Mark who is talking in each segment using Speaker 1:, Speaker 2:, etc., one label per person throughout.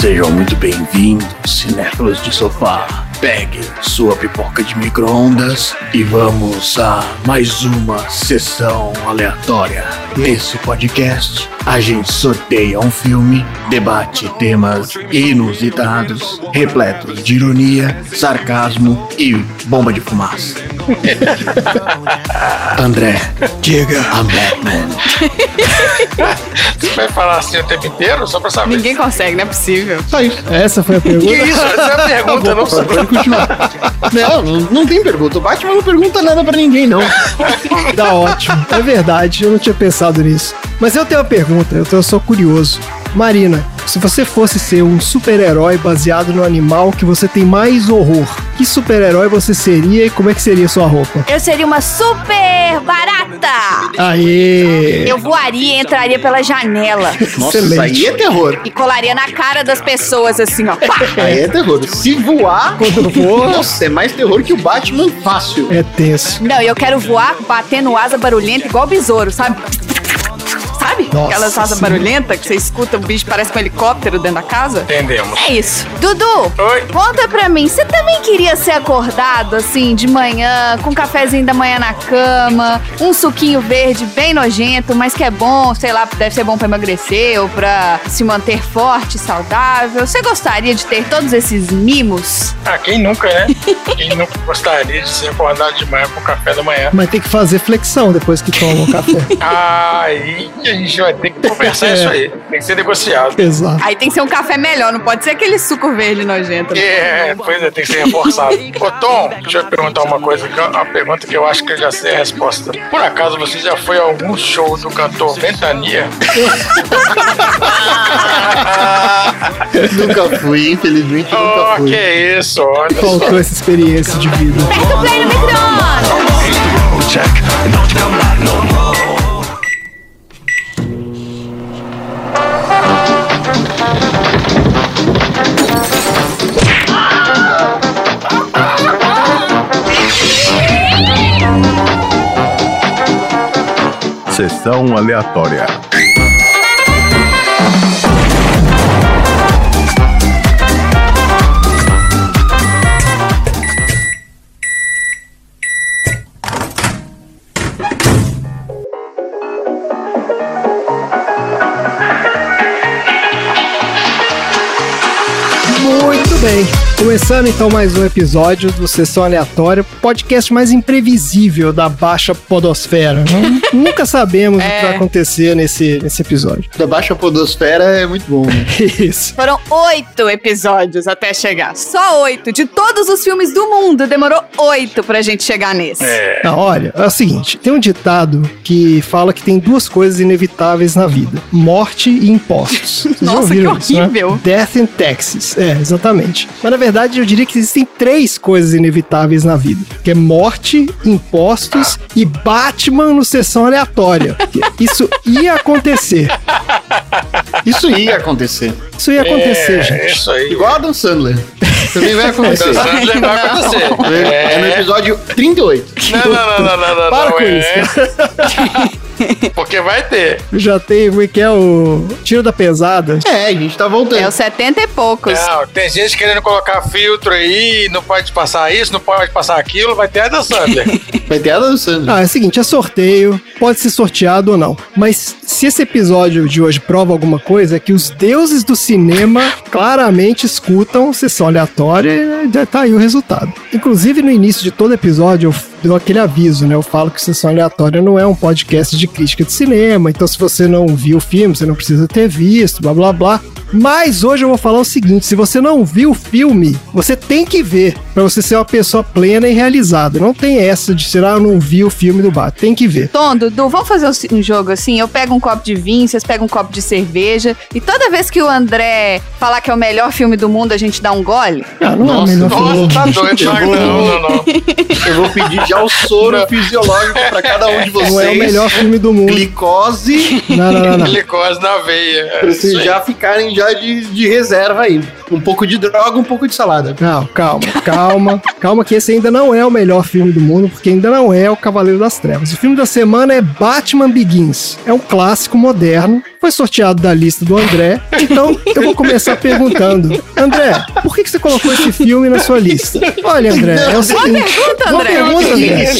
Speaker 1: Sejam muito bem-vindos, cinéfilos de sofá. Pegue sua pipoca de micro-ondas e vamos a mais uma sessão aleatória. Nesse podcast, a gente sorteia um filme, debate temas inusitados, repletos de ironia, sarcasmo e bomba de fumaça. André, diga a Batman.
Speaker 2: Você vai falar assim o tempo inteiro? Só pra saber.
Speaker 3: Ninguém consegue, não é possível.
Speaker 4: Só isso. Essa foi a pergunta.
Speaker 2: Que isso? Essa é a pergunta, não
Speaker 4: Pô,
Speaker 2: sabe.
Speaker 4: Pode continuar. Não, não, não tem pergunta. O Batman não pergunta nada pra ninguém, não. Tá ótimo.
Speaker 5: É verdade, eu não tinha pensado nisso. Mas eu tenho uma pergunta, eu, tô, eu sou curioso. Marina, se você fosse ser um super-herói baseado no animal que você tem mais horror, que super-herói você seria e como é que seria a sua roupa?
Speaker 3: Eu seria uma super barata.
Speaker 5: Aê!
Speaker 3: Eu voaria e entraria pela janela.
Speaker 4: Nossa, isso aí é terror.
Speaker 3: E colaria na cara das pessoas, assim, ó. Pá!
Speaker 4: Aí é terror. Se voar,
Speaker 5: Quando voa,
Speaker 4: nossa, é mais terror que o Batman fácil.
Speaker 5: é tenso.
Speaker 3: Não, e eu quero voar batendo asa barulhenta igual besouro, sabe? Sabe?
Speaker 5: Nossa
Speaker 3: Aquelas asas
Speaker 5: Senhora.
Speaker 3: barulhentas que você escuta, o bicho parece um helicóptero dentro da casa.
Speaker 2: Entendemos.
Speaker 3: É isso. Dudu,
Speaker 2: Oi.
Speaker 3: conta pra mim, você também queria ser acordado assim, de manhã, com um cafezinho da manhã na cama, um suquinho verde bem nojento, mas que é bom, sei lá, deve ser bom pra emagrecer ou pra se manter forte, saudável. Você gostaria de ter todos esses mimos?
Speaker 2: Ah, quem nunca, né? Quem nunca gostaria de ser acordado de manhã pro café da manhã?
Speaker 5: Mas tem que fazer flexão depois que toma o café.
Speaker 2: Aí que a gente vai ter que conversar isso aí. Tem que ser negociado.
Speaker 5: Exato.
Speaker 3: Aí tem que ser um café melhor, não pode ser aquele suco verde nojento.
Speaker 2: É, pois é, tem que ser reforçado. Ô Tom, deixa eu perguntar uma coisa, que é uma pergunta que eu acho que eu já sei a resposta. Por acaso você já foi a algum show do cantor Ventania?
Speaker 4: nunca fui, infelizmente nunca
Speaker 2: Oh,
Speaker 4: fui.
Speaker 2: que isso, olha só.
Speaker 5: Faltou essa experiência de vida.
Speaker 3: Aperta o play no micro-ondas!
Speaker 6: Sessão aleatória.
Speaker 5: Muito bem. Começando então mais um episódio do Sessão Aleatória, podcast mais imprevisível da baixa podosfera. né? Nunca sabemos o que vai acontecer nesse, nesse episódio.
Speaker 4: Da baixa podosfera é muito bom. Né?
Speaker 5: Isso.
Speaker 3: Foram oito episódios até chegar. Só oito. De todos os filmes do mundo, demorou oito pra gente chegar nesse.
Speaker 2: É,
Speaker 5: Não, olha, é o seguinte, tem um ditado que fala que tem duas coisas inevitáveis na vida: morte e impostos. Vocês já
Speaker 3: Nossa,
Speaker 5: ouviram
Speaker 3: que
Speaker 5: isso, né?
Speaker 3: horrível.
Speaker 5: Death in Texas. É, exatamente. Mas na verdade eu diria que existem três coisas inevitáveis na vida, que é morte, impostos e Batman no sessão aleatória. Isso ia acontecer.
Speaker 4: Isso ia acontecer.
Speaker 5: Isso ia acontecer,
Speaker 2: é
Speaker 5: gente.
Speaker 2: isso aí.
Speaker 4: Igual a Adam Sandler. Também vai acontecer.
Speaker 2: Dançando já vai acontecer.
Speaker 4: É é no
Speaker 2: É.
Speaker 4: episódio 38.
Speaker 2: Não, não, não, não, não, não,
Speaker 5: Para
Speaker 2: não,
Speaker 5: com
Speaker 2: é. Porque vai ter.
Speaker 5: Já tem o que é o tiro da pesada.
Speaker 4: É, a gente tá
Speaker 3: É os
Speaker 4: voltando.
Speaker 3: 70 e poucos.
Speaker 5: É.
Speaker 2: Não, tem gente querendo colocar filtro aí, não pode passar isso, não pode passar aquilo, vai ter a da Sander.
Speaker 4: Vai ter Adam Sandler.
Speaker 5: Ah, é o seguinte, é sorteio, pode ser sorteado ou não. Mas se esse episódio de hoje prova alguma coisa, é que os deuses do cinema claramente escutam sessão aleatória e já tá aí o resultado. Inclusive, no início de todo episódio, eu f- dou aquele aviso, né? Eu falo que sessão aleatória não é um podcast de crítica de cinema, então se você não viu o filme, você não precisa ter visto, blá blá blá. Mas hoje eu vou falar o seguinte: se você não viu o filme, você tem que ver pra você ser uma pessoa plena e realizada. Não tem essa de ser, ah, eu não vi o filme do bar. Tem que ver.
Speaker 3: Tom, Dudu, vamos fazer um- um jogo assim? Eu pego um copo de vinho, vocês pegam um copo de cerveja. E toda vez que o André falar que é o melhor filme do mundo, a gente dá um gole?
Speaker 5: Ah, não
Speaker 4: Nossa,
Speaker 5: é o melhor filme.
Speaker 2: Nossa, tá doido.
Speaker 4: Eu
Speaker 2: Não,
Speaker 4: vou-
Speaker 2: não, não.
Speaker 4: Eu vou pedir já o soro fisiológico pra cada um de vocês.
Speaker 5: Não é o melhor filme do mundo.
Speaker 4: Glicose,
Speaker 5: Não, não, não, não.
Speaker 2: Glicose na veia. É
Speaker 4: pra
Speaker 2: isso
Speaker 4: vocês
Speaker 2: aí.
Speaker 4: já ficarem já de, de reserva aí. Um pouco de droga, um pouco de salada.
Speaker 5: Não, calma, calma, calma, que esse ainda não é o melhor filme do mundo, porque ainda não é o Cavaleiro das Trevas. O filme da semana é Batman Begins. É um clássico moderno, foi sorteado da lista do André, então eu vou começar perguntando. André, por que, que você colocou esse filme na sua lista? Olha, André, é o seguinte...
Speaker 3: Pergunta,
Speaker 5: Uma
Speaker 3: André.
Speaker 5: pergunta, André.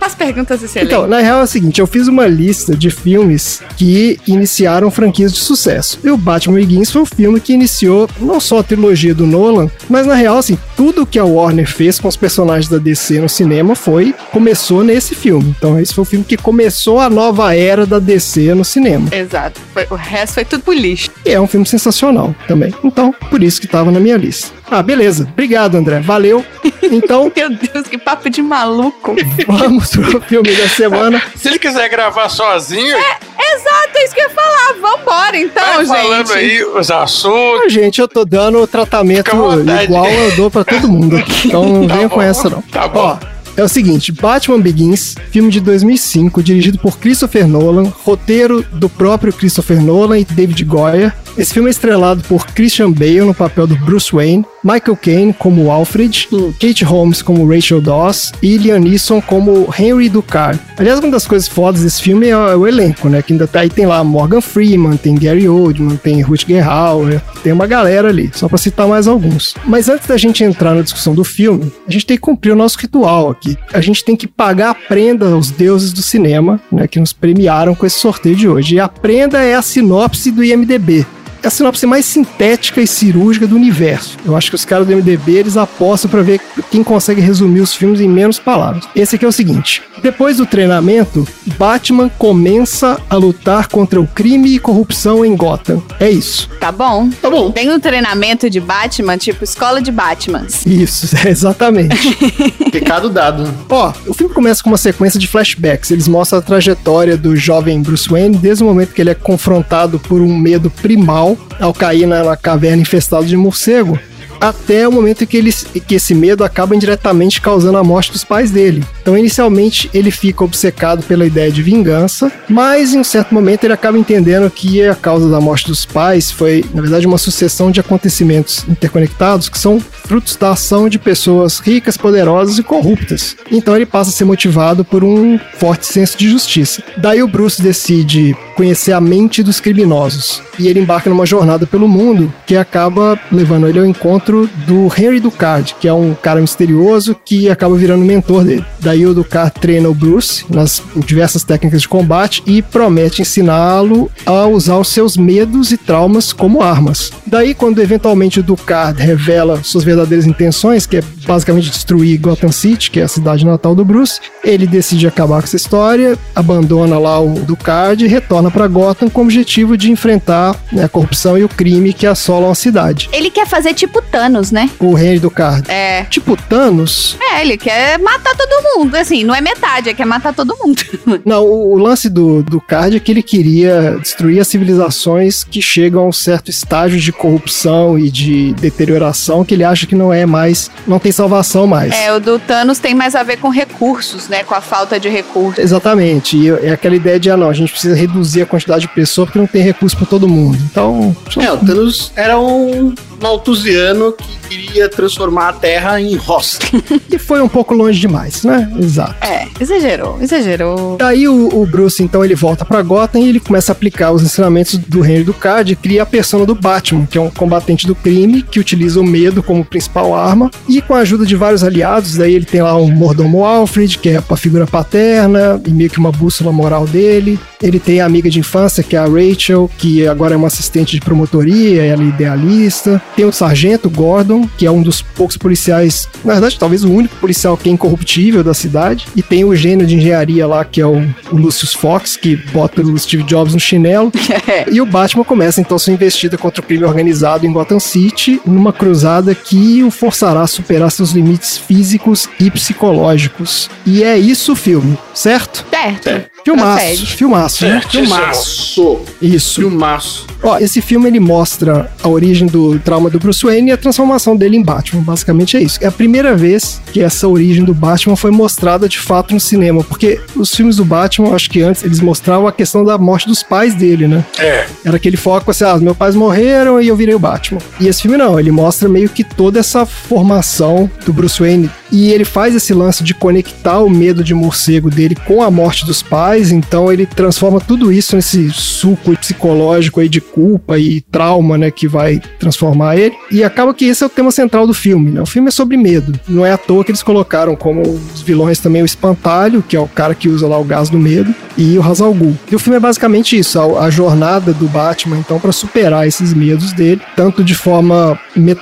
Speaker 3: As perguntas excelentes.
Speaker 5: Então, na real é o seguinte, eu fiz uma lista de filmes que iniciaram franquias de sucesso. E o Batman Begins foi o filme que iniciou não só a trilogia do Nolan, mas na real, assim, tudo que a Warner fez com os personagens da DC no cinema foi começou nesse filme. Então, esse foi o filme que começou a nova era da DC no cinema.
Speaker 3: Exato. Foi- o resto foi tudo pro lixo.
Speaker 5: E é um filme sensacional também. Então, por isso que tava na minha lista. Ah, beleza. Obrigado, André. Valeu. Então,
Speaker 3: Meu Deus, que papo de maluco.
Speaker 5: vamos pro filme da semana.
Speaker 2: Se ele quiser gravar sozinho,
Speaker 3: Exato, é isso que eu ia falar. Vambora, então,
Speaker 2: vai
Speaker 3: gente.
Speaker 2: falando aí os assuntos.
Speaker 5: Ah, gente, eu tô dando o tratamento
Speaker 2: Fica à vontade.
Speaker 5: igual eu dou pra todo mundo. Então não
Speaker 2: Tá
Speaker 5: venham
Speaker 2: bom,
Speaker 5: com essa, não.
Speaker 2: tá bom.
Speaker 5: Ó, é o seguinte, Batman Begins, filme de 2005, dirigido por Christopher Nolan, roteiro do próprio Christopher Nolan e David Goyer. Esse filme é estrelado por Christian Bale no papel do Bruce Wayne, Michael Caine como Alfred, Kate Holmes como Rachel Dawes e Liam Neeson como Henry Ducar. Aliás, uma das coisas fodas desse filme é o elenco, né? Que ainda tá aí tem lá Morgan Freeman, tem Gary Oldman, tem Rutger Hauer, tem uma galera ali, só pra citar mais alguns. Mas antes da gente entrar na discussão do filme, a gente tem que cumprir o nosso ritual aqui. A gente tem que pagar a prenda aos deuses do cinema, né, que nos premiaram com esse sorteio de hoje. E a prenda é a sinopse do IMDB. É a sinopse mais sintética e cirúrgica do universo. Eu acho que os caras do MDB eles apostam pra ver quem consegue resumir os filmes em menos palavras. Esse aqui é o seguinte: depois do treinamento, Batman começa a lutar contra o crime e corrupção em Gotham. É isso.
Speaker 3: Tá bom.
Speaker 4: Tá bom.
Speaker 3: Tem um treinamento de Batman, tipo escola de Batmans.
Speaker 5: Isso, exatamente.
Speaker 4: Pecado dado.
Speaker 5: Ó, o filme começa com uma sequência de flashbacks. Eles mostram a trajetória do jovem Bruce Wayne desde o momento que ele é confrontado por um medo primal ao cair na, na caverna infestada de morcego, até o momento em que, ele, que esse medo acaba indiretamente causando a morte dos pais dele. Então, inicialmente, ele fica obcecado pela ideia de vingança, mas em um certo momento ele acaba entendendo que a causa da morte dos pais foi, na verdade, uma sucessão de acontecimentos interconectados que são frutos da ação de pessoas ricas, poderosas e corruptas. Então ele passa a ser motivado por um forte senso de justiça. Daí o Bruce decide conhecer a mente dos criminosos e ele embarca numa jornada pelo mundo que acaba levando ele ao encontro do Henry Ducard, que é um cara misterioso que acaba virando mentor dele. Daí o Ducard treina o Bruce nas diversas técnicas de combate e promete ensiná-lo a usar os seus medos e traumas como armas. Daí, quando eventualmente o Ducard revela suas verdadeiras intenções, que é basicamente destruir Gotham City, que é a cidade natal do Bruce, ele decide acabar com essa história, abandona lá o Ducard e retorna para Gotham com o objetivo de enfrentar né, a corrupção e o crime que assolam a cidade.
Speaker 3: Ele quer fazer tipo Thanos, né?
Speaker 5: O Henry Ducard.
Speaker 3: É.
Speaker 5: Tipo Thanos,
Speaker 3: É, ele quer matar todo mundo. Assim, não é metade, é quer matar todo mundo.
Speaker 5: Não, o, o lance do, do Card é que ele queria destruir as civilizações que chegam a um certo estágio de corrupção e de deterioração que ele acha que não é mais, não tem salvação mais.
Speaker 3: É, o do Thanos tem mais a ver com recursos, né? Com a falta de recursos.
Speaker 5: Exatamente, e é aquela ideia de, ah não, a gente precisa reduzir a quantidade de pessoas porque não tem recurso pra todo mundo. Então,
Speaker 4: É, o Thanos era um maltusiano que queria transformar a Terra em roça.
Speaker 5: e foi um pouco longe demais, né? Exato.
Speaker 3: É, exagerou, exagerou.
Speaker 5: Daí Tá o, o Bruce, então, ele volta pra Gotham e ele começa a aplicar os ensinamentos do Henry Ducard e cria a persona do Batman, que é um combatente do crime, que utiliza o medo como principal arma. E com a ajuda de vários aliados, daí ele tem lá o mordomo Alfred, que é a figura paterna e meio que uma bússola moral dele. Ele tem a amiga de infância, que é a Rachel, que agora é uma assistente de promotoria, ela é idealista. Tem o sargento Gordon, que é um dos poucos policiais, na verdade, talvez o único policial que é incorruptível da cidade. E tem o gênio de engenharia lá, que é o, o Lucius Fox, que bota o Steve Jobs no chinelo. E o Batman começa então sua investida contra o crime organizado em Gotham City, numa cruzada que o forçará a superar seus limites físicos e psicológicos. E é isso o filme, certo?
Speaker 3: Certo.
Speaker 5: Filmaço,
Speaker 3: Procede.
Speaker 5: filmaço, né?
Speaker 2: Certíssimo.
Speaker 4: Filmaço.
Speaker 5: Isso.
Speaker 4: Filmaço.
Speaker 5: Ó, esse filme ele mostra a origem do trauma do Bruce Wayne e a transformação dele em Batman. Basicamente é isso. É a primeira vez que essa origem do Batman foi mostrada de fato no cinema, porque os filmes do Batman, acho que antes eles mostravam a questão da morte dos pais dele, né?
Speaker 2: É,
Speaker 5: Era aquele foco assim, ah, os meus pais morreram e eu virei o Batman. E esse filme não, ele mostra meio que toda essa formação do Bruce Wayne. E ele faz esse lance de conectar o medo de morcego dele com a morte dos pais, então ele transforma tudo isso nesse suco psicológico aí de culpa e trauma, né, que vai transformar ele. E acaba que esse é o tema central do filme, né? O filme é sobre medo. Não é à toa que eles colocaram como os vilões também o Espantalho, que é o cara que usa lá o gás do medo, e o Hazal Ghul. E o filme é basicamente isso, a, a jornada do Batman, então, para superar esses medos dele, tanto de forma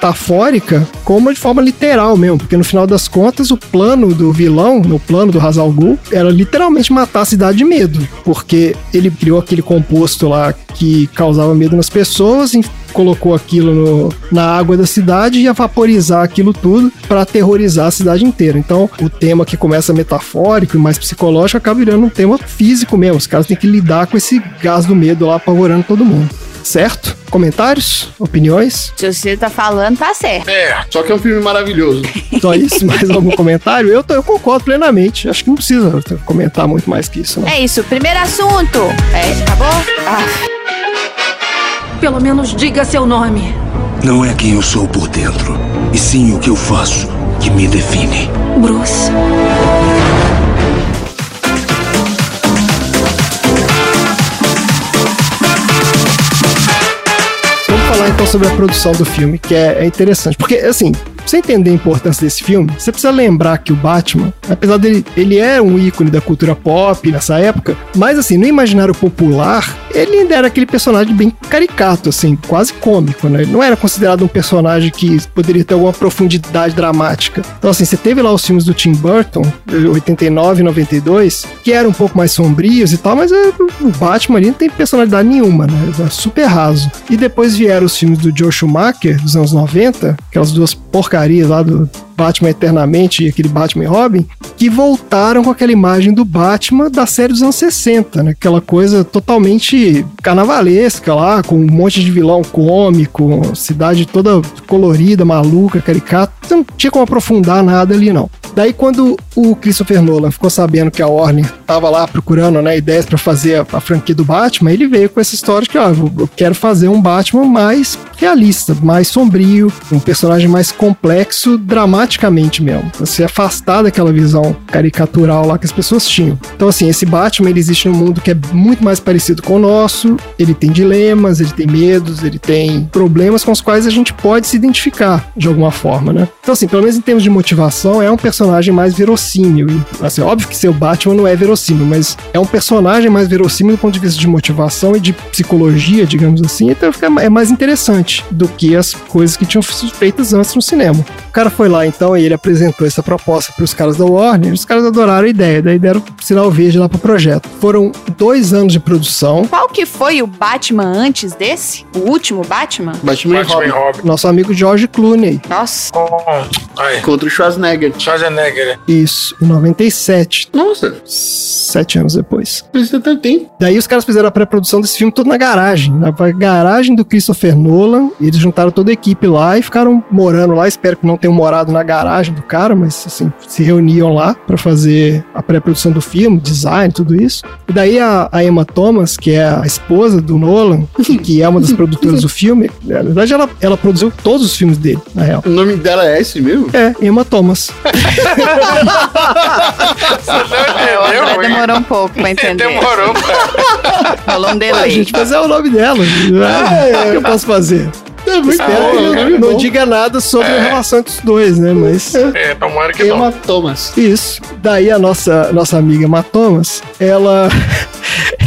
Speaker 5: metafórica, como de forma literal mesmo, porque no final das contas, o plano do vilão, no plano do Hazal Ghul, era literalmente matar a cidade de medo, porque ele criou aquele composto lá que causava medo nas pessoas, e colocou aquilo no- na água da cidade e ia vaporizar aquilo tudo para aterrorizar a cidade inteira. Então, o tema que começa metafórico e mais psicológico acaba virando um tema físico mesmo. Os caras têm que lidar com esse gás do medo lá apavorando todo mundo. Certo? Comentários? Opiniões?
Speaker 3: Se você tá falando, tá certo.
Speaker 2: é.
Speaker 4: Só que é um filme maravilhoso.
Speaker 5: Só isso? Mais algum comentário? Eu, tô- eu concordo plenamente. Acho que não precisa comentar muito mais que isso. Né?
Speaker 3: É isso, primeiro assunto. É, acabou? Ah,
Speaker 6: Pelo menos diga seu nome.
Speaker 7: Não é quem eu sou por dentro, e sim o que eu faço que me define.
Speaker 6: Bruce.
Speaker 5: Vamos falar então sobre a produção do filme, que é, é interessante. Porque, assim, pra você entender a importância desse filme, você precisa lembrar que o Batman, apesar dele ele é um ícone da cultura pop nessa época, mas, assim, no imaginário popular, ele ainda era aquele personagem bem caricato, assim, quase cômico, né? Ele não era considerado um personagem que poderia ter alguma profundidade dramática. Então, assim, você teve lá os filmes do Tim Burton, 89 e 92, que eram um pouco mais sombrios e tal, mas é, o Batman ali não tem personalidade nenhuma, né? É super raso. E depois vieram os filmes do Joe Schumacher, dos anos 90, aquelas duas porcarias lá do Batman Eternamente e aquele Batman e Robin, que voltaram com aquela imagem do Batman da série dos anos 60, né? Aquela coisa totalmente carnavalesca lá, com um monte de vilão cômico, cidade toda colorida, maluca, caricata. Você não tinha como aprofundar nada ali, não. Daí, quando o Christopher Nolan ficou sabendo que a Warner tava lá procurando né, ideias para fazer a, a franquia do Batman, ele veio com essa história de que, ó, eu eu quero fazer um Batman mais realista, mais sombrio, um personagem mais complexo dramaticamente mesmo. Pra se afastar daquela visão caricatural lá que as pessoas tinham. Então, assim, esse Batman ele existe num mundo que é muito mais parecido com o nosso, ele tem dilemas, ele tem medos, ele tem problemas com os quais a gente pode se identificar de alguma forma, né? Então, assim, pelo menos em termos de motivação, é um personagem mais verossímil. E, assim, óbvio que seu Batman não é verossímil, mas é um personagem mais verossímil do ponto de vista de motivação e de psicologia, digamos assim, então fica, é mais interessante do que as coisas que tinham sido feitas antes no cinema. O cara foi lá então e ele apresentou essa proposta para os caras da Warner, os caras adoraram a ideia, daí deram sinal verde lá pro projeto. Foram dois anos de produção.
Speaker 3: Qual que foi o Batman antes desse? O último Batman?
Speaker 4: Batman, e
Speaker 2: Batman e
Speaker 4: Robin.
Speaker 2: Robin.
Speaker 5: Nosso amigo George Clooney,
Speaker 3: Nossa.
Speaker 2: Com. Aí.
Speaker 4: Contra o Schwarzenegger.
Speaker 2: Schwarzenegger.
Speaker 5: isso, em 97,
Speaker 4: Nossa,
Speaker 5: sete anos depois.
Speaker 4: precisa ter tempo.
Speaker 5: Daí os caras fizeram a pré-produção desse filme todo na garagem, na garagem do Christopher Nolan. E eles juntaram toda a equipe lá e ficaram morando lá. Espero que não tenham morado na garagem do cara, mas assim, se reuniam lá pra fazer a pré-produção do filme, design, tudo isso. E daí a, a Emma Thomas, que é a esposa do Nolan, e que é uma das produtoras do filme, na verdade ela, ela produziu todos os filmes dele, na real.
Speaker 4: O nome dela é esse mesmo?
Speaker 5: É, Emma Thomas.
Speaker 2: Você
Speaker 3: Ela
Speaker 2: não entendeu? hein?
Speaker 3: demorou um pouco pra entender.
Speaker 2: Demorou, cara.
Speaker 3: Rolou um
Speaker 5: Ah,
Speaker 3: delay.
Speaker 5: gente, mas é o nome dela. É, o que eu posso fazer?
Speaker 4: É muito
Speaker 5: Espero que
Speaker 4: bom,
Speaker 5: eu
Speaker 4: é um
Speaker 5: não,
Speaker 4: nome bom. É.
Speaker 5: diga nada sobre a relação entre os dois, né? Mas.
Speaker 2: É, tomara que não.
Speaker 4: Emma Thomas.
Speaker 5: Isso. Daí a nossa, nossa amiga Ma Thomas, ela.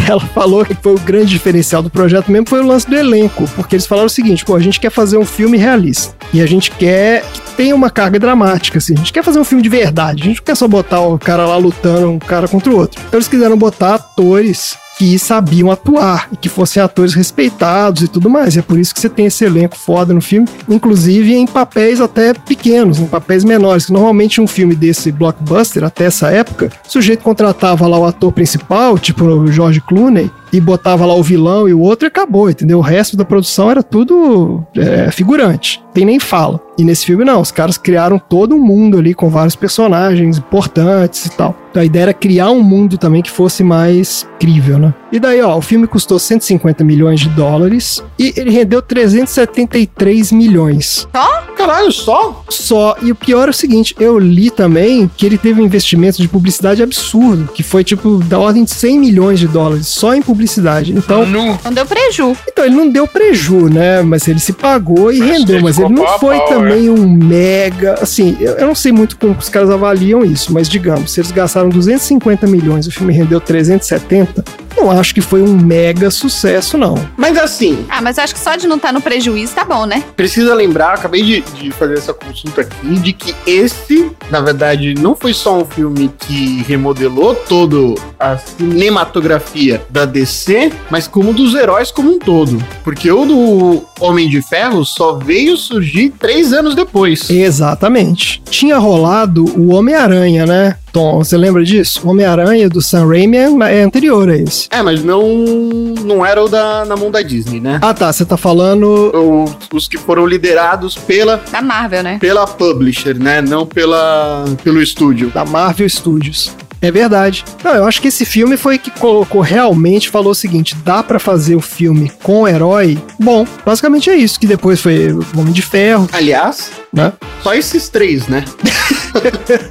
Speaker 5: Ela falou que foi o grande diferencial do projeto mesmo foi o lance do elenco, porque eles falaram o seguinte: pô, a gente quer fazer um filme realista e a gente quer que tenha uma carga dramática, assim, a gente quer fazer um filme de verdade, a gente não quer só botar o cara lá lutando um cara contra o outro. Então eles quiseram botar atores que sabiam atuar e que fossem atores respeitados e tudo mais. E é por isso que você tem esse elenco foda no filme, inclusive em papéis até pequenos, em papéis menores. que Normalmente um filme desse blockbuster, até essa época, o sujeito contratava lá o ator principal, tipo o George Clooney, e botava lá o vilão e o outro e acabou, entendeu? O resto da produção era tudo é, figurante, tem nem fala. E nesse filme não, os caras criaram todo um mundo ali com vários personagens importantes e tal. Então a ideia era criar um mundo também que fosse mais crível, né? E daí, ó, o filme custou 150 milhões de dólares e ele rendeu 373 milhões.
Speaker 4: Caralho, só?
Speaker 5: Só, e o pior é o seguinte, eu li também que ele teve um investimento de publicidade absurdo, que foi tipo da ordem de 100 milhões de dólares só em publicidade. Então,
Speaker 2: Nu.
Speaker 3: Não deu preju.
Speaker 5: então, ele não deu preju, né? Mas ele se pagou e
Speaker 2: Uhum. Mas
Speaker 5: rendeu.
Speaker 2: ele
Speaker 5: Mas ele
Speaker 2: ficou né?
Speaker 5: não
Speaker 2: pau a
Speaker 5: foi
Speaker 2: pau,
Speaker 5: também um mega. Assim, eu, eu não sei muito como que os caras avaliam isso, mas digamos, se eles gastaram 250 milhões e o filme rendeu 370, não acho que foi um mega sucesso, não.
Speaker 4: Mas assim,
Speaker 3: Ah, mas acho que só de não estar no prejuízo tá bom, né?
Speaker 4: precisa lembrar, acabei de, de fazer essa consulta aqui, de que esse, na verdade, não foi só um filme que remodelou toda a cinematografia da DC, mas como dos heróis como um todo. Porque o do Homem de Ferro só veio surgir três anos depois.
Speaker 5: Exatamente. Tinha rolado o Homem-Aranha, né? Tom, você lembra disso? O Homem-Aranha do Sam Raimi é é anterior a esse.
Speaker 4: É, mas não, não era o da, na mão da Disney, né?
Speaker 5: Ah, tá. Você tá falando.
Speaker 4: O- os que foram liderados pela,
Speaker 3: Da Marvel, né?
Speaker 4: pela publisher, né? Não pela, pelo estúdio.
Speaker 5: da Marvel Studios. É verdade. Não, eu acho que esse filme foi que colocou realmente, falou o seguinte: dá pra fazer o filme com o herói? Bom, basicamente é isso. Que depois foi o Homem de Ferro,
Speaker 4: Aliás,
Speaker 5: né?
Speaker 4: só esses três, né?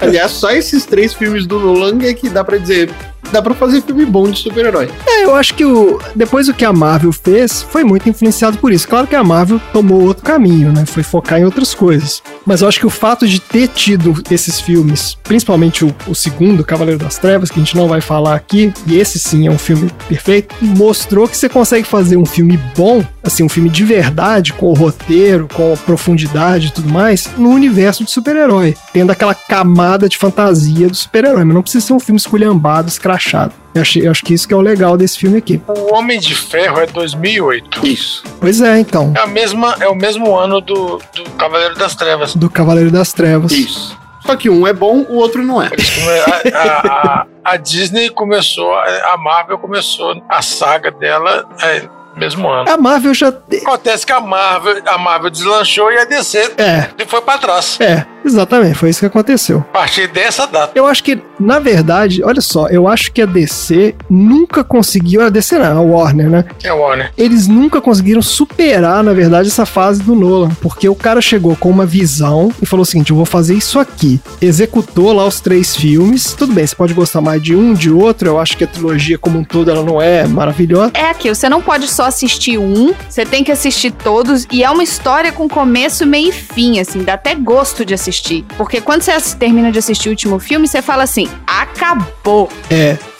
Speaker 4: Aliás, só esses três filmes do Nolan é que dá pra dizer. Dá pra fazer filme bom de super-herói.
Speaker 5: É, eu acho que o, depois o que a Marvel fez foi muito influenciado por isso. Claro que a Marvel tomou outro caminho, né? Foi focar em outras coisas. Mas eu acho que o fato de ter tido esses filmes, principalmente o, o segundo, Cavaleiro das Trevas, que a gente não vai falar aqui, e esse sim é um filme perfeito, mostrou que você consegue fazer um filme bom, assim, um filme de verdade, com o roteiro, com a profundidade e tudo mais, no universo de super-herói, tendo aquela camada de fantasia do super-herói. Mas não precisa ser um filme esculhambado, escrachado. Eu, achei- eu acho que isso que é o legal desse filme aqui.
Speaker 2: O Homem de Ferro é 2008.
Speaker 4: Isso.
Speaker 5: Pois é, então.
Speaker 2: É, a mesma, é o mesmo ano do, do Cavaleiro das Trevas.
Speaker 5: Do Cavaleiro das Trevas.
Speaker 4: Isso. Só que um é bom, o outro não é.
Speaker 2: Eles come- A, a- a- a Disney começou, a a Marvel começou a saga dela é, mesmo ano.
Speaker 5: A Marvel já.
Speaker 2: Acontece que a Marvel, a Marvel deslanchou e a DC
Speaker 5: É,
Speaker 2: foi pra trás.
Speaker 5: é, exatamente. Foi isso que aconteceu.
Speaker 2: A partir dessa data.
Speaker 5: Eu acho que, na verdade, olha só, eu acho que a DC nunca conseguiu. A DC não, a Warner, né?
Speaker 2: É o Warner.
Speaker 5: Eles nunca conseguiram superar, na verdade, essa fase do Nolan. Porque o cara chegou com uma visão e falou o seguinte: eu vou fazer isso aqui. Executou lá os três filmes. Tudo bem, você pode gostar mais de um, de outro. Eu acho que a trilogia como um todo ela não é maravilhosa.
Speaker 3: É aquilo, você não pode só assistir um, você tem que assistir todos, e é uma história com começo, meio e fim, assim, dá até gosto de assistir. Porque quando você ass- termina de assistir o último filme, você fala assim, acabou.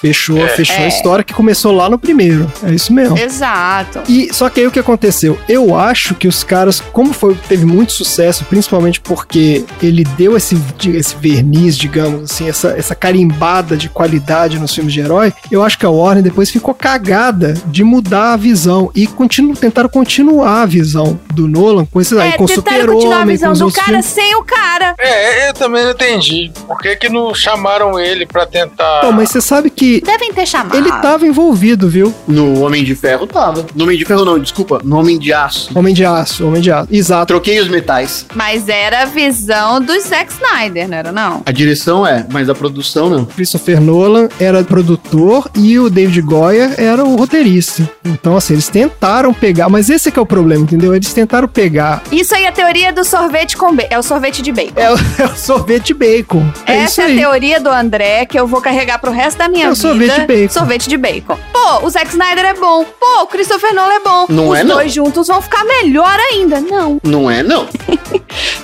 Speaker 5: Fechou, fechou a
Speaker 3: É.
Speaker 5: história que começou lá no primeiro. É isso mesmo.
Speaker 3: Exato.
Speaker 5: E só que aí o que aconteceu? Eu acho que os caras, como foi, teve muito sucesso, principalmente porque ele deu esse, de- esse verniz, digamos assim, essa, essa carimbada de qualidade nos filmes de herói, eu acho que a Warner depois ficou cagada de mudar a visão e continu, tentaram continuar a visão do Nolan com
Speaker 3: É,
Speaker 5: esses aí, com Super-Homem, com os outros filmes.
Speaker 3: sem o cara.
Speaker 2: É, eu também não entendi. Por que, que não chamaram ele pra tentar.
Speaker 5: Pô, mas você sabe que
Speaker 3: Devem ter chamado.
Speaker 5: ele tá- tava envolvido, viu?
Speaker 4: No Homem de Ferro tava. No Homem de Ferro não, desculpa. No Homem de Aço.
Speaker 5: Homem de Aço, Homem de Aço. Exato.
Speaker 4: Troquei os metais.
Speaker 3: Mas era a visão do Zack Snyder, não era não?
Speaker 4: A direção é, mas a produção não.
Speaker 5: Christopher Nolan era produtor e o David Goyer era o roteirista. Então, assim, eles tentaram pegar, mas esse é que é o problema, entendeu? Eles tentaram pegar.
Speaker 3: Isso aí é a teoria do sorvete com bacon. É o sorvete de bacon.
Speaker 5: É o, é o sorvete bacon. É
Speaker 3: Essa
Speaker 5: isso
Speaker 3: é a
Speaker 5: aí.
Speaker 3: teoria do André que eu vou carregar pro resto da minha
Speaker 5: É o
Speaker 3: vida.
Speaker 5: sorvete de bacon.
Speaker 3: Sorvete de bacon. Pô, o Zack Snyder é bom. Pô, o Christopher Nolan é bom.
Speaker 4: Não
Speaker 3: Os
Speaker 4: é, não.
Speaker 3: dois juntos vão ficar melhor ainda. Não.
Speaker 4: Não é, não.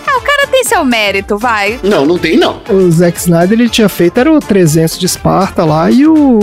Speaker 3: Ah, o cara tem seu mérito, vai.
Speaker 4: Não, não tem não.
Speaker 5: O Zack Snyder ele tinha feito era o 300 de Esparta lá e o,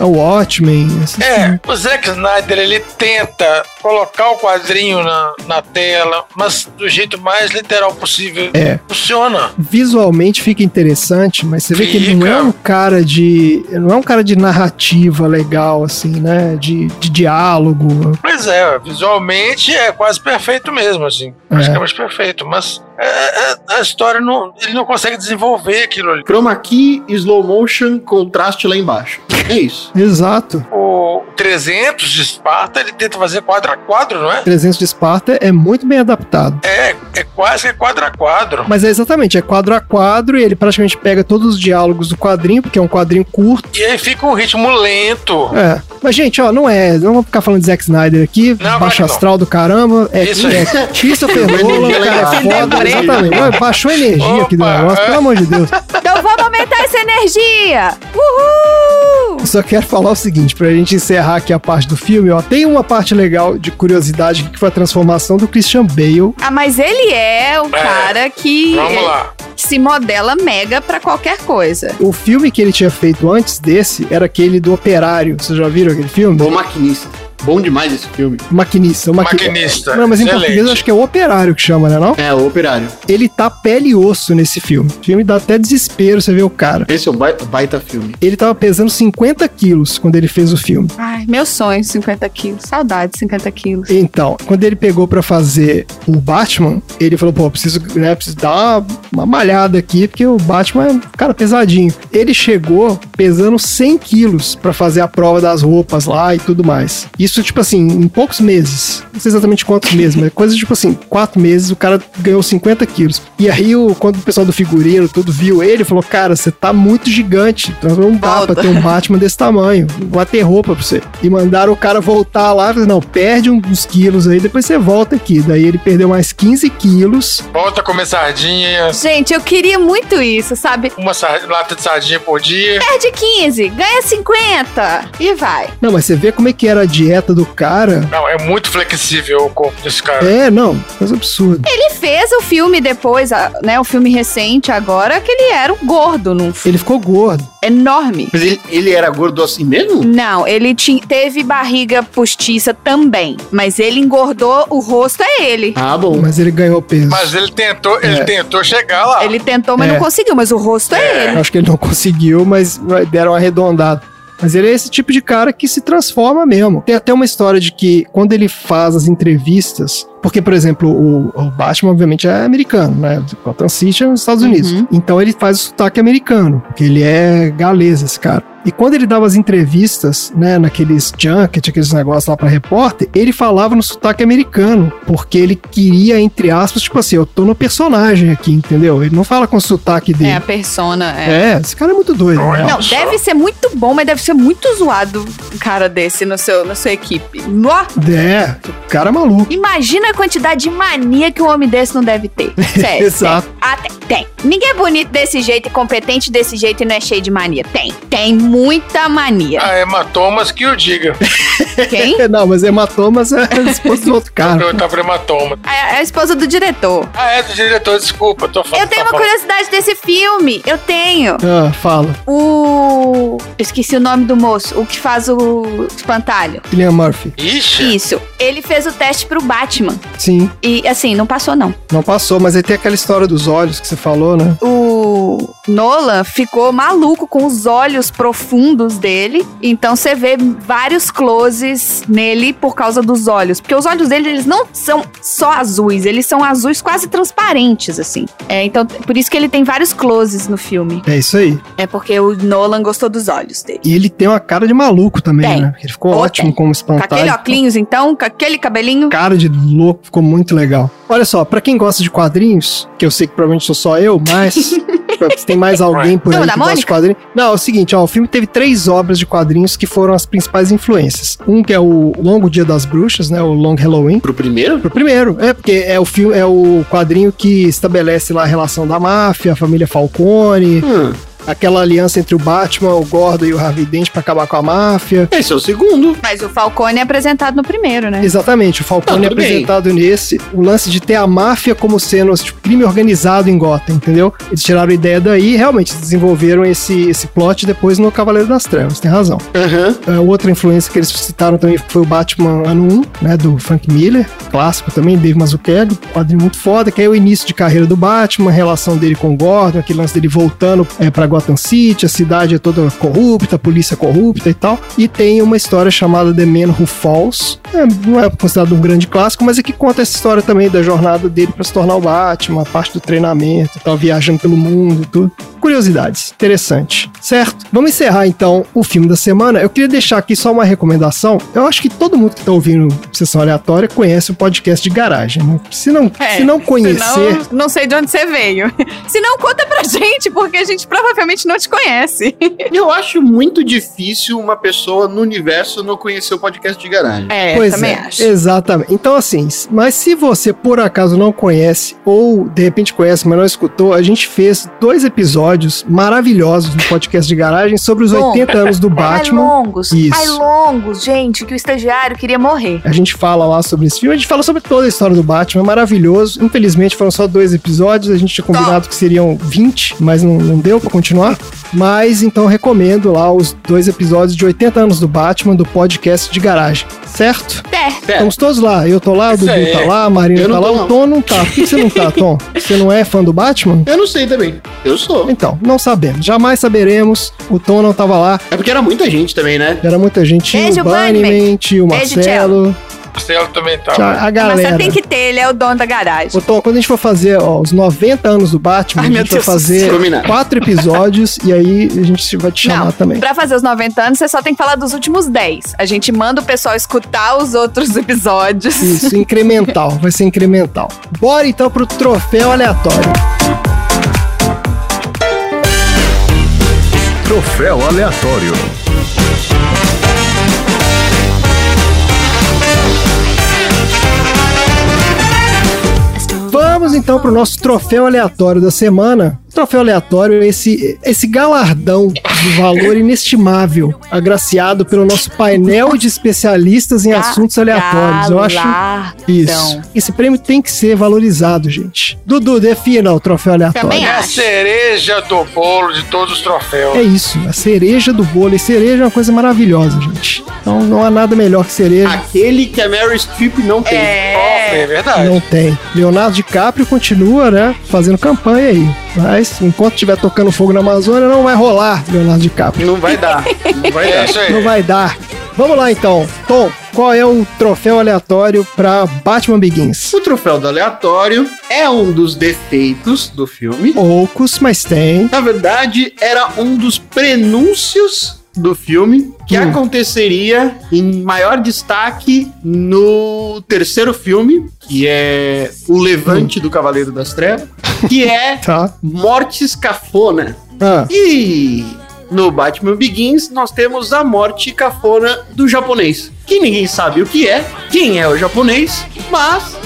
Speaker 5: é o Watchmen. Assim, esses-
Speaker 2: É, o Zack Snyder ele tenta colocar o quadrinho na, na tela, mas do jeito mais literal possível.
Speaker 5: É.
Speaker 2: Funciona.
Speaker 5: Visualmente fica interessante, mas você vê que ele não é
Speaker 2: Fica.
Speaker 5: um cara de não é um cara de narrativa legal assim, né? De, de diálogo.
Speaker 2: Pois é, visualmente é quase perfeito mesmo, assim.
Speaker 5: É.
Speaker 2: Praticamente perfeito, mas é, é, a história não. Ele não consegue desenvolver aquilo ali.
Speaker 4: Chroma key, slow motion, contraste lá embaixo. É isso.
Speaker 5: Exato.
Speaker 2: O 300 de Esparta ele tenta fazer quadro a quadro, não é?
Speaker 5: 300 de Esparta é muito bem adaptado.
Speaker 2: É, é quase que quadro a quadro.
Speaker 5: Mas é exatamente, é quadro a quadro e ele praticamente pega todos os diálogos do quadrinho, porque é um quadrinho curto.
Speaker 2: E aí fica um ritmo lento.
Speaker 5: É. Mas, gente, ó, não é. Não vamos ficar falando de Zack Snyder aqui, baixo
Speaker 2: Não, vai que
Speaker 5: astral do caramba. É,
Speaker 2: Isso aí.
Speaker 5: é Christopher Nolan, o cara é
Speaker 4: Tem
Speaker 5: foda,
Speaker 4: deprê.
Speaker 5: exatamente. Ué, Baixou a energia aqui do
Speaker 2: Opa,
Speaker 5: negócio,
Speaker 2: é.
Speaker 5: pelo amor de Deus.
Speaker 3: Então vamos aumentar essa energia! Uhul!
Speaker 5: Só quero falar o seguinte, pra gente encerrar aqui a parte do filme, ó. Tem uma parte legal de curiosidade que foi a transformação do Christian Bale.
Speaker 3: Ah, mas ele é o cara que,
Speaker 5: é-
Speaker 2: Vamos lá.
Speaker 3: que se modela mega pra qualquer coisa.
Speaker 5: O filme que ele tinha feito antes desse era aquele do Operário. Vocês já viram aquele filme?
Speaker 4: Bom maquinista. Bom demais esse filme.
Speaker 5: Maquinista. o maqui-
Speaker 2: Maquinista,
Speaker 5: Não, mas em
Speaker 2: excelente.
Speaker 5: português eu acho que é o operário que chama, né não?
Speaker 4: É, o operário.
Speaker 5: Ele tá pele e osso nesse filme. O filme dá até desespero você ver o cara.
Speaker 4: Esse é o bai- baita filme.
Speaker 5: Ele tava pesando 50 quilos quando ele fez o filme.
Speaker 3: Ai, meu sonho, 50 quilos. Saudade, de 50 quilos.
Speaker 5: Então, quando ele pegou pra fazer o Batman, ele falou, pô, preciso, né, preciso dar uma, uma malhada aqui, porque o Batman é, um cara, pesadinho. Ele chegou pesando 100 quilos pra fazer a prova das roupas lá e tudo mais. Isso, tipo assim, em poucos meses. Não sei exatamente quantos meses, mas coisa tipo assim, quatro meses, o cara ganhou 50 quilos. E aí, o, quando o pessoal do figurino, tudo, viu ele, falou, cara, você tá muito gigante, então não dá
Speaker 3: Volta.
Speaker 5: pra ter um Batman desse tamanho. Vai ter roupa pra você. E mandaram o cara voltar lá. falaram, Não, perde uns quilos aí, depois você volta aqui. Daí ele perdeu mais 15 quilos.
Speaker 2: Volta a comer sardinha,
Speaker 3: Gente, eu queria muito isso, sabe?
Speaker 2: uma sar- lata de sardinha por dia.
Speaker 3: Perde 15, ganha 50 e vai.
Speaker 5: Não, mas você vê como é que era a dieta do cara.
Speaker 2: Não, é muito flexível o corpo desse cara.
Speaker 5: É, não, coisa absurda.
Speaker 3: Ele fez o filme depois, a- né? O filme recente agora, que ele era um gordo num filme
Speaker 5: Ele ficou gordo.
Speaker 3: enorme.
Speaker 4: Mas ele, ele era gordo assim mesmo?
Speaker 3: Não, ele ti- teve barriga postiça também, mas ele engordou, o rosto é ele.
Speaker 4: Ah, bom.
Speaker 5: Mas ele ganhou peso.
Speaker 2: Mas ele tentou, ele
Speaker 5: É.
Speaker 2: tentou chegar lá.
Speaker 3: Ele tentou, mas
Speaker 5: É.
Speaker 3: não conseguiu, mas o rosto é ele.
Speaker 5: Eu Acho que ele não conseguiu, mas deram um arredondado. Mas ele é esse tipo de cara que se transforma mesmo. Tem até uma história de que quando ele faz as entrevistas. Porque, por exemplo, o, o Batman, obviamente, é americano, né? Gotham City é nos Estados Unidos. Então ele faz o sotaque americano, porque ele é galês, esse cara. E quando ele dava as entrevistas, né, naqueles junket, aqueles negócios lá pra repórter, ele falava no sotaque americano, porque ele queria, entre aspas, tipo assim, eu tô no personagem aqui, entendeu? Ele não fala com o sotaque dele.
Speaker 3: É, a persona. É.
Speaker 5: É, esse cara é muito doido.
Speaker 2: Não é?
Speaker 5: né?
Speaker 3: Não, deve ser muito bom, mas deve ser muito zoado um cara desse no seu, na sua equipe. Nó!
Speaker 5: É, o cara é maluco.
Speaker 3: Imagina a quantidade de mania que um homem desse não deve ter. Sério.
Speaker 5: Exato.
Speaker 3: sério. Ah, tem, tem. Ninguém é bonito desse jeito e competente desse jeito e não é cheio de mania. Tem. Tem muita mania.
Speaker 2: A Emma Thomas Ah, que o diga.
Speaker 3: Quem?
Speaker 5: Não, mas hematomas é a esposa do outro
Speaker 2: Vou
Speaker 5: cara.
Speaker 2: perguntar pra Emma Thomas.
Speaker 3: É é a esposa do diretor.
Speaker 2: Ah, é do diretor, desculpa, eu tô falando.
Speaker 3: Eu tenho uma
Speaker 2: tá falando.
Speaker 3: curiosidade desse filme. Eu tenho.
Speaker 5: Ah, fala.
Speaker 3: O. Eu esqueci o nome do moço, o que faz o espantalho.
Speaker 5: Cillian Murphy.
Speaker 2: Ixi,
Speaker 3: Isso. Ele fez o teste pro Batman.
Speaker 5: Sim,
Speaker 3: E assim, não passou, não.
Speaker 5: não passou, mas aí tem aquela história dos olhos que você falou, né?
Speaker 3: O Nolan ficou maluco com os olhos profundos dele. Então você vê vários closes nele por causa dos olhos. Porque os olhos dele, eles não são só azuis, eles são azuis quase transparentes, assim. É, então, por isso que ele tem vários closes no filme.
Speaker 5: É isso aí.
Speaker 3: É porque o Nolan gostou dos olhos dele.
Speaker 5: E ele tem uma cara de maluco também,
Speaker 3: Tem.
Speaker 5: né? Ele ficou
Speaker 3: Ou
Speaker 5: ótimo
Speaker 3: tem.
Speaker 5: como
Speaker 3: Com
Speaker 5: espantalho.
Speaker 3: aquele óculos, então, com aquele cabelinho.
Speaker 5: Cara de louco, ficou muito legal. Olha só, pra quem gosta de quadrinhos, que eu sei que provavelmente sou só eu, mas tipo, se tem mais alguém por aí
Speaker 3: Turma da
Speaker 5: que gosta de
Speaker 3: Mônica?
Speaker 5: quadrinhos. Não, é o seguinte, ó, o filme teve três obras de quadrinhos que foram as principais influências. Um que é o Longo Dia das Bruxas, né, o Long Halloween.
Speaker 4: Pro primeiro?
Speaker 5: Pro primeiro, é porque é o filme, é o quadrinho que estabelece lá a relação da máfia, a família Falcone,
Speaker 4: Hum,
Speaker 5: a aquela aliança entre o Batman, o Gordon e o Harvey Dent pra acabar com a máfia.
Speaker 4: Esse é o segundo.
Speaker 3: Mas o Falcone é apresentado no primeiro, né?
Speaker 5: Exatamente, o Falcone
Speaker 4: Não,
Speaker 5: é
Speaker 4: tudo bem.
Speaker 5: apresentado nesse. O lance de ter a máfia como sendo tipo, crime organizado em Gotham, entendeu? Eles tiraram a ideia daí e realmente desenvolveram esse, esse plot depois no Cavaleiro das Trevas, tem razão.
Speaker 4: Aham.
Speaker 5: É, outra influência que eles citaram também foi o Batman ano 1, né, do Frank Miller, clássico também, Dave Mazzucchelli, um quadrinho muito foda, que é o início de carreira do Batman, a relação dele com o Gordon, aquele lance dele voltando é, pra Gotham City, a cidade é toda corrupta, a polícia é corrupta e tal, e tem uma história chamada The Man Who Falls, é, não é considerado um grande clássico, mas é que conta essa história também da jornada dele pra se tornar o Batman, a parte do treinamento e tal, viajando pelo mundo e tudo. Curiosidades, interessante, certo? Vamos encerrar então o filme da semana. Eu queria deixar aqui só uma recomendação. Eu acho que todo mundo que tá ouvindo Sessão Aleatória conhece o podcast de garagem, né? Se não,
Speaker 3: É,
Speaker 5: se não conhecer,
Speaker 3: senão, não sei de onde você veio. Se não, conta pra gente, porque a gente provavelmente não te conhece.
Speaker 4: Eu acho muito difícil uma pessoa no universo não conhecer o podcast de garagem.
Speaker 3: É,
Speaker 5: Pois
Speaker 3: também
Speaker 5: é,
Speaker 3: acho.
Speaker 5: Exatamente. Então, assim, mas se você por acaso não conhece, ou de repente conhece, mas não escutou, a gente fez dois episódios maravilhosos no podcast de garagem sobre os
Speaker 3: Bom. É
Speaker 5: 80 anos do Batman.
Speaker 3: longos,
Speaker 5: Isso.
Speaker 3: ai longos, gente, que o estagiário queria morrer.
Speaker 5: A gente fala lá sobre esse filme, a gente fala sobre toda a história do Batman, é maravilhoso. Infelizmente foram só dois episódios, a gente tinha combinado que seriam 20, mas não, não deu pra continuar. Mas então recomendo lá os dois episódios de 80 anos do Batman, do podcast de garagem, certo?
Speaker 4: É.
Speaker 3: É,
Speaker 5: Estamos todos lá. Eu tô lá, o
Speaker 2: Isso
Speaker 5: Dudu
Speaker 2: aí.
Speaker 5: tá lá, a Marina
Speaker 4: Eu
Speaker 5: tá
Speaker 4: não
Speaker 5: lá,
Speaker 4: tô,
Speaker 5: o
Speaker 4: não.
Speaker 5: Tom não tá. Por que você não tá, Tom? Você não é fã do Batman?
Speaker 4: Eu não sei também. Eu sou.
Speaker 5: Então, não sabemos. Jamais saberemos. O Tom não tava lá.
Speaker 4: É porque era muita gente também, né?
Speaker 5: Era muita gente. Tinha
Speaker 3: Beijo,
Speaker 5: o Bunnyman,
Speaker 3: Bunnyman.
Speaker 5: tinha o
Speaker 3: Beijo,
Speaker 5: Marcelo,
Speaker 2: Marcelo também
Speaker 5: tinha
Speaker 2: tá.
Speaker 5: a
Speaker 3: mas
Speaker 5: galera.
Speaker 3: você tem que ter, ele é o dono da garagem.
Speaker 5: Ô, Tom, quando a gente for fazer ó, os 90 anos do Batman,
Speaker 3: Ai,
Speaker 5: a
Speaker 3: meu
Speaker 5: gente vai
Speaker 3: Deus do
Speaker 5: fazer
Speaker 4: céu. Combinado.
Speaker 5: quatro episódios e aí a gente vai te chamar
Speaker 3: Não,
Speaker 5: também.
Speaker 3: pra fazer os 90 anos, você só tem que falar dos últimos 10. A gente manda o pessoal escutar os outros episódios.
Speaker 5: Isso, incremental. Vai ser incremental. Bora então pro troféu aleatório.
Speaker 1: Troféu aleatório.
Speaker 5: Vamos então pro nosso troféu aleatório da semana. Troféu aleatório é esse, esse galardão de valor inestimável, agraciado pelo nosso painel de especialistas em
Speaker 3: Tá
Speaker 5: assuntos aleatórios. Eu acho isso. Esse prêmio tem que ser valorizado, gente. Dudu, defina o troféu
Speaker 3: Também
Speaker 5: aleatório.
Speaker 2: É a
Speaker 3: acho.
Speaker 2: cereja do bolo de todos os
Speaker 5: É
Speaker 2: troféus.
Speaker 5: isso, a cereja do bolo. E cereja é uma coisa maravilhosa, gente. Então não há nada melhor que cereja.
Speaker 4: Aquele que a Mary Streep não tem.
Speaker 2: É, é verdade.
Speaker 5: Não tem. Leonardo DiCaprio continua, né? Fazendo campanha aí. Mas enquanto estiver tocando fogo na Amazônia, não vai rolar, Leonardo DiCaprio.
Speaker 4: Não vai dar. Não vai
Speaker 2: É
Speaker 4: dar.
Speaker 2: isso aí.
Speaker 5: Não vai dar. Vamos lá então. Tom, qual é o troféu aleatório pra Batman Begins?
Speaker 4: O troféu do aleatório é um dos defeitos do filme.
Speaker 5: Poucos, mas tem.
Speaker 4: Na verdade, era um dos prenúncios do filme que
Speaker 5: Hum.
Speaker 4: aconteceria em maior destaque no terceiro filme, que é O Levante do Cavaleiro das Trevas, que é
Speaker 5: Hum. Tá.
Speaker 4: Mortes Cafona.
Speaker 5: Ah,
Speaker 4: E no Batman Begins nós temos a morte cafona do japonês, que ninguém sabe o que é, quem é o japonês, mas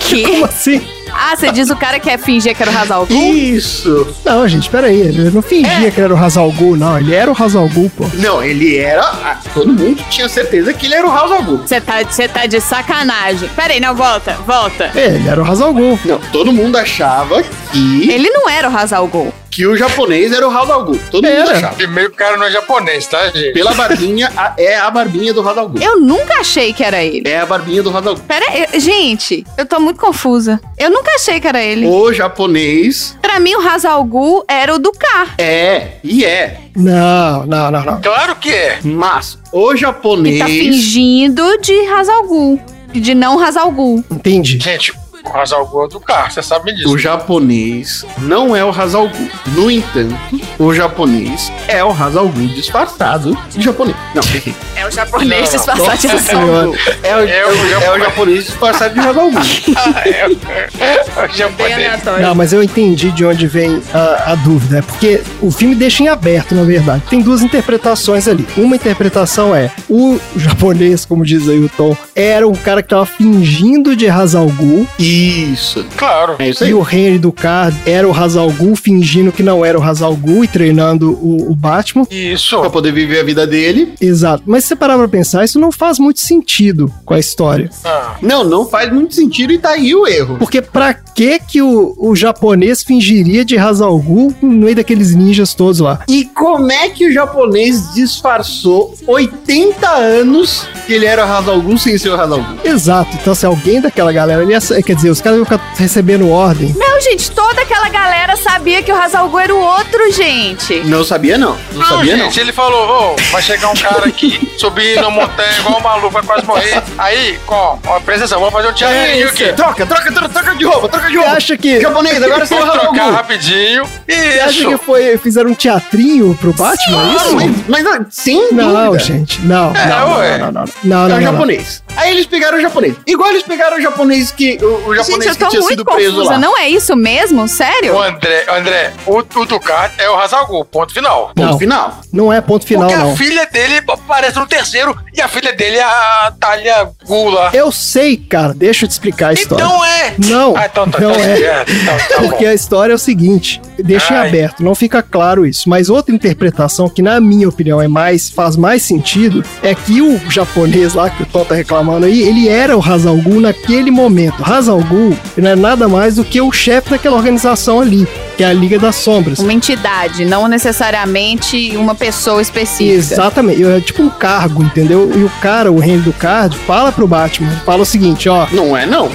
Speaker 3: Que?
Speaker 5: como assim?
Speaker 3: Ah, você diz o cara que é fingir que era o Hazal
Speaker 5: Hum.
Speaker 3: Ghul?
Speaker 4: isso
Speaker 5: Não, gente, peraí. Ele não fingia que era o Hazalgul, não. Ele era o Hazalgul, pô.
Speaker 4: Não, ele era. ah, Todo mundo tinha certeza que ele era o House of Gucci.
Speaker 3: Você tá, você tá de sacanagem. Peraí, não, volta, volta.
Speaker 5: É, Ele era o Hazalgul.
Speaker 4: Não, todo mundo achava que,
Speaker 3: Ele não era o Hazal Ghul.
Speaker 4: que o japonês era o House of Gucci. Todo mundo
Speaker 5: Era.
Speaker 4: achava.
Speaker 2: Primeiro que o cara não é japonês, tá, gente?
Speaker 4: Pela barbinha, a- é a barbinha do House of Gucci.
Speaker 3: Eu nunca achei que era ele.
Speaker 4: É a barbinha do House of Gucci.
Speaker 3: Pera, eu- gente, eu tô muito confusa. Eu nunca achei que era ele.
Speaker 4: O japonês
Speaker 3: Pra mim, o Hazal Ghul era o do K.
Speaker 4: é, e é,
Speaker 5: Não, não, não, não.
Speaker 2: Claro que é.
Speaker 4: mas o
Speaker 3: Que
Speaker 4: japonês.
Speaker 3: tá fingindo de Hazal Ghul. De não Hazal Ghul.
Speaker 5: Entendi.
Speaker 2: Gente, o Razal Gol é do carro, você sabe disso.
Speaker 4: O japonês não é o Hazalgu. No entanto, o japonês é o Hazalgu disfarçado de japonês. Não, errei.
Speaker 3: É o japonês
Speaker 2: Não,
Speaker 3: disfarçado de Hazal Ghul.
Speaker 4: é o, é, o, é o japonês disfarçado de Hazalgu.
Speaker 2: O É japonês.
Speaker 5: Não, mas eu entendi de onde vem a, a dúvida. É porque o filme deixa em aberto, na verdade. Tem duas interpretações ali. Uma interpretação é: o japonês, como diz aí o Tom, era um cara que tava fingindo de Hazalgu.
Speaker 4: Isso.
Speaker 2: Claro.
Speaker 4: É isso aí.
Speaker 5: E o Henry Ducar era o Hazalgu fingindo que não era o Hazalgu e treinando o, o Batman.
Speaker 2: Isso.
Speaker 4: Pra poder viver a vida dele.
Speaker 5: Exato. Mas se você parar pra pensar, isso não faz muito sentido com a história.
Speaker 2: Ah,
Speaker 4: Não, não faz muito sentido e tá aí o erro.
Speaker 5: Porque pra que que o, o japonês fingiria de Hazalgu no meio daqueles ninjas todos lá?
Speaker 4: E como é que o japonês disfarçou 80 anos que ele era o Hazalgu sem ser o Hazalgu?
Speaker 5: Exato. Então se alguém daquela galera, ele ia, sa- quer dizer, os caras iam ficar recebendo ordem.
Speaker 3: Não, gente, toda aquela galera sabia que o Hazalgu era o outro, gente.
Speaker 4: Não sabia não, não sabia não.
Speaker 2: gente, ele falou, ô, vai chegar um cara aqui, subir na montanha igual um maluco, vai quase morrer. Aí, ó, ó, presta atenção, vamos fazer um teatrinho aqui.
Speaker 4: É Troca, troca, troca, troca de roupa, troca de
Speaker 5: Você
Speaker 4: roupa.
Speaker 5: acha que...
Speaker 4: Japonês, agora você é o
Speaker 2: Vamos trocar
Speaker 4: Hazalgu.
Speaker 2: rapidinho.
Speaker 5: Você acha
Speaker 2: Isso.
Speaker 5: que foi, fizeram um teatrinho pro Batman? é
Speaker 4: Não,
Speaker 5: isso?
Speaker 4: mas, mas não, sem
Speaker 5: Não,
Speaker 4: dúvida.
Speaker 5: gente, não.
Speaker 2: É,
Speaker 5: não,
Speaker 2: ué.
Speaker 5: não, não, não, não, não,
Speaker 4: É o
Speaker 5: não, não.
Speaker 4: japonês. Aí eles pegaram o japonês. Igual eles pegaram o japonês que. O, o
Speaker 3: Gente,
Speaker 4: japonês
Speaker 3: eu
Speaker 4: que
Speaker 3: tô
Speaker 4: tinha
Speaker 3: muito
Speaker 4: sido preso
Speaker 3: confusa.
Speaker 4: lá.
Speaker 3: Não é isso mesmo?
Speaker 2: O
Speaker 3: Sério?
Speaker 2: André, André, o, o Ducat é o Hazalgu, ponto final.
Speaker 4: Ponto
Speaker 5: Não.
Speaker 4: final.
Speaker 5: Não é ponto final,
Speaker 2: Porque
Speaker 5: não.
Speaker 2: a filha dele aparece no terceiro e a filha dele é a Talia Gula.
Speaker 5: Eu sei, cara, deixa eu te explicar a história.
Speaker 2: Então é.
Speaker 5: Não,
Speaker 2: Ah, então tá,
Speaker 5: não
Speaker 2: tá
Speaker 5: é.
Speaker 2: certo. Então tá bom.
Speaker 5: Porque a história é o seguinte, deixa em
Speaker 2: Ai.
Speaker 5: aberto, não fica claro isso, mas outra interpretação que na minha opinião é mais faz mais sentido é que o japonês lá que o Tom tá reclamando aí, ele era o Hazalgu naquele momento. Hazalgu não é nada mais do que o chefe daquela organização ali, que é a Liga das Sombras.
Speaker 3: Uma entidade, não necessariamente uma pessoa específica.
Speaker 5: Exatamente, é tipo um cargo, entendeu? E o cara, o Henry do Card, fala pro Batman, fala o seguinte, ó,
Speaker 4: Não é, não.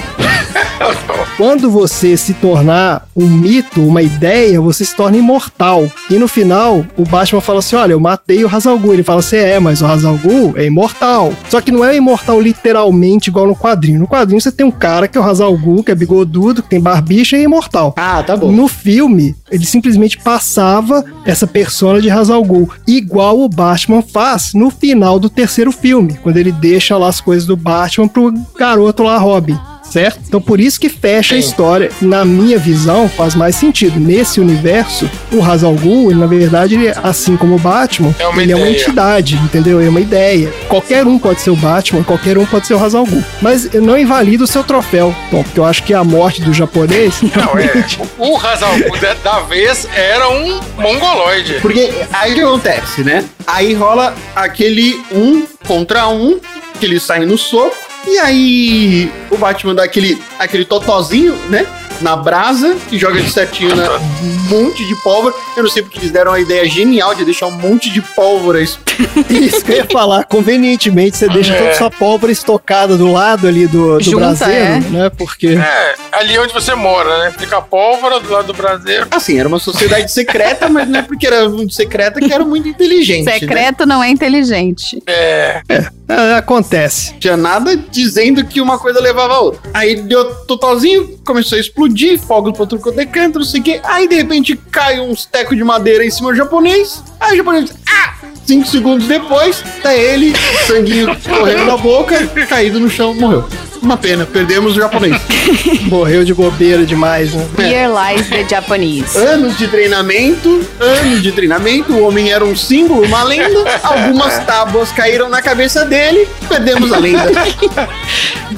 Speaker 5: quando você se tornar um mito, uma ideia, você se torna imortal. E no final, o Batman fala assim: olha, eu matei o Hazalgu. Ele fala assim: é, mas o Hazalgu é imortal. Só que não é imortal literalmente igual no quadrinho. No quadrinho você tem um cara que é o Hazalgu, que é bigodudo, que tem barbicha e é imortal.
Speaker 4: Ah, tá
Speaker 5: No filme, ele simplesmente passava essa persona de Hazalgu, igual o Batman faz no final do terceiro filme, quando ele deixa lá as coisas do Batman pro garoto lá, Robin. Certo? Então por isso que fecha a história. Na minha visão, faz mais sentido. Nesse universo, o Hazalgu, ele, na verdade, ele, assim como o Batman,
Speaker 2: É uma
Speaker 5: ele é uma
Speaker 2: ideia.
Speaker 5: entidade, entendeu? É uma ideia. Qualquer um pode ser o Batman, qualquer um pode ser o Hazalgu. Mas eu não invalido o seu troféu, Tom, porque eu acho que a morte do japonês
Speaker 2: Não, é. O o Hazalgu da, da vez era um mongoloide.
Speaker 4: Porque aí o que acontece, né? Aí rola aquele um contra um, que eles saem no soco, e aí o Batman dá aquele, aquele totozinho, né? Na brasa, e joga de certinho na- um monte de pólvora. Eu não sei porque eles deram a ideia genial de deixar um monte de pólvora es-
Speaker 5: Isso que eu ia É falar, convenientemente você deixa toda sua pólvora estocada do lado ali do, do
Speaker 3: Junta,
Speaker 5: braseiro,
Speaker 3: é.
Speaker 5: né? Porque.
Speaker 2: É, ali onde você mora, né? Fica a pólvora do lado do braseiro.
Speaker 4: Assim, era uma sociedade secreta, mas não é porque era muito secreta que era muito inteligente. né?
Speaker 3: Secreto não é inteligente.
Speaker 2: É.
Speaker 5: é, acontece.
Speaker 4: Não tinha nada dizendo que uma coisa levava a outra. Aí deu totalzinho, começou a explodir, fogos pra outro quanto é canto, não sei o quê. Aí de repente cai uns tecos de madeira em cima do japonês. Aí o japonês. Ah! Cinco segundos depois, tá ele, sanguinho correndo na boca, caído no chão, morreu. Uma pena, perdemos o japonês.
Speaker 5: Morreu de bobeira demais, né?
Speaker 4: É
Speaker 3: Here lies the Japanese.
Speaker 4: Anos de treinamento, anos de treinamento, o homem era um símbolo, uma lenda, algumas tábuas caíram na cabeça dele, perdemos a lenda.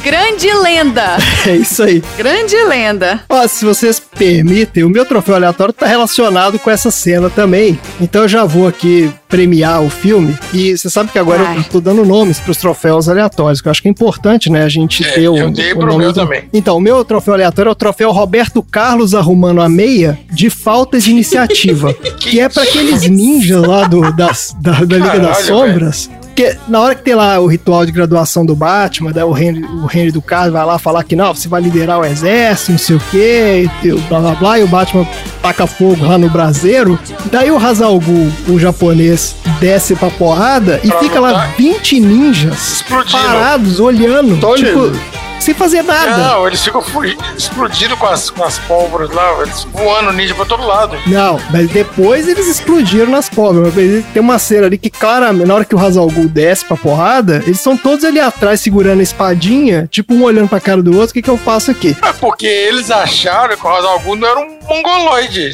Speaker 3: Grande lenda.
Speaker 5: É isso aí.
Speaker 3: Grande lenda.
Speaker 5: Ó, se vocês permitem, o meu troféu aleatório tá relacionado com essa cena também. Então eu já vou aqui premiar o filme. E você sabe que agora
Speaker 3: Ai.
Speaker 5: eu tô dando nomes pros troféus aleatórios, que eu acho que é importante, né? A gente ter o.
Speaker 2: É, eu dei
Speaker 5: o
Speaker 2: pro
Speaker 5: nome
Speaker 2: meu
Speaker 5: do-
Speaker 2: também.
Speaker 5: Então, o meu troféu aleatório é o troféu Roberto Carlos arrumando a meia de falta de iniciativa. que é pra aqueles ninjas lá do, das, da, da Liga das
Speaker 2: Caralho,
Speaker 5: Sombras. Porque na hora que tem lá o ritual de graduação do Batman, daí o Henry, o Henry do Carlos vai lá falar que não, você vai liderar o exército, não sei o quê, e o blá blá blá, e o Batman taca fogo lá no braseiro. Daí o Hazalgu, o japonês, desce pra porrada e
Speaker 2: Pra
Speaker 5: fica lá
Speaker 2: lutar.
Speaker 5: 20 ninjas
Speaker 2: Explodindo.
Speaker 5: parados, olhando,
Speaker 4: Só
Speaker 5: tipo,
Speaker 4: olhando.
Speaker 5: sem fazer nada.
Speaker 2: Não, eles ficam fugi- explodindo com as, com as pólvoras lá, eles voando ninja pra todo lado.
Speaker 5: Não, mas depois eles explodiram nas pobres. Mas Tem uma cena ali que, cara, na hora que o Hazalgu desce pra porrada, eles são todos ali atrás segurando a espadinha, tipo um olhando pra cara do outro, o que, que eu faço aqui?
Speaker 2: É porque eles acharam que o Hazalgu não era um mongoloide.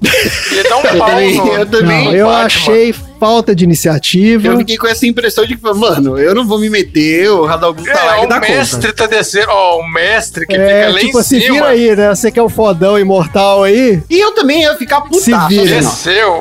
Speaker 2: Ia dar um
Speaker 4: Eu
Speaker 2: pau
Speaker 4: também,
Speaker 2: no,
Speaker 4: eu também
Speaker 5: Não, eu
Speaker 2: Batman.
Speaker 5: achei falta de iniciativa.
Speaker 4: Eu fiquei com essa impressão de que, mano, eu não vou me meter, o Radalgu tá lá,
Speaker 2: É,
Speaker 4: ele
Speaker 2: o
Speaker 4: dá
Speaker 2: mestre
Speaker 4: conta.
Speaker 2: tá descendo. Ó, o mestre que
Speaker 5: É,
Speaker 2: fica lá
Speaker 5: tipo,
Speaker 2: em
Speaker 5: se vira
Speaker 2: cima.
Speaker 5: aí, né? Você que é o fodão imortal aí.
Speaker 4: E eu também ia ficar putaço.
Speaker 5: Se
Speaker 4: assim, ó.
Speaker 5: vira.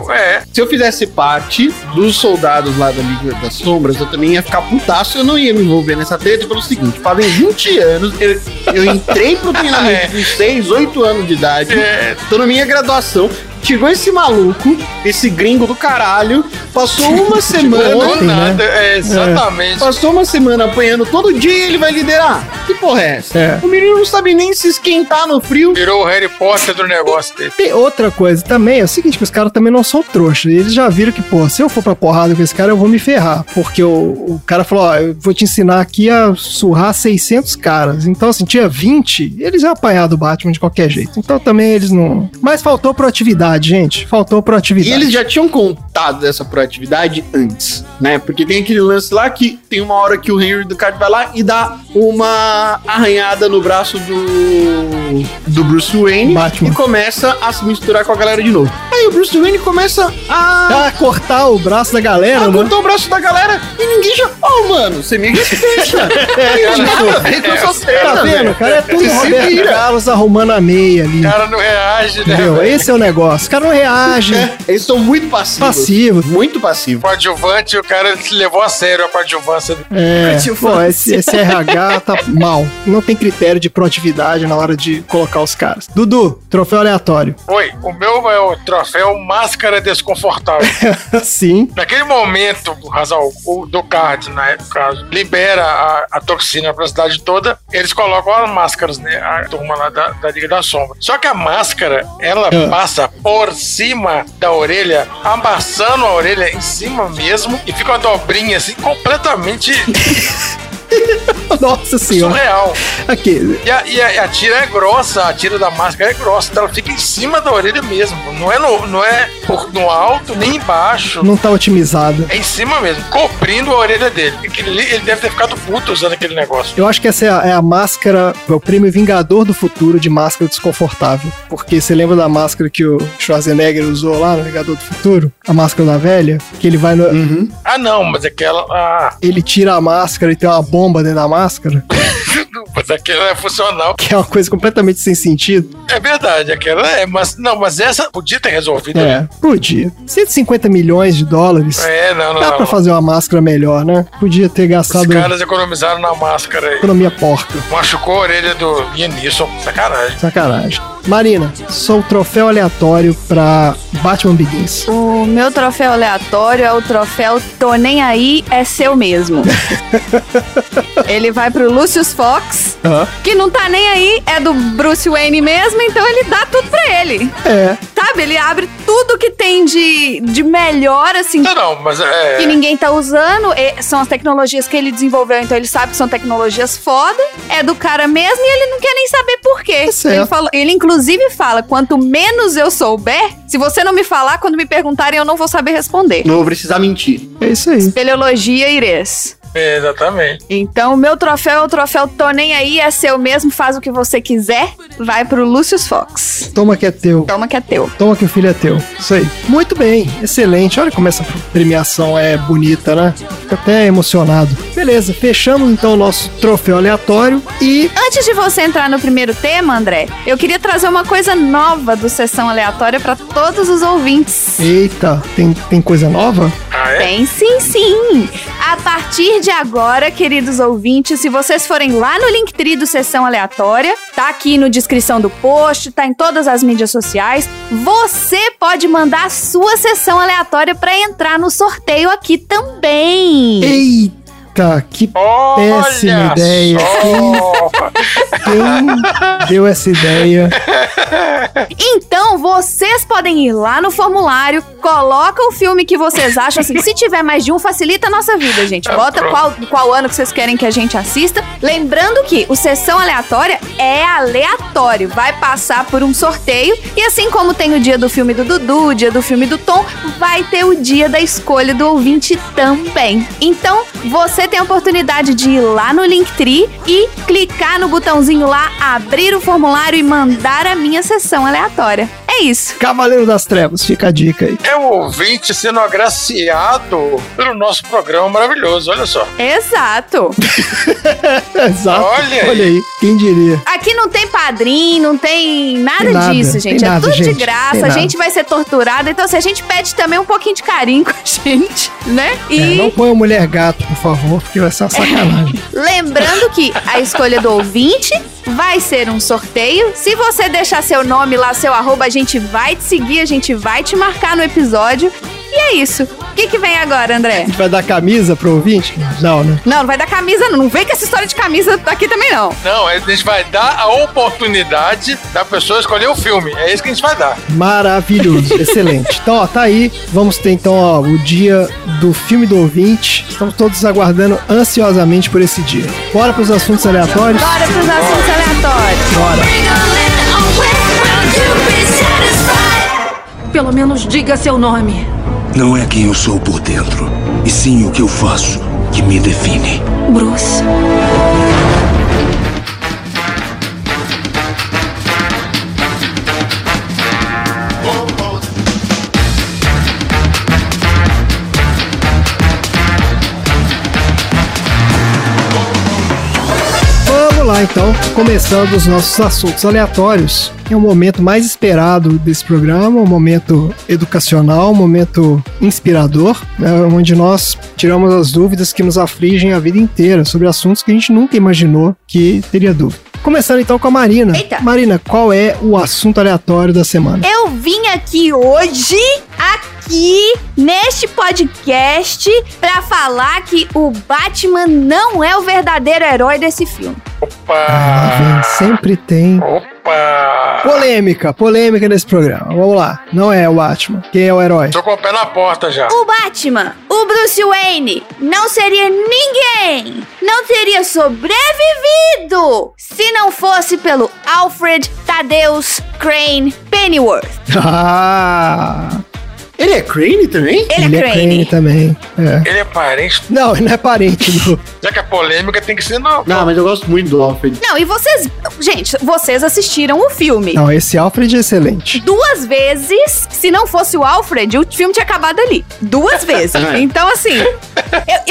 Speaker 2: Desceu, é.
Speaker 4: Se eu fizesse parte dos soldados lá da Liga das Sombras, eu também ia ficar putaço, eu não ia me envolver nessa treta pelo seguinte, fazem 20 anos, eu, eu entrei pro treinamento com 6, 8 anos de idade,
Speaker 2: É.
Speaker 4: tô na minha graduação, chegou esse maluco, esse gringo do caralho, passou uma semana...
Speaker 2: Não,
Speaker 5: ontem, né?
Speaker 2: nada. É, exatamente.
Speaker 4: Passou uma semana apanhando todo dia ele vai liderar. Que porra é essa?
Speaker 5: É.
Speaker 4: O menino não sabe nem se esquentar no frio.
Speaker 2: Virou o Harry Potter do negócio dele.
Speaker 5: Tem outra coisa também, é o seguinte, que os caras também não são trouxa. Eles já viram que, pô, se eu for pra porrada com esse cara, eu vou me ferrar. Porque o, o cara falou, ó, eu vou te ensinar aqui a surrar 600 caras. Então, assim, tinha 20, eles iam apanhar do Batman de qualquer jeito. Então, também eles não... Mas faltou proatividade, gente. Faltou proatividade.
Speaker 4: E eles já tinham contado dessa proatividade antes, né? Porque tem aquele lance lá que tem uma hora que o Henry do Card vai lá e dá uma arranhada no braço do, do Bruce Wayne
Speaker 5: Batman.
Speaker 4: e começa a se misturar com a galera de novo. Aí o Bruce Wayne começa a.
Speaker 5: Ah, cortar o braço da galera,
Speaker 4: Ah,
Speaker 5: né?
Speaker 4: cortou o braço da galera e ninguém já. Ô, mano, você me respeita. Aí eu nada a ver com essa
Speaker 5: Tá
Speaker 4: cena,
Speaker 5: vendo?
Speaker 4: velho.
Speaker 5: O cara é tudo
Speaker 4: né? Se
Speaker 5: Roberto
Speaker 4: vira.
Speaker 5: Carlos arrumando a meia ali.
Speaker 2: O cara não reage, né?
Speaker 5: Entendeu? Esse é o negócio. O cara não reage.
Speaker 4: É, eles são muito passivos.
Speaker 5: Passivo.
Speaker 4: Muito passivos.
Speaker 2: O adjuvante, o cara se levou a sério a coadjuvância. do-
Speaker 5: É,
Speaker 6: Coadjuvância.
Speaker 5: pô, esse, esse RH tá mal. Não tem critério de proatividade na hora de colocar os caras. Dudu, troféu aleatório.
Speaker 2: Oi, o meu é o troféu máscara desconfortável.
Speaker 5: Sim.
Speaker 2: Naquele momento, o Razal, o do card, né, no caso, libera a, a toxina pra cidade toda, eles colocam as máscaras, né? A turma lá da, da Liga da Sombra. Só que a máscara, ela
Speaker 5: Ah.
Speaker 2: passa por cima da orelha, amassando a orelha em cima mesmo, e fica uma dobrinha assim, completamente
Speaker 5: Nossa senhora.
Speaker 2: surreal.
Speaker 5: Aqui.
Speaker 2: E a, e a- a tira é grossa, a tira da máscara é grossa, então ela fica em cima da orelha mesmo. Não é no, não é por- no alto nem embaixo.
Speaker 5: Não tá otimizado.
Speaker 2: É em cima mesmo, cobrindo a orelha dele. Aquele ali, ele deve ter ficado puto usando aquele negócio.
Speaker 5: Eu acho que essa é a, é a máscara, é o prêmio Vingador do Futuro de máscara desconfortável. Porque você lembra da máscara que o Schwarzenegger usou lá no Vingador do Futuro? A máscara da velha? Que ele vai no,
Speaker 2: Ah, não, mas aquela. Ah,
Speaker 5: ele tira a máscara e tem uma bomba dentro da máscara,
Speaker 2: mas aquela é funcional.
Speaker 5: que é uma coisa completamente sem sentido.
Speaker 2: É verdade, aquela é, mas não, mas essa podia ter resolvido.
Speaker 5: É, podia. 150 milhões de dólares.
Speaker 2: É, não, não.
Speaker 5: Dá
Speaker 2: não,
Speaker 5: pra fazer uma máscara melhor, né? Podia ter
Speaker 2: Os
Speaker 5: gastado
Speaker 2: caras economizaram na máscara aí.
Speaker 5: economia porca.
Speaker 2: Machucou a orelha do Liam Neeson. Sacanagem.
Speaker 5: Sacanagem. Marina, sou o troféu aleatório pra Batman Begins.
Speaker 3: O meu troféu aleatório é o troféu Tô Nem Aí É Seu Mesmo. ele vai pro Lucius Fox, que não tá nem aí, é do Bruce Wayne mesmo, então ele dá tudo pra ele.
Speaker 5: É,
Speaker 3: Sabe? Ele abre tudo que tem de, de melhor, assim,
Speaker 2: Não, não, mas é.
Speaker 3: que ninguém tá usando. e- são as tecnologias que ele desenvolveu, então ele sabe que são tecnologias foda. É do cara mesmo e ele não quer nem saber por quê.
Speaker 5: certo.
Speaker 3: ele, falou- ele, inclusive, fala: quanto menos eu souber, se você não me falar, quando me perguntarem, eu não vou saber responder.
Speaker 4: Não vou precisar mentir.
Speaker 5: é isso aí.
Speaker 3: Espeleologia Irês.
Speaker 2: é, exatamente.
Speaker 3: Então, o meu troféu é o troféu Tô Nem Aí, é seu mesmo, faz o que você quiser. Vai pro Lucius Fox.
Speaker 5: Toma que é teu.
Speaker 3: Toma que é teu.
Speaker 5: Toma que o filho é teu. Isso aí. Muito bem, excelente. Olha como essa premiação é bonita, né? Fico até emocionado. Beleza, fechamos então o nosso troféu aleatório e
Speaker 3: Antes de você entrar no primeiro tema, André, eu queria trazer uma coisa nova do Sessão Aleatória pra todos os ouvintes.
Speaker 5: Eita, tem, tem coisa nova?
Speaker 2: Ah, é?
Speaker 3: Tem sim, sim! A partir de agora, queridos ouvintes, se vocês forem lá no Linktree do Sessão Aleatória, tá aqui no descrição do post, tá em todas as mídias sociais, você pode mandar a sua sessão aleatória pra entrar no sorteio aqui também!
Speaker 5: Eita, que
Speaker 2: Olha
Speaker 5: Péssima ideia.
Speaker 2: só.
Speaker 5: quem deu essa ideia?
Speaker 3: Então, vocês podem ir lá no formulário, coloca o filme que vocês acham. Assim, se tiver mais de um, facilita a nossa vida, gente.
Speaker 2: Ah,
Speaker 3: Bota
Speaker 2: pronto.
Speaker 3: qual, qual ano que vocês querem que a gente assista. Lembrando que o Sessão Aleatória é aleatório. Vai passar por um sorteio. E assim como tem o dia do filme do Dudu, o dia do filme do Tom, vai ter o dia da escolha do ouvinte também. Então, você tem a oportunidade de ir lá no Linktree e clicar no botãozinho lá, abrir o formulário e mandar a minha sessão aleatória. É É isso.
Speaker 5: Cavaleiro das Trevas, fica a dica aí.
Speaker 2: É o ouvinte sendo agraciado pelo nosso programa maravilhoso, olha só.
Speaker 3: Exato.
Speaker 5: Exato.
Speaker 2: Olha aí.
Speaker 5: Olha aí, quem diria?
Speaker 3: Aqui não tem padrinho, não tem nada,
Speaker 5: Tem nada,
Speaker 3: disso, gente. é
Speaker 5: tem nada,
Speaker 3: tudo de
Speaker 5: gente, tem
Speaker 3: graça. A
Speaker 5: nada.
Speaker 3: gente vai ser torturada. Então, assim, a gente pede também um pouquinho de carinho com a gente, né?
Speaker 5: É,
Speaker 3: E
Speaker 5: não ponha mulher gato, por favor, porque vai ser uma sacanagem.
Speaker 3: lembrando que a escolha do ouvinte vai ser um sorteio. Se você deixar seu nome lá, seu arroba, a gente vai te seguir, a gente vai te marcar no episódio. E é isso. O que, que vem agora, André?
Speaker 5: A gente vai dar camisa pro ouvinte? Não, né?
Speaker 3: Não, não vai dar camisa, não. Não vem com essa história de camisa aqui também, não.
Speaker 2: Não, a gente vai dar a oportunidade da pessoa escolher o filme. É isso que a gente vai dar.
Speaker 5: Maravilhoso, excelente. Então, ó, tá aí. Vamos ter então ó, o dia do filme do ouvinte. Estamos todos aguardando ansiosamente por esse dia. Bora pros assuntos aleatórios?
Speaker 3: Bora pros assuntos aleatórios.
Speaker 6: Pelo menos diga seu nome.
Speaker 7: Não é quem eu sou por dentro, e sim o que eu faço que me define.
Speaker 6: Bruce.
Speaker 5: Vamos lá então, começando os nossos assuntos aleatórios. É o momento mais esperado desse programa, um momento educacional, um momento inspirador, né, onde nós tiramos as dúvidas que nos afligem a vida inteira sobre assuntos que a gente nunca imaginou que teria dúvida. Começando então com a Marina.
Speaker 3: Eita.
Speaker 5: Marina, qual é o assunto aleatório da semana?
Speaker 3: Eu vim aqui hoje, aqui neste podcast, pra falar que o Batman não é o verdadeiro herói desse filme.
Speaker 5: Ah,
Speaker 2: Opa!
Speaker 5: vem, sempre tem.
Speaker 2: Opa!
Speaker 5: Polêmica, polêmica nesse programa. Vamos lá. Não é o Batman. Quem é o herói?
Speaker 2: Tô com o pé na porta já.
Speaker 3: O Batman, o Bruce Wayne, não seria ninguém, não teria sobrevivido se não fosse pelo Alfred Tadeus Crane Pennyworth.
Speaker 5: Ah,
Speaker 4: Ele é Crane também?
Speaker 3: Ele, é Crane.
Speaker 5: também. É.
Speaker 2: Ele é parente.
Speaker 5: Não, ele não é parente do.
Speaker 2: Já que a polêmica tem que ser no.
Speaker 4: Não, mas eu gosto muito do Alfred.
Speaker 3: Não, e vocês, gente, vocês assistiram o filme.
Speaker 5: Não, esse Alfred é excelente.
Speaker 3: duas vezes. Se não fosse o Alfred, o filme tinha acabado ali. Duas vezes.
Speaker 5: É.
Speaker 3: Então, assim, eu,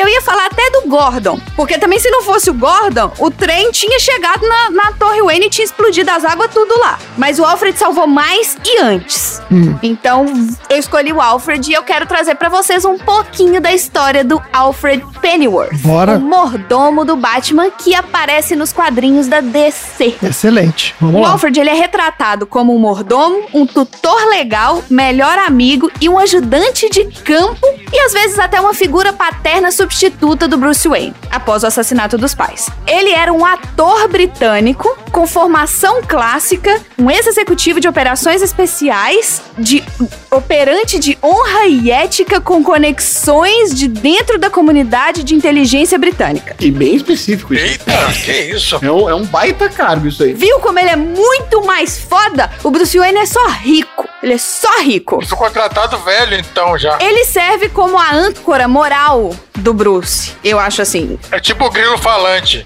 Speaker 3: eu ia falar até do Gordon. Porque também, se não fosse o Gordon, o trem tinha chegado na, na Torre Wayne e tinha explodido as águas tudo lá. Mas o Alfred salvou mais e antes.
Speaker 5: Hum.
Speaker 3: Então, eu escolhi o Alfred e eu quero trazer pra vocês um pouquinho da história do Alfred Pennyworth.
Speaker 5: Bora.
Speaker 3: O mordomo do Batman que aparece nos quadrinhos da DC.
Speaker 5: Excelente. Vamos
Speaker 3: O
Speaker 5: lá.
Speaker 3: Alfred ele é retratado como um mordomo, um tutor legal, melhor amigo e um ajudante de campo e às vezes até uma figura paterna substituta do Bruce Wayne após o assassinato dos pais. Ele era um ator britânico com formação clássica, um ex-executivo de operações especiais, de operante de honra e ética com conexões de dentro da comunidade de inteligência britânica.
Speaker 4: E bem específico isso.
Speaker 2: Eita, que isso?
Speaker 4: É um, é um baita cargo isso aí.
Speaker 3: Viu como ele é muito mais foda? O Bruce Wayne é só rico. Ele é só rico.
Speaker 2: Eu Fui contratado velho então já.
Speaker 3: Ele serve como a âncora moral do Bruce. Eu acho assim.
Speaker 2: É tipo o grilo falante.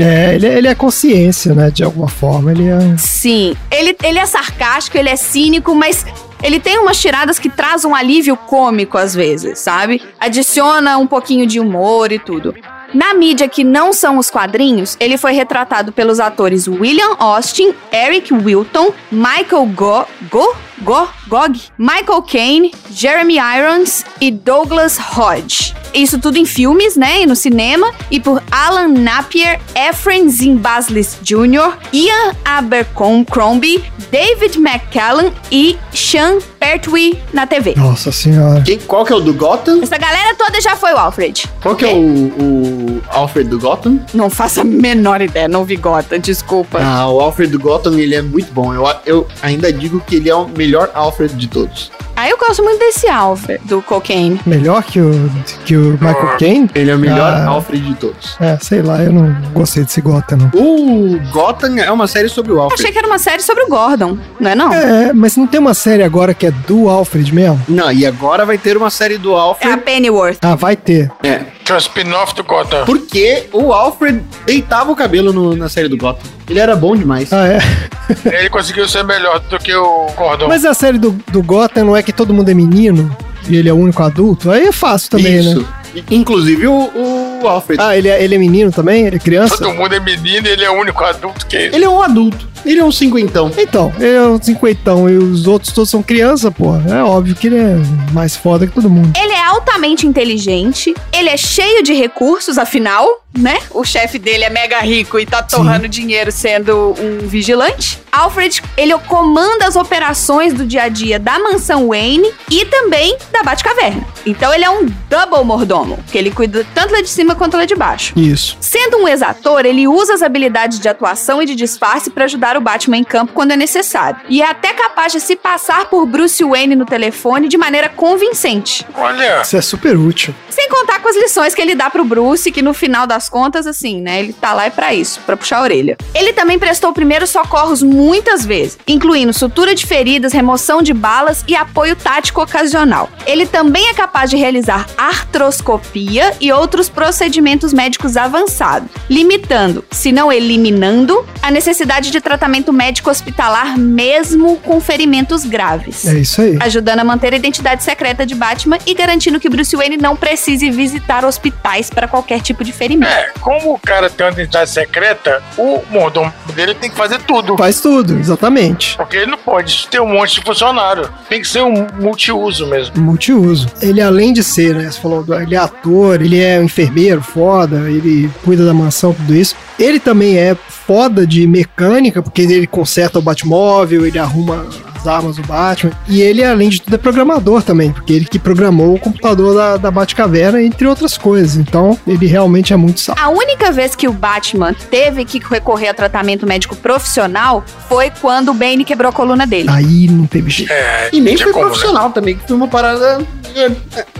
Speaker 5: É, ele, ele é consciência, né? De alguma forma. Ele é.
Speaker 3: Sim. Ele, ele é sarcástico, ele é cínico, mas. Ele tem umas tiradas que traz um alívio cômico às vezes, sabe? Adiciona um pouquinho de humor e tudo. Na mídia que não são os quadrinhos, ele foi retratado pelos atores William Austin, Eric Wilton, Michael Go, Go, Go, Gog, Michael Caine, Jeremy Irons e Douglas Hodge. Isso tudo em filmes, né, e no cinema, e por Alan Napier, Efren Zimbaslis Jr., Ian Abercrombie, David McCallum e Sean Pertwee na TV.
Speaker 5: Nossa senhora.
Speaker 4: Quem, qual que é o do Gotham?
Speaker 3: Essa galera toda já foi o Alfred.
Speaker 4: Qual que é o, o Alfred do Gotham?
Speaker 3: Não faço a menor ideia, não vi Gota, desculpa.
Speaker 4: Ah, o Alfred do Gotham, ele é muito bom. Eu, eu ainda digo que ele é o melhor Alfred de todos.
Speaker 3: Aí Ah, eu gosto muito desse Alfred, do Cocaine.
Speaker 5: Melhor que o, que o Michael Caine?
Speaker 4: Ele é o melhor
Speaker 5: Ah.
Speaker 4: Alfred de todos.
Speaker 5: É, sei lá, eu não gostei desse gota, não.
Speaker 4: O Gotham é uma série sobre o
Speaker 3: Eu achei
Speaker 4: Alfred.
Speaker 3: que era uma série sobre o Gordon, não é não?
Speaker 5: É, mas não tem uma série agora que é do Alfred mesmo?
Speaker 4: Não, e agora vai ter uma série do
Speaker 3: É a
Speaker 4: Alfred.
Speaker 3: Pennyworth.
Speaker 5: Ah, vai ter.
Speaker 4: É.
Speaker 2: Que é o um spin-off do Gotham.
Speaker 4: Porque o Alfred deitava o cabelo no- na série do Gotham. Ele era bom demais.
Speaker 5: Ah, é.
Speaker 2: Ele conseguiu ser melhor do que o Gordon.
Speaker 5: Mas a série do, do Gotham não é que todo mundo é menino e ele é o único adulto? Aí é fácil também, né?
Speaker 4: I- Inclusive o, o Alfred.
Speaker 5: Ah, ele é, ele é menino também? Ele é criança?
Speaker 2: Todo mundo é menino e ele é o único adulto que
Speaker 4: Ele é um adulto. Ele é um cinquentão.
Speaker 5: Então, ele é um cinquentão e os outros todos são criança, pô. É óbvio que ele é mais foda que todo mundo.
Speaker 3: Ele é altamente inteligente, ele é cheio de recursos, afinal, né? O chefe dele é mega rico e tá torrando dinheiro sendo um vigilante. Alfred, ele comanda as operações do dia a dia da mansão Wayne e também da Batcaverna. Então ele é um double mordomo, que ele cuida tanto lá de cima quanto lá de baixo.
Speaker 5: Isso.
Speaker 3: Sendo um ex-ator, ele usa as habilidades de atuação e de disfarce pra ajudar o Batman em campo quando é necessário. E é até capaz de se passar por Bruce Wayne no telefone de maneira convincente.
Speaker 2: Olha,
Speaker 5: Isso é super útil.
Speaker 3: Sem contar com as lições que ele dá pro Bruce, que no final das contas, assim, né? Ele tá lá é pra isso, pra puxar a orelha. Ele também prestou primeiros socorros muitas vezes, incluindo sutura de feridas, remoção de balas e apoio tático ocasional. Ele também é capaz de realizar artroscopia e outros procedimentos médicos avançados, limitando, se não eliminando, a necessidade de tratamento médico hospitalar mesmo com ferimentos graves
Speaker 5: É isso aí.
Speaker 3: ajudando a manter a identidade secreta de Batman e garantindo que Bruce Wayne não precise visitar hospitais para qualquer tipo de ferimento.
Speaker 2: é, como o cara tem uma identidade secreta, o mordomo dele tem que fazer tudo.
Speaker 5: Faz tudo, exatamente.
Speaker 2: Porque ele não pode ter um monte de funcionário. Tem que ser um multiuso mesmo.
Speaker 5: Multiuso. Ele, além de ser, né? Você falou, do- ele é ator, ele é um enfermeiro foda, ele cuida da mansão, tudo isso. Ele também é foda de mecânica, porque ele conserta o Batmóvel, ele arruma as armas do Batman. E ele, além de tudo, é programador também, porque ele que programou o computador da, da Batcaverna, entre outras coisas. Então, ele realmente é muito sábio.
Speaker 3: A única vez que o Batman teve que recorrer a tratamento médico profissional foi quando o Bane quebrou a coluna dele.
Speaker 5: Aí não teve jeito.
Speaker 2: É,
Speaker 4: E nem
Speaker 2: tinha
Speaker 4: foi
Speaker 2: como, né?
Speaker 4: profissional também, que foi uma parada é,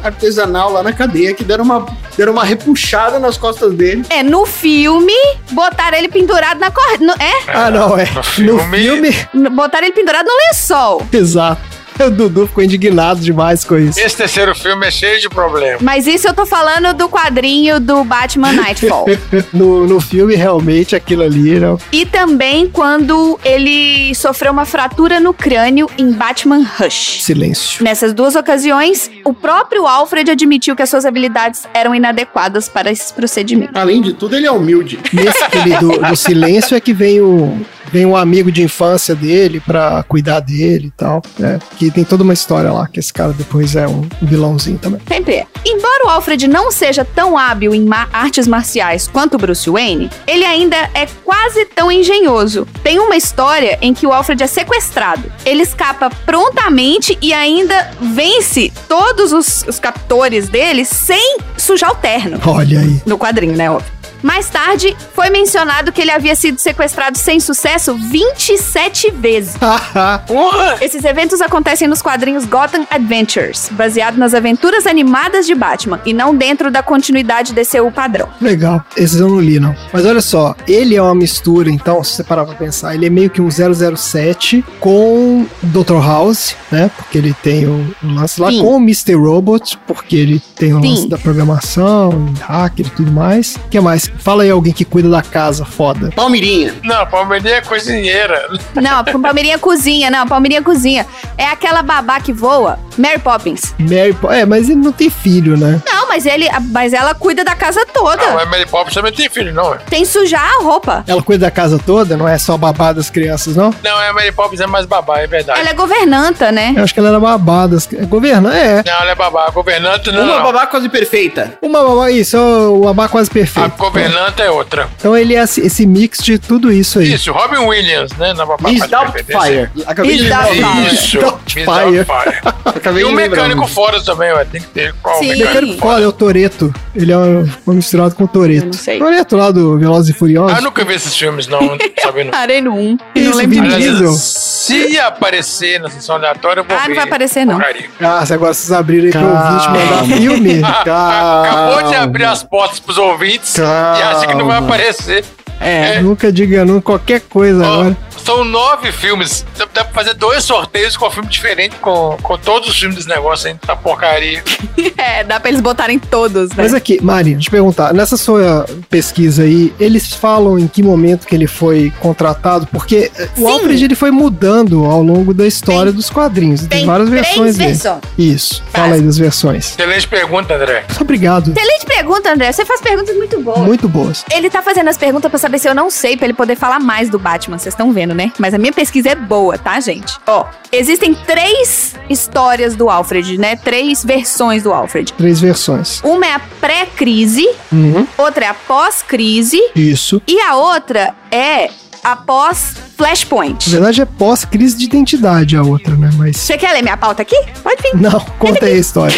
Speaker 4: artesanal lá na cadeia, que deram uma, deram uma repuxada nas costas dele.
Speaker 3: É, no filme, botaram ele pendurado na corda. no- É?
Speaker 5: Ah, não, é.
Speaker 2: No
Speaker 5: No
Speaker 2: filme-
Speaker 5: filme.
Speaker 3: No- Botaram ele pendurado no lençol.
Speaker 5: Exato. O Dudu ficou indignado demais com isso.
Speaker 2: Esse terceiro filme é cheio de problema.
Speaker 3: Mas isso eu tô falando do quadrinho do Batman Nightfall.
Speaker 5: No, no filme, realmente, aquilo ali era um
Speaker 3: E também quando ele sofreu uma fratura no crânio em Batman Rush.
Speaker 5: silêncio.
Speaker 3: Nessas duas ocasiões, o próprio Alfred admitiu que as suas habilidades eram inadequadas para esses procedimentos.
Speaker 4: Além de tudo, ele é humilde.
Speaker 5: Nesse que ele do, do silêncio é que vem o vem um amigo de infância dele pra cuidar dele e tal, né? Que tem toda uma história lá, que esse cara depois é um vilãozinho também.
Speaker 3: Sempre é. Embora o Alfred não seja tão hábil em ma- artes marciais quanto o Bruce Wayne, ele ainda é quase tão engenhoso. Tem uma história em que o Alfred é sequestrado. Ele escapa prontamente e ainda vence todos os, os captores dele sem sujar o terno.
Speaker 5: Olha aí.
Speaker 3: No quadrinho, né? Óbvio. Mais tarde, foi mencionado que ele havia sido sequestrado sem sucesso 27 vezes.
Speaker 2: Porra!
Speaker 3: Esses eventos acontecem nos quadrinhos Gotham Adventures, baseado nas aventuras animadas de Batman, e não dentro da continuidade DCU padrão.
Speaker 5: Legal. Esses eu não li, não. Mas olha só, ele é uma mistura, então, se você parar pra pensar, ele é meio que um 007 com Dr. House, né? Porque ele tem o, o lance lá
Speaker 3: Sim.
Speaker 5: com o Mr. Robot, porque ele tem o lance
Speaker 3: Sim.
Speaker 5: da programação, hacker e tudo mais. O que mais? Fala aí alguém que cuida da casa, foda.
Speaker 4: Palmirinha.
Speaker 2: Não, Palmeirinha é cozinheira.
Speaker 3: Não, a Palmeirinha cozinha, não, a Palmeirinha cozinha. É aquela babá que voa, Mary Poppins.
Speaker 5: Mary Po- É, mas ele não tem filho, né?
Speaker 3: Não, mas ele, mas ela cuida da casa
Speaker 2: Não, é-
Speaker 3: toda.
Speaker 2: mas Mary Poppins também tem filho, não. é?
Speaker 3: Tem sujar a roupa.
Speaker 5: Ela cuida da casa toda, não é só babá das crianças, não?
Speaker 2: Não, é Mary Poppins é mais babá, é verdade.
Speaker 3: Ela é governanta, né?
Speaker 5: Eu acho que ela era babá das crianças. Governa, é.
Speaker 2: Não, ela é babá. A governanta não.
Speaker 4: Uma
Speaker 2: não.
Speaker 4: babá quase perfeita.
Speaker 5: Uma babá, isso, é o babá quase
Speaker 2: A
Speaker 5: perfeito.
Speaker 2: governanta é outra.
Speaker 5: Então ele é esse- esse mix de tudo isso aí.
Speaker 2: Isso, Robin Williams, né? Na babá
Speaker 4: Miss
Speaker 2: faz
Speaker 4: Doubtfire. Acabei de
Speaker 3: Miss
Speaker 4: lembrar.
Speaker 3: Doubtfire.
Speaker 2: Isso.
Speaker 5: Doubtfire.
Speaker 2: Miss Doubtfire.
Speaker 4: Acabei
Speaker 2: E o
Speaker 4: de lembrar.
Speaker 2: mecânico fora também, ué. Tem que ter qual
Speaker 3: Sim.
Speaker 2: mecânico.
Speaker 5: Mecânico foda é o Toreto. Ele é um um misturado com o Toreto.
Speaker 3: Eu não sei.
Speaker 5: Toreto lá do Velozes e Furiosos.
Speaker 2: Ah, nunca vi esses filmes, não, sabendo.
Speaker 3: Parei no 1 e não
Speaker 5: Isso,
Speaker 3: lembro
Speaker 5: Vin
Speaker 3: disso.
Speaker 5: Diesel.
Speaker 2: Aliás, se aparecer na sessão aleatória, eu vou
Speaker 3: Ah, não
Speaker 2: ver.
Speaker 3: vai aparecer, não.
Speaker 2: Porcaria.
Speaker 5: Ah, se agora vocês abrirem aí pro ouvinte mandar
Speaker 4: Calma.
Speaker 5: filme.
Speaker 2: Acabou de abrir as portas pros ouvintes e acha que não vai
Speaker 4: Calma.
Speaker 2: aparecer.
Speaker 5: É, Nunca diga não, qualquer coisa
Speaker 2: Ó,
Speaker 5: agora.
Speaker 2: são nove filmes. Você dá pra fazer dois sorteios com um filme diferente, com, com todos os filmes desse negócio aí, tá porcaria.
Speaker 3: É, dá pra eles botarem todos, né?
Speaker 5: Mas aqui, Mari, deixa eu perguntar. Nessa sua pesquisa aí, eles falam em que momento que ele foi contratado? Porque eh, o
Speaker 8: Sim.
Speaker 5: Alfred ele foi mudando ao longo da história dos quadrinhos. Tem,
Speaker 8: Tem
Speaker 5: várias
Speaker 8: três
Speaker 5: versões dele.
Speaker 8: versões.
Speaker 5: Isso. Fala aí das versões.
Speaker 2: Excelente pergunta, André.
Speaker 5: Muito obrigado.
Speaker 3: Excelente pergunta, André. Você faz perguntas muito boas.
Speaker 5: Muito boas.
Speaker 3: Ele tá fazendo as perguntas pra saber se eu não sei, pra ele poder falar mais do Batman. Vocês estão vendo, né? Mas a minha pesquisa é boa, tá, gente? Ó, existem três histórias do Alfred, né? Três versões do Alfred.
Speaker 5: Três versões.
Speaker 3: Uma é a pré-crise,
Speaker 5: Uhum.
Speaker 3: outra é a pós-crise
Speaker 5: Isso.
Speaker 3: e a outra é a pós-flashpoint.
Speaker 5: Na verdade, é pós-crise de identidade a outra, né? Mas.
Speaker 3: Você quer ler minha pauta aqui? Pode vir.
Speaker 5: Não, conta aí a história.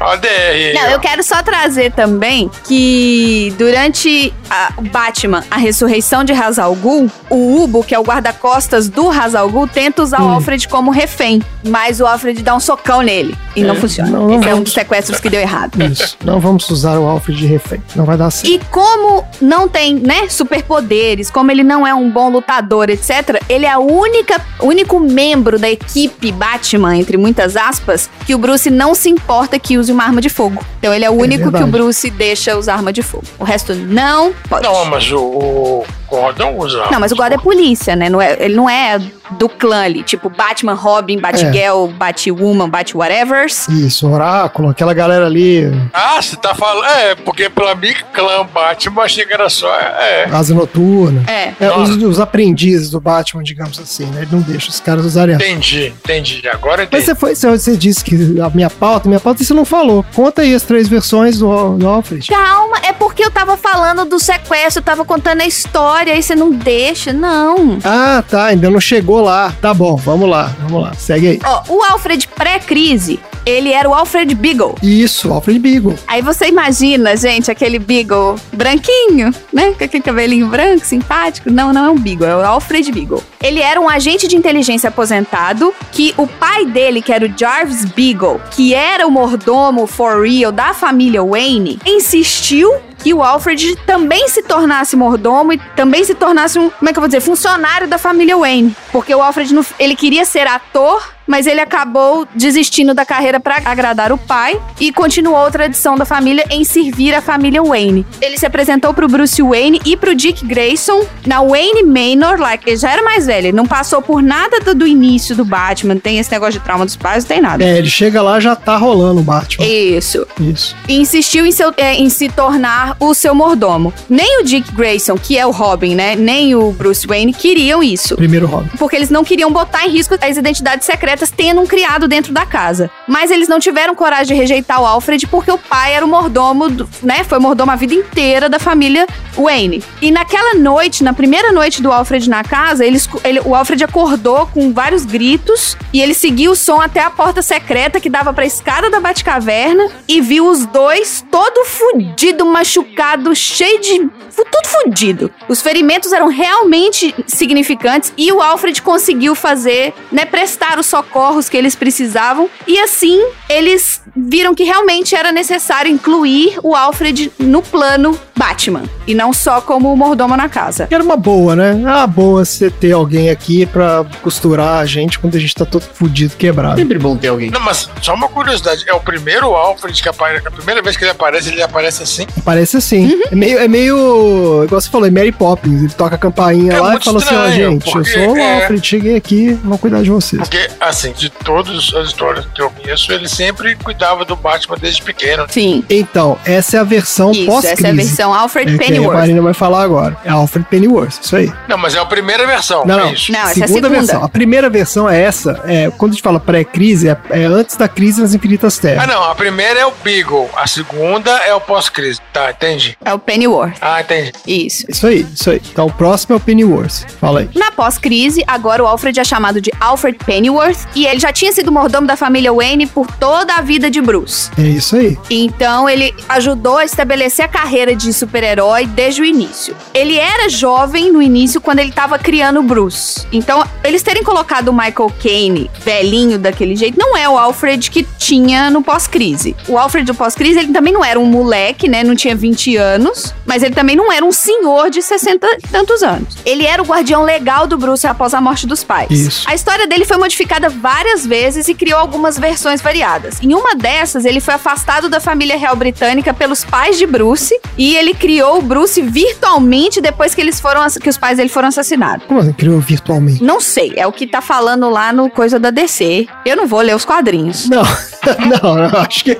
Speaker 2: Ó, DR. aí,
Speaker 3: Não,
Speaker 2: ó.
Speaker 3: eu quero só trazer também que durante a o Batman, a ressurreição de Hazal Gul, o Ubo, que é o guarda-costas do Hazal Gul, tenta usar o Alfred como refém, mas o Alfred dá um socão nele e não funciona.
Speaker 5: não, não
Speaker 3: Esse é um
Speaker 5: vamos.
Speaker 3: dos sequestros que deu errado.
Speaker 5: Isso. Não vamos usar o Alfred de refém. Não vai dar certo.
Speaker 3: E como não tem, né, superpoderes, como ele não é um bom lutador, etc., ele é a única, único membro da equipe Batman, entre muitas aspas, que o Bruce não se importa que use uma arma de fogo. Então ele é o único que
Speaker 5: verdade.
Speaker 3: o Bruce deixa usar arma de fogo. O resto não pode.
Speaker 2: Não, mas o, o Gordon usa.
Speaker 3: Não, mas o Gordon é polícia, né? Não é- ele não é do clã ali. Tipo, Batman, Robin, Batgirl, Batwoman, Batwhatevers.
Speaker 5: Isso, Oráculo, aquela galera ali,
Speaker 2: Ah, você tá falando. É, porque pela mim, clã Batman, achei que era só. É.
Speaker 5: Asa Noturna.
Speaker 3: É.
Speaker 5: É, os, os aprendizes do Batman, digamos assim, né? Ele não deixa os caras usarem a
Speaker 2: Entendi, entendi. Agora eu
Speaker 5: Mas
Speaker 2: entendi.
Speaker 5: você, foi, você- você disse que a minha pauta, minha pauta você não falou. Conta aí as três versões do, Al- do Alfred.
Speaker 3: Calma, é porque eu tava falando do sequestro, eu tava contando a história, aí você não deixa. Não.
Speaker 5: Ah, tá, ainda não chegou lá. Tá bom, vamos lá, vamos lá, segue aí.
Speaker 3: Ó, o Alfred pré-crise, ele era o Alfred Beagle.
Speaker 5: Isso, Alfred Beagle.
Speaker 3: Aí você imagina, gente, aquele Beagle branquinho, né? Com aquele cabelinho branco, simpático. Não, não é um Beagle, é o Alfred Beagle. Ele era um agente de inteligência aposentado que o pai dele, que era o Jarvis Beagle, que era o mordomo for real da família Wayne, insistiu que o Alfred também se tornasse mordomo e também se tornasse um, como é que eu vou dizer, funcionário da família Wayne. Porque o Alfred, no- ele queria ser ator, mas ele acabou desistindo da carreira para agradar o pai e continuou a tradição da família em servir a família Wayne. Ele se apresentou pro Bruce Wayne e pro Dick Grayson na Wayne Manor, lá que ele já era mais velho, ele não passou por nada do, do início do Batman, tem esse negócio de trauma dos pais, não tem nada.
Speaker 5: É, ele chega lá já tá rolando o Batman.
Speaker 3: Isso
Speaker 5: Isso.
Speaker 3: e insistiu em, seu- é, em se tornar o seu mordomo. Nem o Dick Grayson, que é o Robin, né? Nem o Bruce Wayne queriam isso.
Speaker 5: Primeiro Robin.
Speaker 3: Porque eles não queriam botar em risco as identidades secretas tendo um criado dentro da casa. Mas eles não tiveram coragem de rejeitar o Alfred porque o pai era o mordomo, do- né? Foi mordomo a vida inteira da família Wayne. E naquela noite, na primeira noite do Alfred na casa, eles, ele- o Alfred acordou com vários gritos e ele seguiu o som até a porta secreta que dava pra escada da Batcaverna e viu os dois todo fudido, machucado, cheio de. fu- tudo fudido. Os ferimentos eram realmente significantes e o Alfred conseguiu fazer, né, prestar os socorros que eles precisavam e assim eles viram que realmente era necessário incluir o Alfred no plano Batman e não só como o mordomo na casa.
Speaker 5: Era uma boa, né? É uma boa você ter alguém aqui pra costurar a gente quando a gente tá todo fudido, quebrado.
Speaker 4: Sempre bom ter alguém.
Speaker 2: Não, mas só uma curiosidade, é o primeiro Alfred que aparece, a primeira vez que ele aparece, ele aparece assim.
Speaker 5: Parece assim.
Speaker 3: Uhum.
Speaker 5: É, meio, é meio. Igual você falou, é Mary Poppins. Ele toca a campainha
Speaker 2: É
Speaker 5: lá e
Speaker 2: muito
Speaker 5: fala assim: ó,
Speaker 2: estranho,
Speaker 5: gente, eu
Speaker 2: porque,
Speaker 5: sou o
Speaker 2: é.
Speaker 5: Alfred, cheguei aqui, vou cuidar de vocês.
Speaker 2: Porque, assim, de todas as histórias que eu conheço, ele sempre cuidava do Batman desde pequeno.
Speaker 3: Sim.
Speaker 5: Então, essa é a versão
Speaker 3: Isso,
Speaker 5: pós-crise.
Speaker 3: essa é a versão Alfred
Speaker 5: É que a
Speaker 3: Pennyworth.
Speaker 5: Marina vai falar agora. É Alfred Pennyworth, isso aí.
Speaker 2: Não, mas é a primeira versão.
Speaker 5: Não,
Speaker 2: é
Speaker 5: não.
Speaker 2: isso.
Speaker 3: Não, essa é a segunda.
Speaker 5: versão. A primeira versão é essa. É, quando a gente fala pré-crise, é, é antes da crise nas infinitas
Speaker 2: Ah,
Speaker 5: terras.
Speaker 2: não, a primeira é o Beagle, a segunda é o pós-crise. Tá, entendi.
Speaker 3: É o Pennyworth.
Speaker 2: Ah, entendi.
Speaker 3: Isso.
Speaker 5: Isso aí, isso aí. Então o próximo é o Pennyworth. Fala aí.
Speaker 3: Na pós-crise, agora o Alfred é chamado de Alfred Pennyworth e ele já tinha sido mordomo da família Wayne por toda a vida de Bruce.
Speaker 5: É isso aí.
Speaker 3: Então ele ajudou a estabelecer a carreira disso super-herói desde o início. Ele era jovem no início quando ele tava criando o Bruce. Então, eles terem colocado o Michael Caine velhinho daquele jeito não é o Alfred que tinha no pós-crise. O Alfred do pós-crise, ele também não era um moleque, né? Não tinha 20 anos, mas ele também não era um senhor de 60 e tantos anos. Ele era o guardião legal do Bruce após a morte dos pais.
Speaker 5: Isso.
Speaker 3: A história dele foi modificada várias vezes e criou algumas versões variadas. Em uma dessas, ele foi afastado da família real britânica pelos pais de Bruce e ele criou o Bruce virtualmente depois que eles foram ass- que os pais dele foram assassinados.
Speaker 5: Como assim? Criou virtualmente?
Speaker 3: Não sei, é o que tá falando lá no coisa da DC. Eu não vou ler os quadrinhos.
Speaker 5: Não, não, não, acho que.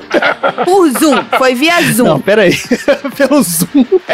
Speaker 3: Por Zoom, foi via Zoom. É.
Speaker 5: Não, peraí. Pelo Zoom.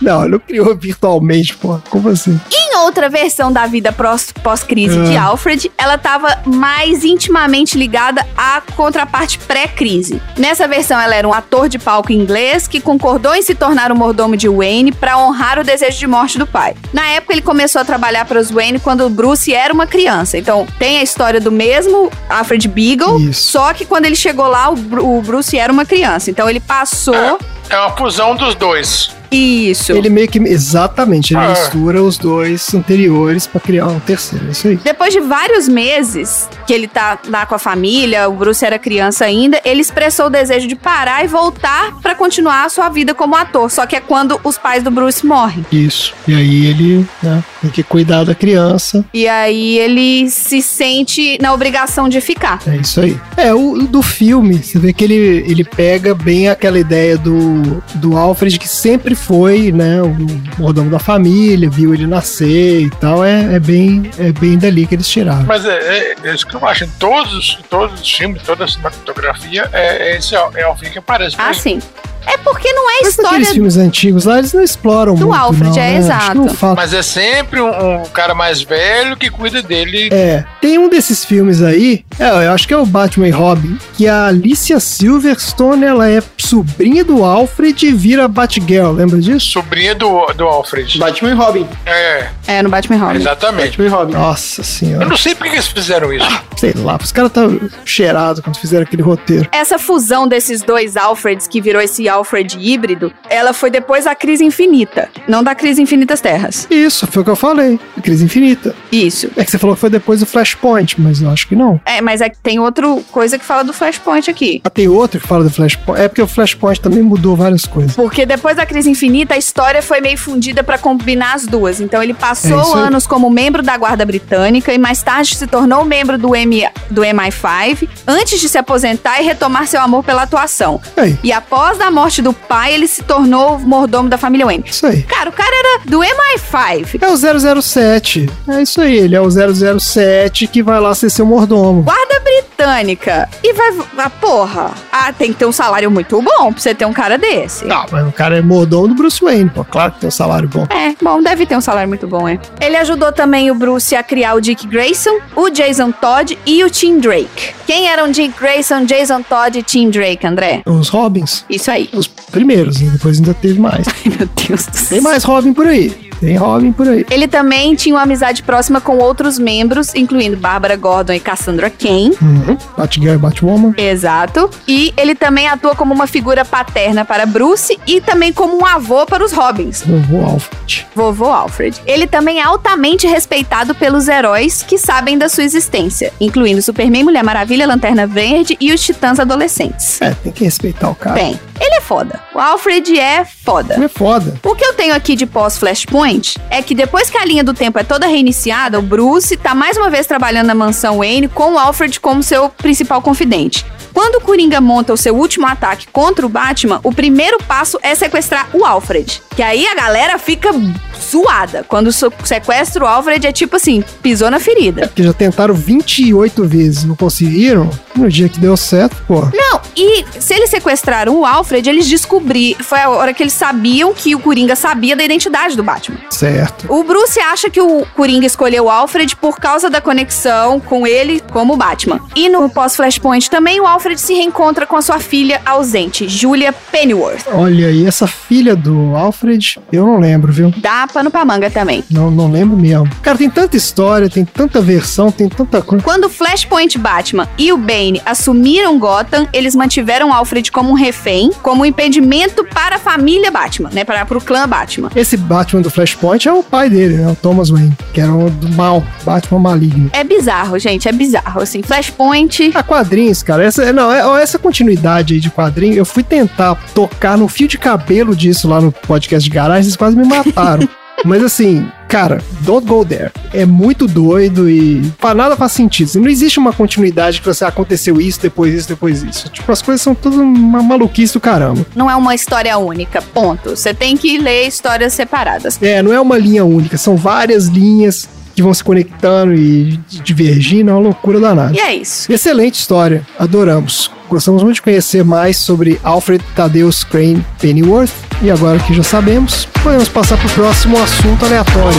Speaker 5: Não, não criou virtualmente, pô. Como assim?
Speaker 3: Em outra versão da vida prós- pós-crise
Speaker 5: Ah.
Speaker 3: de Alfred, ela estava mais intimamente ligada à contraparte pré-crise. Nessa versão, ela era um ator de palco inglês que concordou em se tornar o mordomo de Wayne para honrar o desejo de morte do pai. Na época, ele começou a trabalhar para os Wayne quando o Bruce era uma criança. Então, tem a história do mesmo Alfred Beagle,
Speaker 5: Isso.
Speaker 3: só que quando ele chegou lá, o Bru- o Bruce era uma criança. Então, ele passou.
Speaker 5: Ah.
Speaker 2: É uma fusão dos dois.
Speaker 3: Isso.
Speaker 5: Ele meio que. Exatamente, ele
Speaker 2: Ah.
Speaker 5: mistura os dois anteriores pra criar um terceiro. É isso aí.
Speaker 3: Depois de vários meses que ele tá lá com a família, o Bruce era criança ainda, ele expressou o desejo de parar e voltar pra continuar a sua vida como ator. Só que é quando os pais do Bruce morrem.
Speaker 5: Isso. E aí ele né, tem que cuidar da criança.
Speaker 3: E aí ele se sente na obrigação de ficar.
Speaker 5: É isso aí. É, o o do filme, você vê que ele, ele pega bem aquela ideia do, do Alfred, que sempre foi, né, o mordomo da família, viu ele nascer e tal. É, é, bem, é bem dali que eles tiraram.
Speaker 2: Mas é, é- é isso que eu acho. Em todos, em todos os filmes, toda a cinematografia, é, é esse Al- é Alfred que aparece.
Speaker 3: Ah, sim. É porque não é
Speaker 5: Mas
Speaker 3: história.
Speaker 5: aqueles filmes antigos lá, eles não exploram
Speaker 3: Do
Speaker 5: muito,
Speaker 3: Alfred,
Speaker 5: não,
Speaker 3: é,
Speaker 5: né? Acho que
Speaker 3: exato.
Speaker 5: Não fala
Speaker 2: Mas é sempre um, um cara mais velho que cuida dele.
Speaker 5: É, tem um desses filmes aí, é, eu acho que é o Batman e Robin, que a Alicia Silverstone, ela é sobrinha do Alfred e vira Batgirl, lembra disso?
Speaker 2: Sobrinha do, do Alfred.
Speaker 4: Batman e Robin.
Speaker 2: É,
Speaker 3: É, no Batman e Robin.
Speaker 2: exatamente.
Speaker 4: Batman e Robin.
Speaker 5: Nossa
Speaker 2: Eu
Speaker 5: senhora,
Speaker 2: não sei por que eles fizeram isso.
Speaker 5: sei lá, os caras tá cheirados quando fizeram aquele roteiro.
Speaker 3: Essa fusão desses dois Alfreds que virou esse Alfred híbrido, ela foi depois da Crise Infinita, não da Crise Infinitas Terras.
Speaker 5: Isso, foi o que eu falei, Crise Infinita.
Speaker 3: Isso.
Speaker 5: É que você falou que foi depois do Flashpoint, mas eu acho que não.
Speaker 3: É, mas é que tem outra coisa que fala do Flashpoint aqui.
Speaker 5: Ah, tem outro que fala do Flashpoint, é porque o Flashpoint também mudou várias coisas.
Speaker 3: Porque depois da Crise Infinita, a história foi meio fundida pra combinar as duas. Então ele
Speaker 5: É
Speaker 3: passou
Speaker 5: isso aí.
Speaker 3: anos como membro da Guarda Britânica e mais tarde se tornou membro do, M, do MI5 antes de se aposentar e retomar seu amor pela atuação.
Speaker 5: Aí,
Speaker 3: E após a morte do pai, ele se tornou o mordomo da família Wayne.
Speaker 5: isso aí.
Speaker 3: Cara, o cara era do MI5.
Speaker 5: É o 007, é isso aí, ele é o 007 que vai lá ser seu mordomo.
Speaker 3: Guarda Britânica. E vai. Ah, porra. Ah, tem que ter um salário muito bom pra você ter um cara desse.
Speaker 5: Não, mas o cara é mordomo do Bruce Wayne, pô. Claro que tem um salário bom.
Speaker 3: É, bom, deve ter um salário muito bom, é. Ele ajudou também o Bruce a criar o Dick Grayson, o Jason Todd e o Tim Drake. Quem eram Dick Grayson, Jason Todd e Tim Drake, André?
Speaker 5: Os Robins.
Speaker 3: Isso aí.
Speaker 5: Os primeiros, né? depois ainda teve mais.
Speaker 3: Ai, meu Deus do
Speaker 5: Tem
Speaker 3: céu.
Speaker 5: mais Robin por aí. Tem Robin por aí.
Speaker 3: Ele também tinha uma amizade próxima com outros membros, incluindo Barbara Gordon e Cassandra Cain.
Speaker 5: Uhum. Batgirl e Batwoman.
Speaker 3: Exato. E ele também atua como uma figura paterna para Bruce e também como um avô para os Robins.
Speaker 5: Vovô Alfred.
Speaker 3: Vovô Alfred. Ele também é altamente respeitado pelos heróis que sabem da sua existência, incluindo Superman, Mulher Maravilha, Lanterna Verde e os Titãs Adolescentes.
Speaker 5: É, tem que respeitar o cara.
Speaker 3: Bem, ele é foda. O Alfred é foda.
Speaker 5: Ele é foda.
Speaker 3: O que eu tenho aqui de pós-Flashpoint é que depois que a linha do tempo é toda reiniciada, o Bruce tá mais uma vez trabalhando na mansão Wayne com o Alfred como seu principal confidente. Quando o Coringa monta o seu último ataque contra o Batman, o primeiro passo é sequestrar o Alfred. Que aí a galera fica zoada. Quando so- sequestra o Alfred é tipo assim, pisou na ferida.
Speaker 5: É Porque já tentaram 28 vezes, não conseguiram. No dia que deu certo, pô.
Speaker 3: Não, e se eles sequestraram o Alfred, eles descobriram. Foi a hora que eles sabiam que o Coringa sabia da identidade do Batman.
Speaker 5: Certo.
Speaker 3: O Bruce acha que o Coringa escolheu o Alfred por causa da conexão com ele como Batman. E no pós-Flashpoint também o Alfred se reencontra com a sua filha ausente, Julia Pennyworth.
Speaker 5: Olha aí, essa filha do Alfred, eu não lembro, viu?
Speaker 3: Dá pano pra manga também.
Speaker 5: Não, não lembro mesmo. Cara, tem tanta história, tem tanta versão, tem tanta coisa.
Speaker 3: Quando o Flashpoint Batman e o Bane assumiram Gotham, eles mantiveram Alfred como um refém, como um impedimento para a família Batman, né? Para, para o clã Batman.
Speaker 5: Esse Batman do Flashpoint é o pai dele, né? O Thomas Wayne, que era o do mal, Batman maligno.
Speaker 3: É bizarro, gente, é bizarro. Assim, Flashpoint.
Speaker 5: Ah, quadrinhos, cara. Essa, não, é- ó, essa continuidade aí de quadrinho, eu fui tentar tocar no fio de cabelo disso lá no podcast de garagem, vocês quase me mataram. Mas assim, cara, don't go there. É muito doido e pra nada faz sentido. Assim, Não existe uma continuidade que você ah, aconteceu isso, depois isso, depois isso. Tipo, as coisas são tudo uma maluquice do caramba.
Speaker 3: Não é uma história única, ponto. Você tem que ler histórias separadas.
Speaker 5: É, não é uma linha única, são várias linhas que vão se conectando e divergindo, é uma loucura danada.
Speaker 3: E é isso.
Speaker 5: Excelente história, adoramos. Gostamos muito de conhecer mais sobre Alfred Thaddeus Crane Pennyworth. E agora que já sabemos, podemos passar para o próximo assunto aleatório.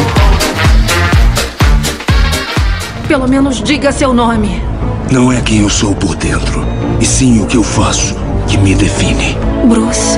Speaker 6: Pelo menos diga seu nome.
Speaker 7: Não é quem eu sou por dentro, e sim o que eu faço que me define.
Speaker 6: Bruce.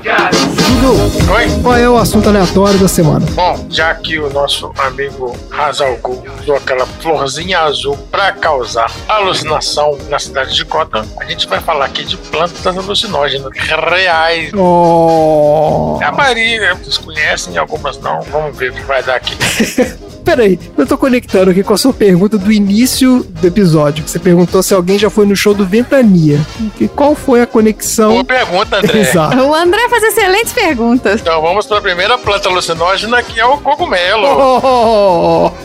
Speaker 5: Dudu,
Speaker 2: Oi?
Speaker 5: qual é o assunto aleatório da semana?
Speaker 2: Bom, já que o nosso amigo Hazalgu usou aquela florzinha azul para causar alucinação na cidade de Gotham, a gente vai falar aqui de plantas alucinógenas reais.
Speaker 5: Oh,
Speaker 2: A maioria vocês conhecem, algumas não. Vamos ver o que vai dar aqui.
Speaker 5: peraí, eu tô conectando aqui com a sua pergunta do início do episódio. que Você perguntou se alguém já foi no show do Ventania. E qual foi a conexão?
Speaker 2: Boa pergunta, André.
Speaker 5: Exato.
Speaker 3: O André faz excelentes perguntas.
Speaker 2: Então vamos para a primeira planta alucinógena que é o cogumelo.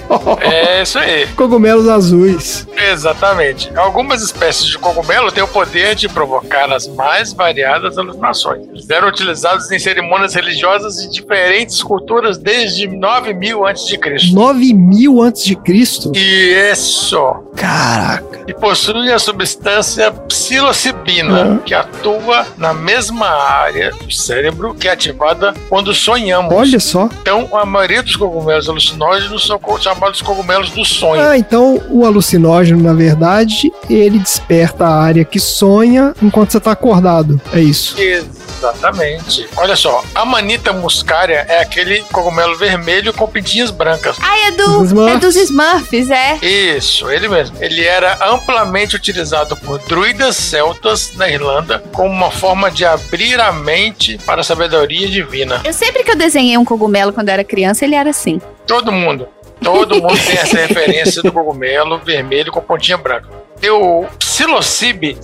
Speaker 5: Oh,
Speaker 2: É isso aí,
Speaker 5: Cogumelos azuis.
Speaker 2: exatamente. Algumas espécies de cogumelo têm o poder de provocar as mais variadas alucinações. Eles eram utilizados em cerimônias religiosas de diferentes culturas desde 9000 a.C.
Speaker 5: 9 mil antes de Cristo?
Speaker 2: E isso!
Speaker 5: Caraca.
Speaker 2: E possui a substância psilocibina,
Speaker 5: Uhum.
Speaker 2: que atua na mesma área do cérebro que é ativada quando sonhamos.
Speaker 5: Olha só.
Speaker 2: Então, a maioria dos cogumelos alucinógenos são co- chamados cogumelos do sonho.
Speaker 5: Ah, então o alucinógeno, na verdade, ele desperta a área que sonha enquanto você tá acordado. É isso.
Speaker 2: Exatamente. Olha só, a manita muscária é aquele cogumelo vermelho com pintinhas brancas.
Speaker 3: Ai, é, do,
Speaker 5: Os Smurfs.
Speaker 3: é dos Smurfs, é.
Speaker 2: Isso, ele mesmo. Ele era amplamente utilizado por druidas celtas na Irlanda como uma forma de abrir a mente para a sabedoria divina.
Speaker 3: Eu sempre que eu desenhei um cogumelo quando eu era criança, ele era assim.
Speaker 2: Todo mundo. Todo mundo tem essa referência do cogumelo vermelho com pontinha branca. E o Psilocybe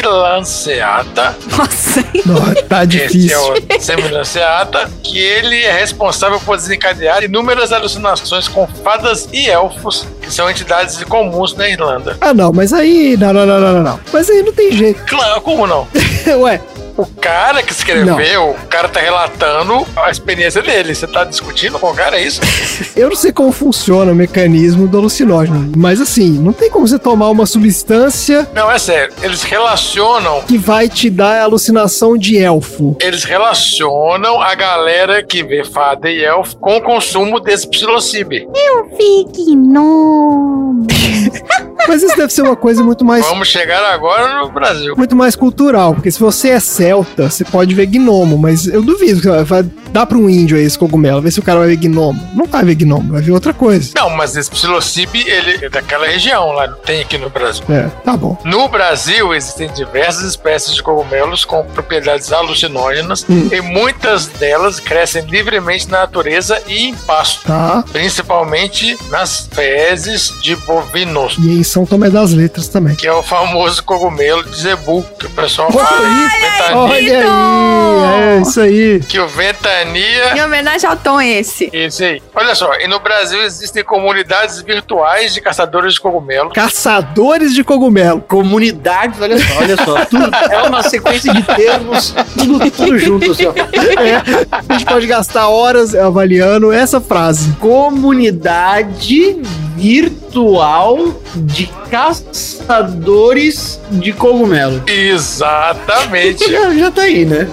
Speaker 2: semilanceata
Speaker 3: Nossa.
Speaker 5: Não, tá
Speaker 2: Esse é
Speaker 5: difícil.
Speaker 2: o Semilanceata, que ele é responsável por desencadear inúmeras alucinações com fadas e elfos, que são entidades comuns na Irlanda.
Speaker 5: Ah, não, mas aí. Não, não, não, não, não, não. Mas aí não tem jeito.
Speaker 2: Claro, como não?
Speaker 5: Ué,
Speaker 2: O cara que escreveu, o cara tá relatando a experiência dele. Você tá discutindo com o cara, é isso?
Speaker 5: eu não sei como funciona o mecanismo do alucinógeno. Mas assim, não tem como você tomar uma substância
Speaker 2: Não, é sério. Eles relacionam.
Speaker 5: que vai te dar a alucinação de elfo.
Speaker 2: Eles relacionam a galera que vê fada e elfo com o consumo desse psilocibe.
Speaker 3: Fique no.
Speaker 5: Mas isso deve ser uma coisa muito mais
Speaker 2: Vamos chegar agora no Brasil.
Speaker 5: muito mais cultural, porque se você é celta, você pode ver gnomo, mas eu duvido que vai dar pra um índio aí esse cogumelo, ver se o cara vai ver gnomo. Não vai ver gnomo, vai ver outra coisa.
Speaker 2: Não, mas esse psilocibe, ele é daquela região lá, não tem aqui no Brasil.
Speaker 5: É, tá bom.
Speaker 2: No Brasil, existem diversas espécies de cogumelos com propriedades alucinógenas
Speaker 5: Hum.
Speaker 2: e muitas delas crescem livremente na natureza e em pasto,
Speaker 5: Tá.
Speaker 2: principalmente nas fezes de bovinos,
Speaker 5: E em São Tomé das Letras também.
Speaker 2: que é o famoso cogumelo de zebu, que o pessoal fala
Speaker 5: Olha
Speaker 2: em ventania,
Speaker 5: Olha aí, é isso aí.
Speaker 2: que o ventania
Speaker 3: Em homenagem ao Tom, esse.
Speaker 2: isso aí. Olha só, e no Brasil existem comunidades virtuais de caçadores de cogumelo.
Speaker 5: Caçadores de cogumelo.
Speaker 4: Comunidades, olha só, olha só. Tudo, é uma sequência de termos, tudo, tudo junto, assim, ó.
Speaker 5: A gente pode gastar horas avaliando essa frase.
Speaker 4: Comunidade virtual de caçadores de cogumelo.
Speaker 2: Exatamente.
Speaker 4: Já, já tá aí, né?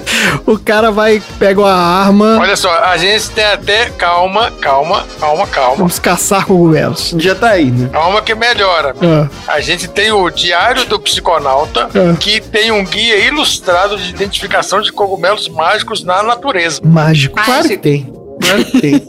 Speaker 5: O cara vai, pega uma arma.
Speaker 2: Olha só, a gente tem até. Calma, calma, calma, calma.
Speaker 5: Vamos caçar cogumelos.
Speaker 4: Já tá aí, né?
Speaker 2: Calma É que melhora.
Speaker 5: Ah,
Speaker 2: A gente tem o Diário do Psiconauta,
Speaker 5: É.
Speaker 2: que tem um guia ilustrado de identificação de cogumelos mágicos na natureza.
Speaker 5: mágico.
Speaker 4: Claro que tem. Claro que tem.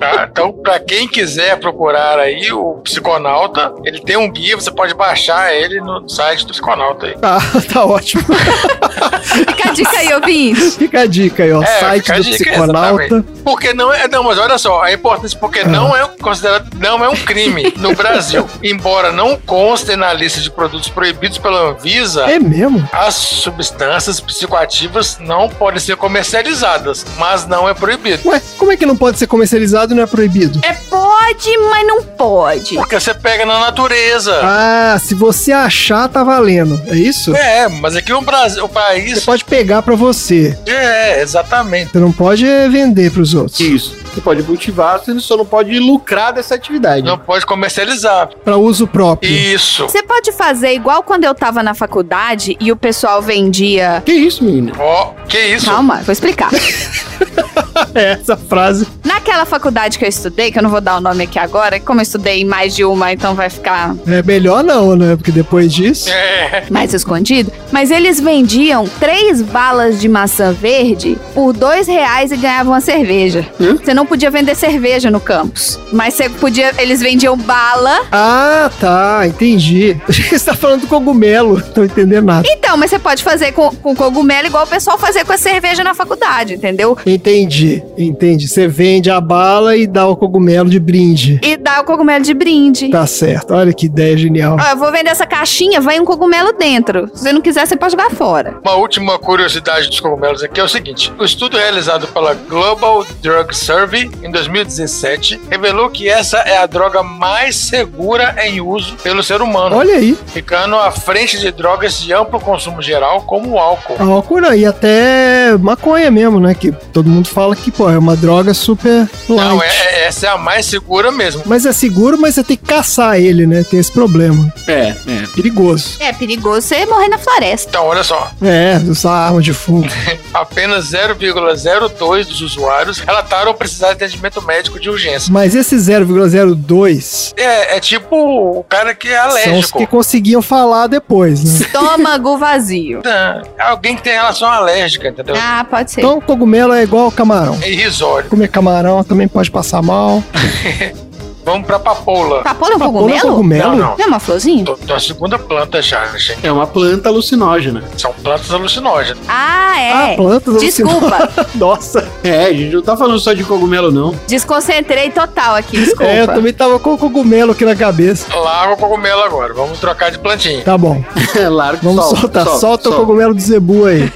Speaker 2: tá? Então, pra quem quiser procurar aí o Psiconauta, ele tem um guia, você pode baixar ele no site do Psiconauta aí.
Speaker 5: Tá, tá ótimo.
Speaker 3: Fica a dica aí, ouvinte.
Speaker 5: Fica a dica aí, ó.
Speaker 2: É,
Speaker 5: site
Speaker 2: fica a
Speaker 5: do
Speaker 2: dica,
Speaker 5: psiconauta.
Speaker 2: exatamente. Porque não é. Não, mas olha só, a importância, porque não é considerado. Não é um crime no Brasil. Embora não conste na lista de produtos proibidos pela Anvisa,
Speaker 5: É mesmo?
Speaker 2: As substâncias psicoativas não podem ser comercializadas, mas não é proibido.
Speaker 5: Ué, como é que não pode ser comercializado e não é proibido?
Speaker 3: É pode, mas não pode.
Speaker 2: Porque você pega na natureza.
Speaker 5: Ah, se você achar, tá valendo. É isso?
Speaker 2: É, mas aqui no Brasil, o
Speaker 5: Você
Speaker 2: país.
Speaker 5: pode pegar pra você.
Speaker 2: É, exatamente.
Speaker 5: Você não pode é, vender pros outros.
Speaker 4: Isso. Você pode cultivar, você só não pode lucrar dessa atividade.
Speaker 2: Não pode comercializar.
Speaker 5: Pra uso próprio.
Speaker 2: Isso.
Speaker 3: Você pode fazer igual quando eu tava na faculdade e o pessoal vendia.
Speaker 4: Que isso, menina?
Speaker 2: Ó, que isso?
Speaker 3: Calma, vou explicar.
Speaker 5: É, Essa frase.
Speaker 3: Naquela faculdade que eu estudei, que eu não vou dar o nome aqui agora, que como eu estudei em mais de uma, então vai ficar
Speaker 5: É melhor não, né? Porque depois disso.
Speaker 2: É,
Speaker 3: mais escondido. Mas eles vendiam três balas de maçã verde por dois reais e ganhavam uma cerveja.
Speaker 4: Hum?
Speaker 3: Você não podia vender cerveja no campus, mas você podia. Eles vendiam bala.
Speaker 5: Ah, tá, entendi. Você tá falando do cogumelo, não tô entendendo nada.
Speaker 3: Então, mas você pode fazer com, com cogumelo igual o pessoal fazia com a cerveja na faculdade, entendeu?
Speaker 5: Entendi, entendi. Você vende a bala e dá o cogumelo de brinde.
Speaker 3: E dá o cogumelo de brinde.
Speaker 5: Tá certo, olha que ideia genial.
Speaker 3: Ó, eu vou vender essa caixinha, vai um cogumelo dentro. Se você não quiser, você pode jogar fora.
Speaker 2: uma última curiosidade dos cogumelos aqui é o seguinte: o estudo realizado pela Global Drug Survey em 2017 revelou que essa é a droga mais segura em uso pelo ser humano.
Speaker 5: Olha aí,
Speaker 2: ficando à frente de drogas de amplo consumo geral, como o álcool.
Speaker 5: álcool não, tá e até maconha mesmo, né? Que todo mundo fala que, pô, é uma droga super light.
Speaker 2: Não, é, é- essa é a mais segura mesmo.
Speaker 5: Mas é seguro, mas você tem que caçar ele, né? Tem esse problema.
Speaker 4: É, é.
Speaker 5: Perigoso.
Speaker 3: É perigoso você morrer na floresta.
Speaker 2: Então, olha só,
Speaker 5: É, usar arma de fogo.
Speaker 2: apenas 0,02 dos usuários relataram precisar de atendimento médico de urgência.
Speaker 5: Mas esse 0,02
Speaker 2: É, é tipo o cara que é
Speaker 5: são os
Speaker 2: alérgico.
Speaker 5: que conseguiam falar depois, né?
Speaker 3: Estômago vazio.
Speaker 2: É, Alguém que tem relação alérgica, entendeu?
Speaker 3: Ah, pode ser.
Speaker 5: Então, cogumelo é igual camarão.
Speaker 2: É irrisório.
Speaker 5: Comer camarão também pode passar mal.
Speaker 2: Vamos pra papoula.
Speaker 3: Papoula é um
Speaker 5: Papoula é
Speaker 3: cogumelo?
Speaker 5: cogumelo?
Speaker 2: Não, não.
Speaker 3: Não é uma florzinha?
Speaker 2: Tô, tô na segunda planta já, gente.
Speaker 4: É uma planta alucinógena.
Speaker 2: São plantas alucinógenas.
Speaker 3: Ah,
Speaker 5: Ah,
Speaker 3: é.
Speaker 5: plantas alucinógenas.
Speaker 3: Desculpa,
Speaker 5: Nossa.
Speaker 4: É, a gente não tá falando só de cogumelo, não.
Speaker 3: desconcentrei total aqui, desculpa.
Speaker 5: É, eu também tava com cogumelo aqui na cabeça.
Speaker 2: Larga o cogumelo agora. Vamos trocar de plantinha.
Speaker 5: Tá bom,
Speaker 4: É, larga,
Speaker 5: vamos soltar. Solta, o cogumelo do zebu aí.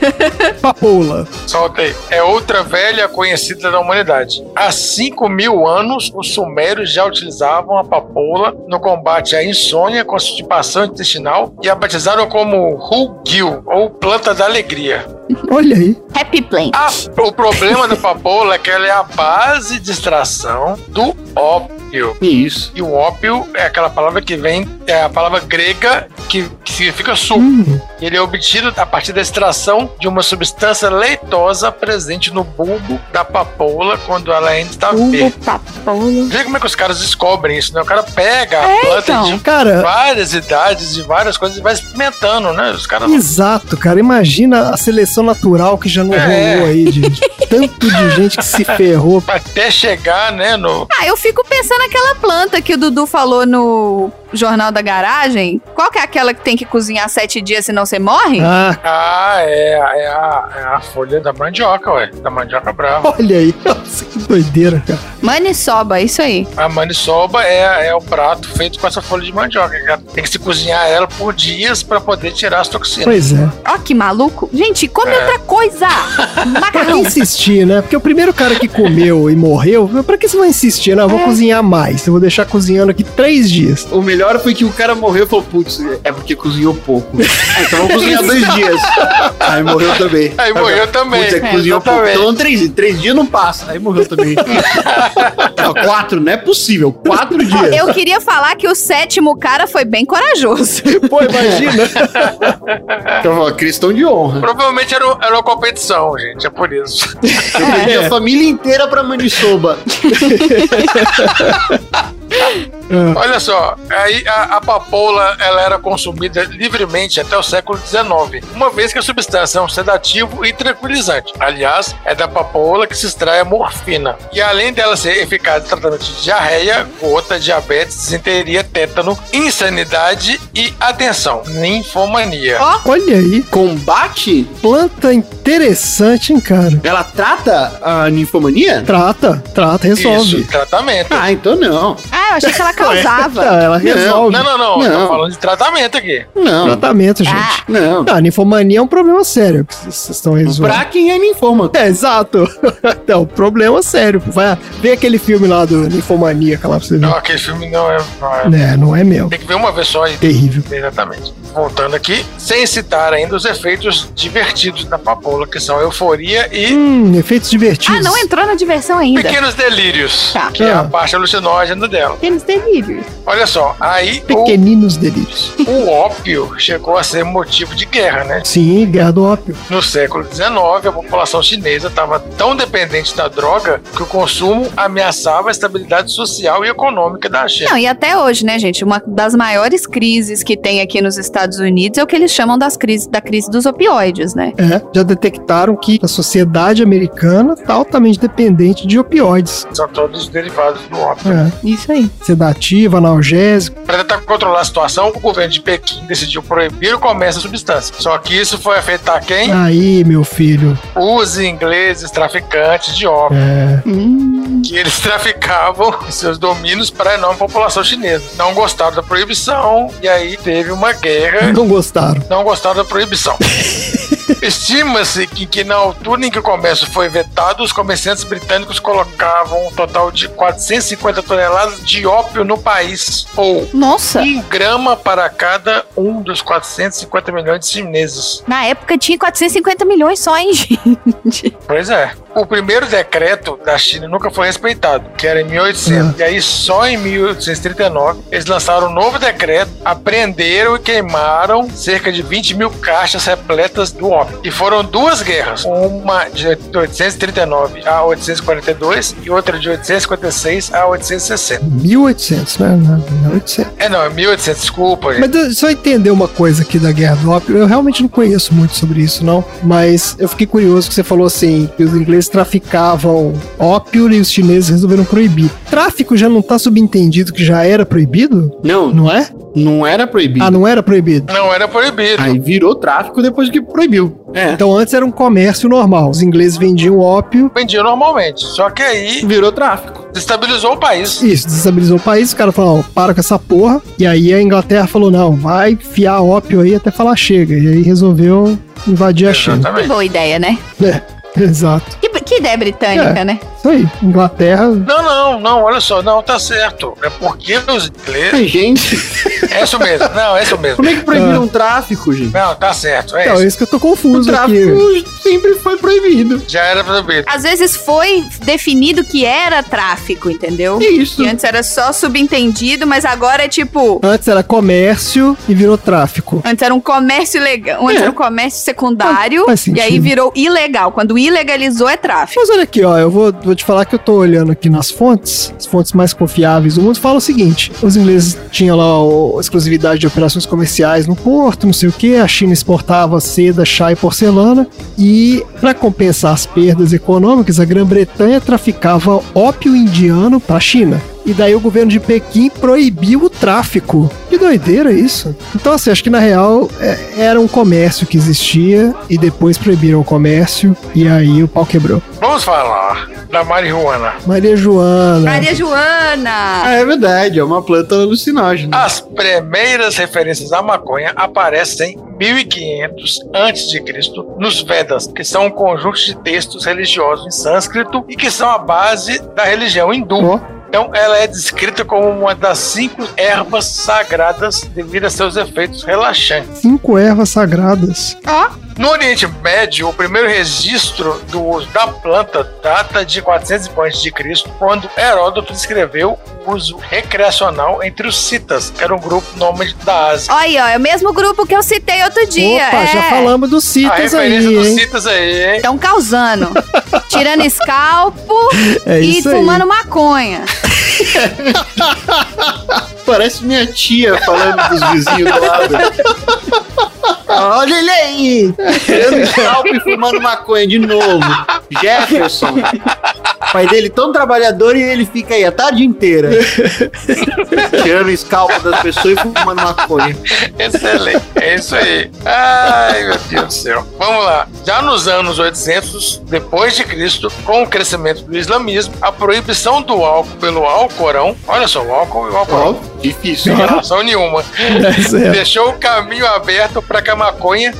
Speaker 5: Papoula.
Speaker 2: Solta aí. É outra velha conhecida da humanidade. Há 5 mil anos, os sumérios já utilizavam a papoula no combate à insônia, constipação intestinal e a batizaram como Hulgil, ou planta da alegria.
Speaker 5: Olha aí.
Speaker 3: Happy Plant.
Speaker 2: Ah, o problema da papoula é que ela é a base de extração do ópio.
Speaker 4: Isso.
Speaker 2: E o ópio é aquela palavra que vem, é a palavra grega que, que significa suco.
Speaker 5: Hum,
Speaker 2: Ele é obtido a partir da extração de uma substância leitosa presente no bulbo da papoula quando ela ainda está verde.
Speaker 3: papoula.
Speaker 2: Vê como é que os caras descobrem isso, né? O cara pega a planta
Speaker 3: então.
Speaker 2: de
Speaker 5: Cara,
Speaker 2: várias idades e várias coisas e vai experimentando, né? Os caras.
Speaker 5: exato, cara. Imagina a seleção natural que já não
Speaker 2: É.
Speaker 5: rolou aí, gente. Tanto de gente que se ferrou.
Speaker 2: Até chegar, né, no.
Speaker 3: Ah, eu fico pensando naquela planta que o Dudu falou no Jornal da Garagem. Qual que é aquela que tem que cozinhar sete dias senão você morre?
Speaker 5: Ah,
Speaker 2: Ah, é, é, a, é a folha da mandioca, ué. Da mandioca brava.
Speaker 5: olha aí. Nossa, que doideira, cara.
Speaker 3: Maniçoba, isso aí.
Speaker 2: A maniçoba é, é o prato feito com essa folha de mandioca. que ela- Tem que se cozinhar ela por dias para poder tirar as toxinas.
Speaker 5: Pois é.
Speaker 3: Ó, que maluco. Gente, come
Speaker 2: É.
Speaker 3: outra coisa.
Speaker 5: Pra que
Speaker 3: Macarrão.
Speaker 5: insistir, né? Porque o primeiro cara que né?
Speaker 2: É.
Speaker 5: comeu e morreu, pra que você vai insistir? Não, eu vou cozinhar mais. Eu vou deixar cozinhando aqui três dias.
Speaker 4: O melhor foi que o cara morreu e falou: putz, é porque cozinhou pouco. Ah, então vamos cozinhar dois dias. Aí morreu também.
Speaker 2: Aí morreu também.
Speaker 4: Putz, é que
Speaker 2: É,
Speaker 4: cozinhou pouco.
Speaker 2: exatamente.
Speaker 4: Então três, três dias não passa. Aí morreu também. não, quatro, não é possível. Quatro dias.
Speaker 3: Eu queria falar que o sétimo cara foi bem corajoso.
Speaker 5: Pô, imagina.
Speaker 4: Então, ó, questão de honra.
Speaker 2: Provavelmente era, um- era uma competição, gente. É por isso.
Speaker 4: Eu perdi a família inteira pra Manisoba.
Speaker 2: Olha só, aí a, a papoula ela era consumida livremente até o século XIX, uma vez que a substância é um sedativo e tranquilizante. Aliás, é da papoula que se extrai a morfina. E além dela ser eficaz no tratamento de diarreia, gota, diabetes, desinteria, tétano, insanidade e, atenção, ninfomania.
Speaker 5: Olha aí.
Speaker 4: Combate?
Speaker 5: Planta interessante, hein, cara.
Speaker 4: Ela trata a ninfomania?
Speaker 5: Trata, trata, resolve.
Speaker 2: Isso, tratamento.
Speaker 4: Ah, então não.
Speaker 3: Ah, eu achei que ela
Speaker 5: Tá,
Speaker 3: causava.
Speaker 5: ela
Speaker 2: Não,
Speaker 5: resolve.
Speaker 2: não, não,
Speaker 4: Não.
Speaker 2: Tô falando de tratamento aqui.
Speaker 4: Não,
Speaker 5: Tratamento, gente.
Speaker 3: Ah.
Speaker 4: não.
Speaker 5: Não, a ninfomania é um problema sério que vocês estão resolvendo.
Speaker 4: Pra quem é ninfoma.
Speaker 5: É, exato. Então, problema sério. Vai, vê aquele filme lá do Ninfomaníaca lá pra você
Speaker 2: Não,
Speaker 5: ver.
Speaker 2: aquele filme não é. não é-
Speaker 5: É, não é meu.
Speaker 2: Tem que ver uma vez só e
Speaker 5: Terrível.
Speaker 2: Exatamente. Voltando aqui, sem citar ainda os efeitos divertidos da papoula, que são euforia e
Speaker 5: Hum, efeitos divertidos.
Speaker 3: Ah, não entrou na diversão ainda.
Speaker 2: pequenos delírios,
Speaker 3: Tá.
Speaker 2: que é a
Speaker 5: Ah.
Speaker 2: parte alucinógena dela.
Speaker 3: Pequenos delírios.
Speaker 2: Olha só, aí o,
Speaker 5: Pequeninos delírios.
Speaker 2: o ópio chegou a ser motivo de guerra, né?
Speaker 5: Sim, guerra do ópio.
Speaker 2: No século XIX, a população chinesa estava tão dependente da droga que o consumo ameaçava a estabilidade social e econômica da China.
Speaker 3: Não, e até hoje, né, gente? Uma das maiores crises que tem aqui nos Estados Unidos é o que eles chamam das crises, da crise dos opioides, né?
Speaker 5: É, já detectaram que a sociedade americana tá altamente dependente de opioides.
Speaker 2: São todos derivados do ópio.
Speaker 5: É,
Speaker 3: Isso aí.
Speaker 5: sedativo, analgésico.
Speaker 2: Para tentar controlar tá a situação, o governo de Pequim decidiu proibir o comércio da substância. Só que isso foi afetar quem?
Speaker 5: Aí, meu filho.
Speaker 2: os ingleses traficantes de ópio,
Speaker 5: É.
Speaker 2: que eles traficavam seus domínios para a enorme população chinesa. Não gostaram da proibição e aí teve uma guerra.
Speaker 5: Não gostaram.
Speaker 2: Não gostaram da proibição. Estima-se que, que na altura em que o comércio foi vetado, os comerciantes britânicos colocavam um total de 450 toneladas de ópio no país, ou
Speaker 3: Nossa,
Speaker 2: um grama para cada um dos 450 milhões de chineses.
Speaker 3: na época tinha 450 milhões só, hein, gente?
Speaker 2: Pois é. O primeiro decreto da China nunca foi respeitado, que era em 1800. E aí, só em 1839, eles lançaram um novo decreto, apreenderam e queimaram cerca de 20 mil caixas repletas do ópio. E foram duas guerras, uma de 839 a 842 e outra de 856 a 860.
Speaker 5: 1800, né? Não, não, 800.
Speaker 2: É, não, é 1800, desculpa, gente.
Speaker 5: Mas eu- só entender uma coisa aqui da guerra do ópio, eu realmente não conheço muito sobre isso, não. Mas eu fiquei curioso que você falou assim: que os ingleses traficavam ópio e os chineses resolveram proibir. Tráfico já não tá subentendido que já era proibido?
Speaker 4: Não,
Speaker 5: Não é?
Speaker 4: não era proibido.
Speaker 5: Ah, não era proibido?
Speaker 2: Não era proibido.
Speaker 4: Aí virou tráfico depois que proibiu. É.
Speaker 5: Então antes era um comércio normal. Os ingleses vendiam ópio,
Speaker 2: Vendia normalmente. Só que aí
Speaker 4: Virou tráfico.
Speaker 2: destabilizou o país.
Speaker 5: isso, desestabilizou o país. Os caras falaram, ó, para com essa porra. E aí a Inglaterra falou, não, vai fiar ópio aí até falar chega. E aí resolveu invadir a China. É,
Speaker 3: Que boa ideia, né?
Speaker 5: Exato.
Speaker 3: Que, que ideia britânica, né?
Speaker 5: Isso aí. Inglaterra.
Speaker 2: Não, não, não, olha só, não, tá certo. É porque os ingleses.
Speaker 4: Ai, gente,
Speaker 2: É isso mesmo, não, é isso mesmo.
Speaker 4: como é que proibiram tráfico, gente?
Speaker 2: Não, tá certo, é
Speaker 5: Então, é
Speaker 2: isso.
Speaker 5: isso que eu tô
Speaker 4: O
Speaker 5: confuso aqui.
Speaker 4: tráfico sempre foi proibido.
Speaker 2: Já era proibido.
Speaker 3: Às vezes foi definido que era tráfico, entendeu?
Speaker 4: É isso.
Speaker 3: Que antes era só subentendido, mas agora é tipo.
Speaker 5: Antes era comércio e virou tráfico.
Speaker 3: Antes era um comércio ilegal, antes
Speaker 4: É.
Speaker 3: era um comércio secundário,
Speaker 5: Faz- faz
Speaker 3: e aí
Speaker 5: sentido.
Speaker 3: virou ilegal. Quando ilegalizou é tráfico.
Speaker 5: Mas olha aqui, ó, eu vou, vou te falar que eu tô olhando aqui nas fontes, as fontes mais confiáveis do mundo, fala o seguinte: os ingleses tinham lá o- a exclusividade de operações comerciais no porto, não sei o que, a China exportava seda, chá e porcelana, e para compensar as perdas econômicas, a Grã-Bretanha traficava ópio indiano para a China. E daí o governo de Pequim proibiu o tráfico. Que doideira isso. Então, assim, acho que na real é- era um comércio que existia e depois proibiram o comércio e aí o pau quebrou.
Speaker 2: Vamos falar da marihuana.
Speaker 5: Maria Joana.
Speaker 3: Maria Joana!
Speaker 4: Ah, é verdade, é uma planta alucinógena.
Speaker 2: As primeiras referências à maconha aparecem em 1500 a.C. nos Vedas, que são um conjunto de textos religiosos em sânscrito e que são a base da religião hindu.
Speaker 5: Ó,
Speaker 2: Então, ela é descrita como uma das cinco ervas sagradas devido a seus efeitos relaxantes.
Speaker 5: Cinco ervas sagradas.
Speaker 2: No Oriente Médio, o primeiro registro do uso da planta data de 400 antes de Cristo, quando Heródoto descreveu o uso recreacional entre os citas, que era um grupo nômade da Ásia.
Speaker 3: Olha aí, ó, é o mesmo grupo que eu citei outro dia.
Speaker 5: Opa,
Speaker 3: é.
Speaker 5: já falamos dos
Speaker 2: a
Speaker 5: Ah, citas
Speaker 2: referência
Speaker 5: aí,
Speaker 2: dos
Speaker 5: hein?
Speaker 2: citas aí, hein?
Speaker 3: Estão causando. Tirando escalpo
Speaker 5: É
Speaker 3: e
Speaker 5: isso aí.
Speaker 3: fumando maconha.
Speaker 4: Parece minha tia falando dos vizinhos do lado. Olha ele aí! Tirando salto e fumando maconha de novo. Jefferson. O pai dele tão trabalhador e ele fica aí a tarde inteira. Tirando o scalpo das pessoas e fumando maconha.
Speaker 2: Excelente, é isso aí. Ai, meu Deus do céu. Vamos lá. Já nos anos 800 depois de Cristo, com o crescimento do islamismo, a proibição do álcool pelo Alcorão, olha só, o álcool e o Alcorão,
Speaker 4: difícil.
Speaker 2: sem relação nenhuma,
Speaker 5: É, certo.
Speaker 2: deixou o caminho aberto para que a maconha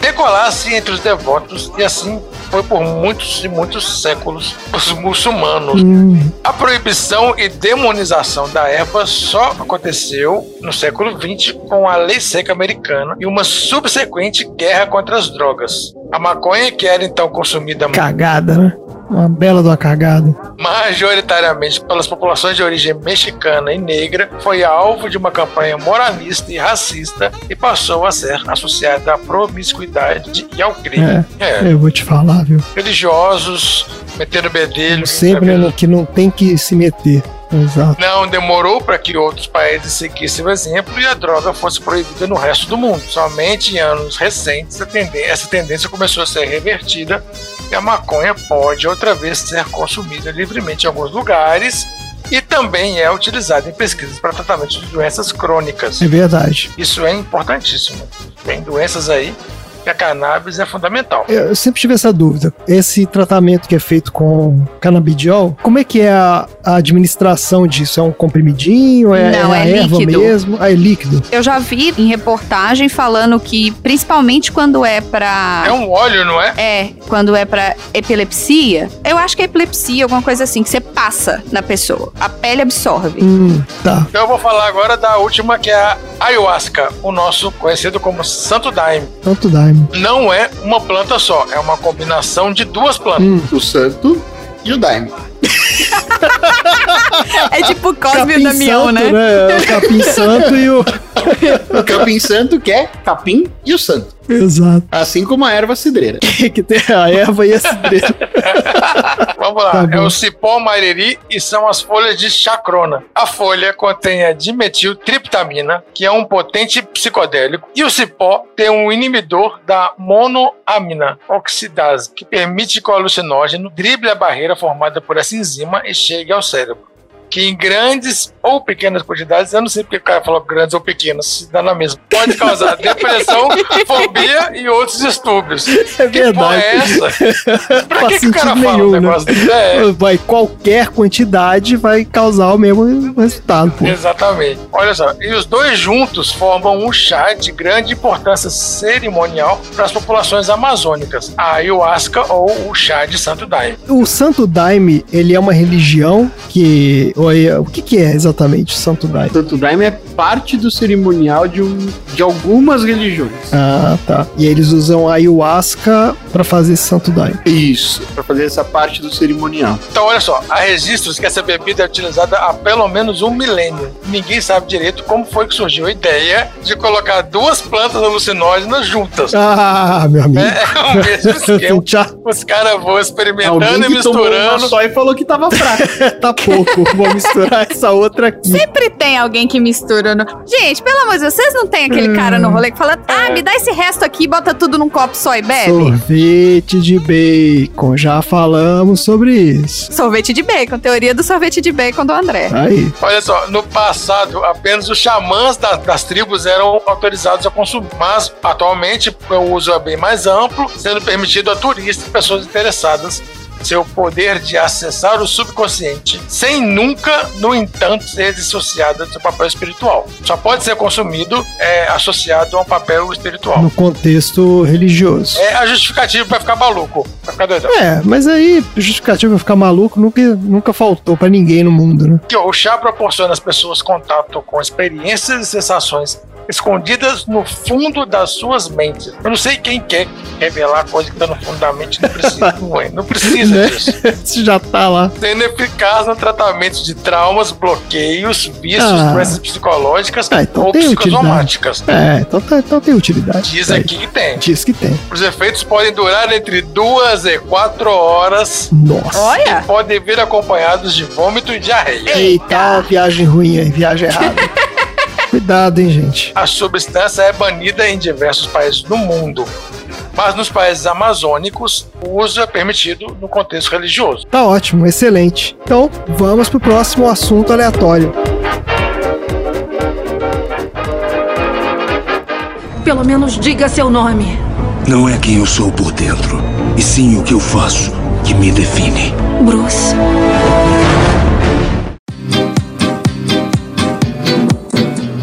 Speaker 2: decolasse entre os devotos e assim foi por muitos e muitos séculos os muçulmanos.
Speaker 5: Hum,
Speaker 2: A proibição e demonização da erva só aconteceu no século XX com a lei seca americana e uma subsequente guerra contra as drogas. A maconha, que era então consumida
Speaker 5: cagada, né? Uma bela de uma cagada.
Speaker 2: majoritariamente pelas populações de origem mexicana e negra, foi alvo de uma campanha moralista e racista e passou a ser associada à promiscuidade e ao crime. É,
Speaker 5: Eu vou te falar, viu?
Speaker 2: religiosos metendo bedelho.
Speaker 5: Sempre
Speaker 2: é
Speaker 5: né, no- que não tem que se meter. Exato.
Speaker 2: Não demorou para que outros países seguissem o exemplo e a droga fosse proibida no resto do mundo. Somente em anos recentes a tenden- essa tendência começou a ser revertida e a maconha pode outra vez ser consumida livremente em alguns lugares e também é utilizada em pesquisas para tratamento de doenças crônicas.
Speaker 5: É verdade.
Speaker 2: Isso é importantíssimo. Tem doenças aí que a cannabis é fundamental.
Speaker 5: Eu eu sempre tive essa dúvida. Esse tratamento que é feito com canabidiol, como é que é a, a administração disso? É um comprimidinho? É,
Speaker 3: Não,
Speaker 5: é a
Speaker 3: é
Speaker 5: erva
Speaker 3: líquido.
Speaker 5: mesmo? Ah, é líquido.
Speaker 3: Eu já vi em reportagem falando que, principalmente quando é pra.
Speaker 2: É um óleo, não é?
Speaker 3: É, quando é pra epilepsia, eu acho que é epilepsia, alguma coisa assim, que você passa na pessoa. A pele absorve.
Speaker 5: Hum, tá.
Speaker 2: Então eu vou falar agora da última que é a ayahuasca, o nosso conhecido como santo daime.
Speaker 5: Tanto daime.
Speaker 2: não é uma planta só, é uma combinação de duas plantas.
Speaker 5: Hum,
Speaker 4: O santo e o daime.
Speaker 3: É tipo Cosme
Speaker 5: capim
Speaker 3: e Damião,
Speaker 5: santo,
Speaker 3: né?
Speaker 5: É, O capim santo e o...
Speaker 4: O capim santo que é capim e o santo.
Speaker 5: Exato.
Speaker 4: Assim como a erva cidreira.
Speaker 5: que tem a erva e a cidreira.
Speaker 2: Vamos lá,
Speaker 5: Tá bom.
Speaker 2: é o cipó mariri e são as folhas de chacrona. A folha contém a dimetiltriptamina, que é um potente psicodélico, e o cipó tem um inibidor da monoamina oxidase, que permite que o alucinógeno drible a barreira formada por essa enzima e chegue ao cérebro. Que em grandes ou pequenas quantidades, eu não sei porque o cara falou grandes ou pequenas, se dá na mesma, pode causar depressão, fobia e outros distúrbios.
Speaker 5: É
Speaker 2: Que porra
Speaker 5: verdade.
Speaker 2: é essa? pra
Speaker 5: Faz
Speaker 2: que, que o cara
Speaker 5: sentido
Speaker 2: fala um
Speaker 5: nenhum, né?
Speaker 2: negócio desse? É,
Speaker 5: Vai, qualquer quantidade vai causar o mesmo resultado, pô.
Speaker 2: exatamente. Olha só, e os dois juntos formam um chá de grande importância cerimonial para as populações amazônicas, a ayahuasca ou o chá de Santo Daime.
Speaker 5: O Santo Daime, ele é uma religião que... ou é- O que que é exatamente o Santo Daime?
Speaker 4: Santo daime é parte do cerimonial de, um, de algumas religiões.
Speaker 5: Ah, tá. E eles usam a ayahuasca pra fazer esse santo daime.
Speaker 4: Isso, pra fazer essa parte do cerimonial.
Speaker 2: Então, olha só, há registros que essa bebida é utilizada há pelo menos um milênio. Ninguém sabe direito como foi que surgiu a ideia de colocar duas plantas alucinógenas juntas.
Speaker 5: Ah, meu amigo.
Speaker 2: É o mesmo esquema.
Speaker 5: Já
Speaker 2: Os caras vão
Speaker 4: Alguém
Speaker 2: experimentando e
Speaker 4: que tomou uma
Speaker 2: misturando.
Speaker 4: só e falou que tava fraco.
Speaker 5: tá pouco. Vou misturar essa outra aqui.
Speaker 3: Sempre tem alguém que mistura. No... Gente, pelo amor de Deus, vocês não tem aquele cara
Speaker 5: Hum.
Speaker 3: no rolê que fala, ah, me dá esse resto aqui, bota tudo num copo só e bebe?
Speaker 5: Sorvete de bacon. Já falamos sobre isso.
Speaker 3: Sorvete de bacon, teoria do sorvete de bacon do André.
Speaker 5: Aí.
Speaker 2: Olha só, no passado, apenas os xamãs da- das tribos eram autorizados a consumir, mas atualmente o uso é bem mais amplo, sendo permitido a turistas e pessoas interessadas seu poder de acessar o subconsciente, sem nunca, no entanto, ser dissociado do seu papel espiritual. Só pode ser consumido é, associado a um papel espiritual.
Speaker 5: no contexto religioso.
Speaker 2: É a justificativa pra ficar maluco, pra ficar doidão.
Speaker 5: É, mas aí justificativa pra ficar maluco nunca, nunca faltou pra ninguém no mundo, né?
Speaker 2: Que o chá proporciona às pessoas contato com experiências e sensações escondidas no fundo das suas mentes. Eu não sei quem quer revelar coisa que está no fundo da mente, não precisa, não, é, não precisa
Speaker 5: Né?
Speaker 2: disso.
Speaker 5: Isso já tá lá.
Speaker 2: Sendo eficaz no tratamento de traumas, bloqueios, vícios,
Speaker 5: Ah.
Speaker 2: doenças psicológicas
Speaker 5: Ah, então
Speaker 2: ou
Speaker 5: tem
Speaker 2: psicosomáticas.
Speaker 5: É, então, tá- então tem utilidade.
Speaker 2: Diz
Speaker 5: Tá aí.
Speaker 2: aqui que tem.
Speaker 5: Diz que tem.
Speaker 2: Os efeitos podem durar entre duas e quatro horas
Speaker 5: Nossa.
Speaker 3: Olha!
Speaker 2: e podem vir acompanhados de vômito e diarreia.
Speaker 5: É Eita, viagem ruim aí, viagem errada. Cuidado, hein, gente.
Speaker 2: A substância é banida em diversos países do mundo, mas nos países amazônicos o uso é permitido no contexto religioso.
Speaker 5: Tá ótimo, excelente. Então, vamos pro próximo assunto aleatório.
Speaker 6: Pelo menos diga seu nome.
Speaker 7: Não é quem eu sou por dentro, e sim o que eu faço que me define.
Speaker 6: Bruce.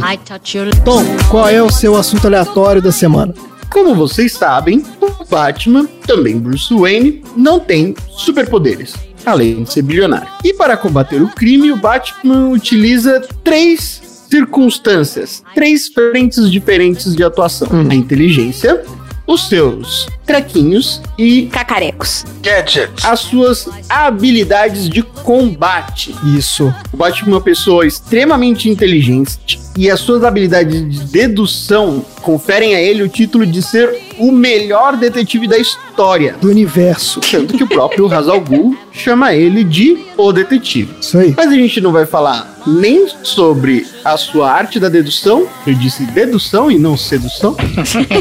Speaker 8: I touch your
Speaker 5: Tom, qual é o seu assunto aleatório da semana?
Speaker 4: Como vocês sabem, o Batman, também Bruce Wayne, não tem superpoderes, além de ser bilionário. E para combater o crime, o Batman utiliza três circunstâncias, três frentes diferentes de atuação: a inteligência, os seus traquinhos e
Speaker 8: cacarecos.
Speaker 2: Gadget.
Speaker 8: Ah.
Speaker 4: as suas habilidades de combate.
Speaker 5: Isso.
Speaker 4: O Batman é uma pessoa extremamente inteligente e as suas habilidades de dedução conferem a ele o título de ser o melhor detetive da história.
Speaker 5: Do universo.
Speaker 4: Tanto que o próprio Hazal Ghul chama ele de O Detetive.
Speaker 5: Isso aí.
Speaker 4: Mas a gente não vai falar nem sobre a sua arte da dedução, eu disse dedução e não sedução,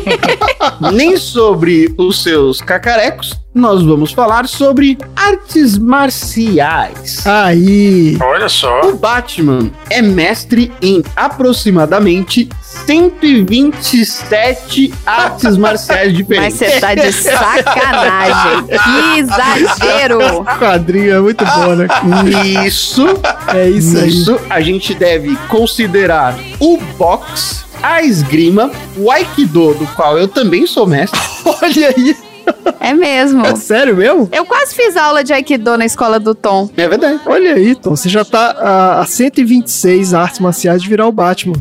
Speaker 4: nem sobre os seus cacarecos, nós vamos falar sobre artes marciais.
Speaker 5: Aí.
Speaker 2: Olha só.
Speaker 4: O Batman é mestre em aproximadamente 127 artes marciais
Speaker 8: Mas
Speaker 4: diferentes.
Speaker 8: você tá de sacanagem. Que exagero.
Speaker 5: Quadrinho é muito bom, né?
Speaker 4: Isso,
Speaker 5: É isso aí.
Speaker 4: isso a gente deve considerar o boxe, a esgrima, o aikido, do qual eu também sou mestre,
Speaker 5: Olha aí.
Speaker 3: É mesmo.
Speaker 5: É sério mesmo?
Speaker 3: Eu quase fiz aula de Aikido na escola do Tom.
Speaker 4: é verdade.
Speaker 5: Olha aí, Tom. Você já tá a, a 126 artes marciais de virar o Batman.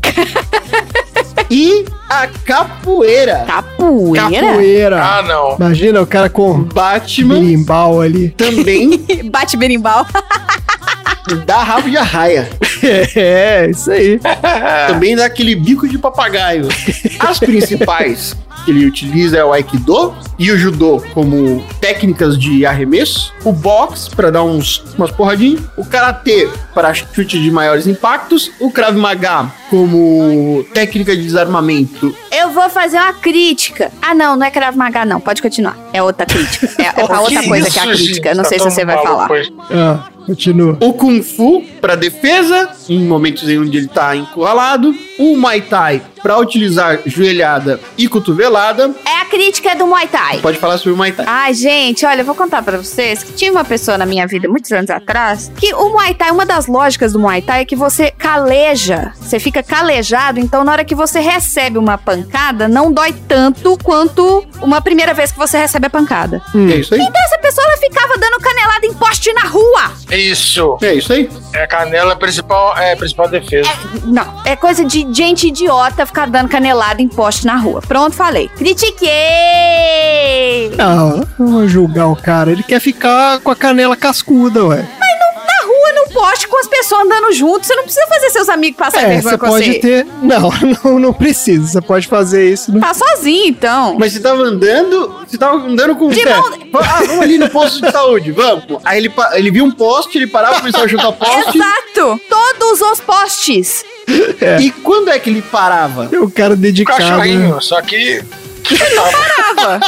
Speaker 4: E a capoeira.
Speaker 3: Tá.
Speaker 8: Capoeira?
Speaker 5: Poeira.
Speaker 2: Ah, não.
Speaker 5: Imagina o cara com
Speaker 4: Batman
Speaker 5: birimbau ali.
Speaker 4: também
Speaker 8: Bate berimbau.
Speaker 4: dá rabo de arraia.
Speaker 5: É, isso aí.
Speaker 4: Também dá aquele bico de papagaio. As principais que ele utiliza é o Aikido e o Judô como técnicas de arremesso, o boxe para dar uns, umas porradinhas, o Karatê para chute de maiores impactos, o Krav Maga como técnica de desarmamento.
Speaker 8: Eu vou fazer uma crítica. Ah, não, não é Krav Maga, não. Pode continuar. É outra crítica. É, é pra
Speaker 2: Que
Speaker 8: outra coisa
Speaker 2: isso,
Speaker 8: que é a
Speaker 2: gente?
Speaker 8: crítica. Eu Não
Speaker 2: Tá
Speaker 8: sei se
Speaker 2: tão
Speaker 8: você vai
Speaker 2: maluco
Speaker 8: falar.
Speaker 2: hoje.
Speaker 5: Ah, continua.
Speaker 4: O Kung Fu para defesa, em momentos em onde ele tá encurralado, o Muay Thai para utilizar joelhada e cotovelada.
Speaker 8: É a crítica do Muay Thai.
Speaker 4: Pode falar sobre o Muay Thai.
Speaker 3: Ai, gente, olha, eu vou contar pra vocês que tinha uma pessoa na minha vida muitos anos atrás que o Muay Thai, uma das lógicas do Muay Thai é que você caleja, você fica calejado, então na hora que você recebe uma pancada, não dói tanto quanto uma primeira vez que você recebe a pancada.
Speaker 4: É isso aí.
Speaker 3: Então essa pessoa ela ficava dando canelada em poste na rua.
Speaker 2: Isso.
Speaker 4: É isso aí.
Speaker 2: É a canela principal, é a principal defesa.
Speaker 3: Não, é coisa de gente idiota ficar dando canelada em poste na rua. Pronto, falei. Critiquei!
Speaker 5: Não, não Ah, vou julgar o cara. Ele quer ficar com a canela cascuda, ué.
Speaker 3: Na rua, no poste, com as pessoas andando junto. Você não precisa fazer seus amigos passar
Speaker 5: É,
Speaker 3: vergonha
Speaker 5: você
Speaker 3: com
Speaker 5: pode
Speaker 3: você.
Speaker 5: ter. Não, não, não precisa. Você pode fazer isso. No...
Speaker 3: Tá sozinho, então.
Speaker 4: Mas você tava andando, você tava andando com o pé.
Speaker 3: mão-
Speaker 4: Ah, vamos ali no posto de saúde, vamos. pô. Aí ele, pa- ele viu um poste, ele parava, começava a chutar poste.
Speaker 3: Exato! Todos os postes.
Speaker 4: E quando é que ele parava?
Speaker 5: É um cara
Speaker 2: O
Speaker 5: dedicado. né?
Speaker 2: cachorrinho, só que
Speaker 3: Parava.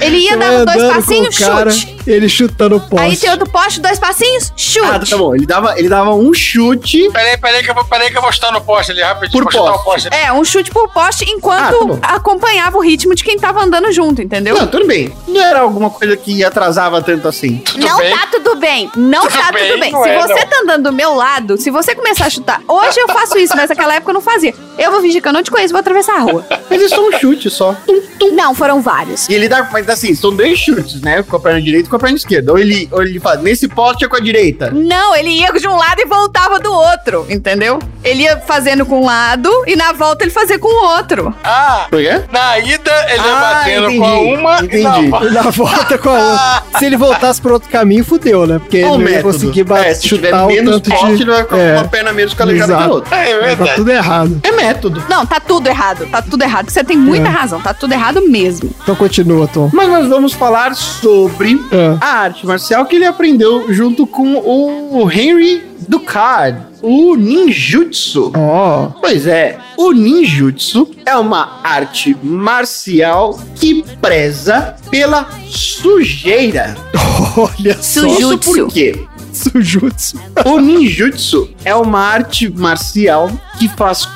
Speaker 3: Ele ia
Speaker 5: Você vai
Speaker 3: dando dois
Speaker 5: andando É, com
Speaker 3: passinhos,
Speaker 5: o cara,
Speaker 3: chute.
Speaker 5: Ele chutando o poste.
Speaker 3: Aí tem outro poste, dois passinhos, chute.
Speaker 4: Ah, tá bom. Ele dava, ele dava um chute.
Speaker 2: Peraí, peraí que eu vou, peraí que eu vou chutar no poste ali rapidinho.
Speaker 4: Por
Speaker 2: vou chutar o
Speaker 4: poste.
Speaker 2: poste.
Speaker 3: É, um chute por poste
Speaker 4: Ah, tá
Speaker 3: enquanto
Speaker 4: bom.
Speaker 3: acompanhava o ritmo de quem tava andando junto, entendeu?
Speaker 4: Não, tudo bem. Não era alguma coisa que atrasava tanto assim.
Speaker 2: Tudo
Speaker 8: não
Speaker 2: bem?
Speaker 8: tá tudo bem.
Speaker 3: Não
Speaker 2: Tudo
Speaker 3: tá
Speaker 2: bem,
Speaker 3: tudo bem.
Speaker 2: não
Speaker 3: Se
Speaker 2: é,
Speaker 3: você
Speaker 2: não.
Speaker 3: tá andando do meu lado, se você começar a chutar, hoje eu faço isso, mas naquela época eu não fazia. Eu vou fingir que eu não te conheço, vou atravessar a rua.
Speaker 4: Mas é só um chute só. Tum, tum.
Speaker 8: Não, foram vários.
Speaker 4: E ele dá, mas assim, são dois chutes, né? Com a perna direita e com a perna esquerda. Ou ele, ou ele faz nesse poste é com a direita.
Speaker 3: Não, ele ia de um lado e voltava do outro, entendeu? Ele ia fazendo com um lado e na volta ele fazia com o outro.
Speaker 2: Ah,
Speaker 4: Por quê?
Speaker 2: na ida ele
Speaker 4: Ah,
Speaker 2: ia batendo
Speaker 4: entendi,
Speaker 2: com a uma e na
Speaker 4: entendi.
Speaker 5: E
Speaker 2: outra.
Speaker 5: dá a volta com a outra. Se ele voltasse pro outro caminho, fudeu, né? Porque ele não ia conseguir bater,
Speaker 4: um É, se tiver
Speaker 5: chutar o
Speaker 4: menos
Speaker 5: tanto
Speaker 4: poste,
Speaker 5: de...
Speaker 4: ele vai ficar
Speaker 5: é,
Speaker 4: com uma perna menos calejada que a
Speaker 5: Exato.
Speaker 4: outra.
Speaker 2: É
Speaker 5: Tá
Speaker 2: verdade.
Speaker 5: tudo errado.
Speaker 4: É método.
Speaker 3: Não, tá tudo errado, tá tudo errado. Você tem muita razão, tá tudo errado mesmo.
Speaker 5: Então continua, Tom.
Speaker 4: Mas nós vamos falar sobre
Speaker 5: É.
Speaker 4: a arte marcial que ele aprendeu junto com o Henry Ducard, o ninjutsu.
Speaker 5: Ó,
Speaker 4: Pois é, o ninjutsu é uma arte marcial que preza pela sujeira.
Speaker 5: olha só.
Speaker 8: Sujutsu.
Speaker 4: Isso por quê?
Speaker 5: Sujutsu.
Speaker 4: O ninjutsu é uma arte marcial que faz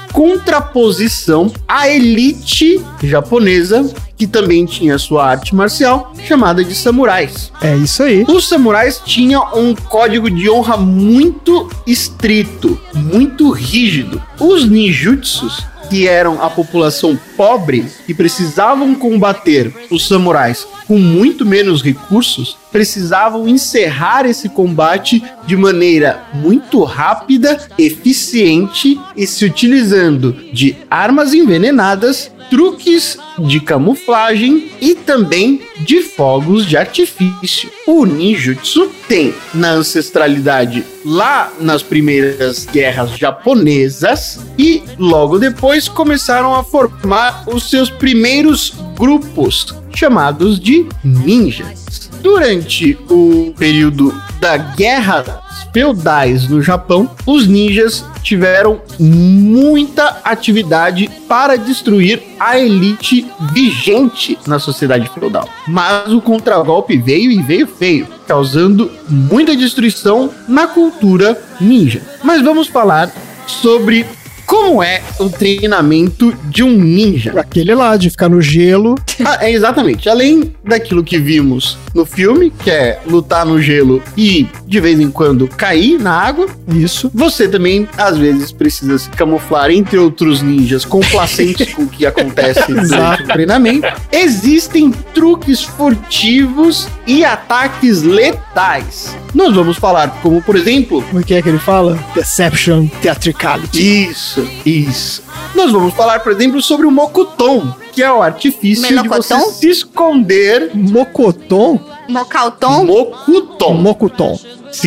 Speaker 4: contraposição à elite japonesa, que também tinha sua arte marcial chamada de samurais.
Speaker 5: É isso aí.
Speaker 4: Os samurais tinham um código de honra muito estrito, muito rígido. Os ninjutsus, que eram a população pobre e precisavam combater os samurais com muito menos recursos, precisavam encerrar esse combate de maneira muito rápida, eficiente e se utilizando de armas envenenadas, truques de camuflagem e também de fogos de artifício. O ninjutsu tem na ancestralidade lá nas primeiras guerras japonesas e logo depois começaram a formar os seus primeiros grupos chamados de ninjas. Durante o período da guerra feudais no Japão, os ninjas tiveram muita atividade para destruir a elite vigente na sociedade feudal. Mas o contragolpe veio e veio feio, causando muita destruição na cultura ninja. Mas vamos falar sobre como é o treinamento de um ninja.
Speaker 5: Aquele lá de ficar no gelo.
Speaker 4: Ah, é, exatamente. Além daquilo que vimos no filme, que é lutar no gelo e de vez em quando cair na água,
Speaker 5: Isso.
Speaker 4: você também às vezes precisa se camuflar entre outros ninjas complacentes com o que acontece durante o treinamento. Existem truques furtivos e ataques letais. Nós vamos falar como, por exemplo,
Speaker 5: Como é que é que ele fala? Deception Theatricality.
Speaker 4: isso, isso. Nós vamos falar, por exemplo, sobre o mocuton, que é o artifício de
Speaker 8: Melocoton?
Speaker 4: você se esconder
Speaker 5: Mocoton?
Speaker 8: Mocalton.
Speaker 4: Mocuton
Speaker 5: Mocuton.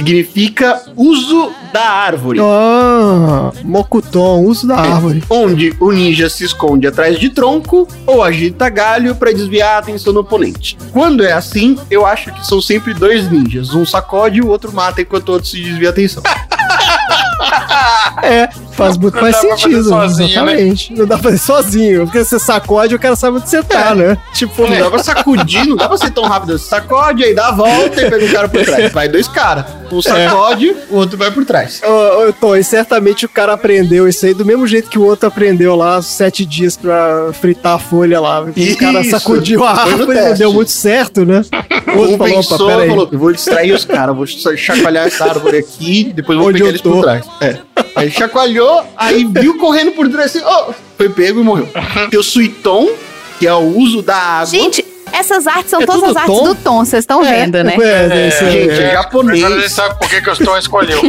Speaker 4: significa uso da árvore.
Speaker 5: Ah, mocuton, uso da árvore.
Speaker 4: Onde o ninja se esconde atrás de tronco ou agita galho para desviar a atenção do oponente. Quando é assim, eu acho que são sempre dois ninjas. Um sacode e o outro mata enquanto o outro se desvia a atenção.
Speaker 5: É, faz muito
Speaker 2: Não
Speaker 5: mais
Speaker 2: dá pra fazer
Speaker 5: sentido.
Speaker 2: sozinho,
Speaker 4: né?
Speaker 5: exatamente. Não dá pra fazer sozinho. Porque você sacode e o cara sabe onde você tá,
Speaker 4: É.
Speaker 5: né? Tipo,
Speaker 4: Não dá pra sacudir, não dá pra ser tão rápido. Você Sacode, aí dá a volta e pega o cara por trás. Vai dois caras. Um
Speaker 5: É.
Speaker 4: sacode, o outro vai por trás.
Speaker 5: Ô, ô, Tom, e certamente o cara aprendeu isso aí do mesmo jeito que o outro aprendeu lá sete dias pra fritar a folha lá. O cara
Speaker 4: Isso.
Speaker 5: sacudiu a
Speaker 4: Foi no
Speaker 5: árvore e não
Speaker 4: teste.
Speaker 5: deu muito certo, né? O outro
Speaker 4: Um
Speaker 5: falou,
Speaker 4: pensou,
Speaker 5: opa, peraí.
Speaker 4: falou, eu vou distrair os caras, vou só chacoalhar essa árvore aqui, depois vou
Speaker 5: Onde
Speaker 4: pegar
Speaker 5: eu
Speaker 4: eles
Speaker 5: tô.
Speaker 4: por trás. É. Aí chacoalhou, aí viu correndo por trás assim, oh, foi pego e morreu. Tem o suiton, que é o uso da água.
Speaker 8: Gente, essas artes são
Speaker 5: É
Speaker 8: todas
Speaker 5: tudo
Speaker 8: as artes
Speaker 5: tom?
Speaker 8: do tom, vocês
Speaker 3: É.
Speaker 8: estão vendo, né?
Speaker 5: É, isso aí.
Speaker 4: gente, é japonês.
Speaker 2: Agora ele sabe por que, que o Stone escolheu.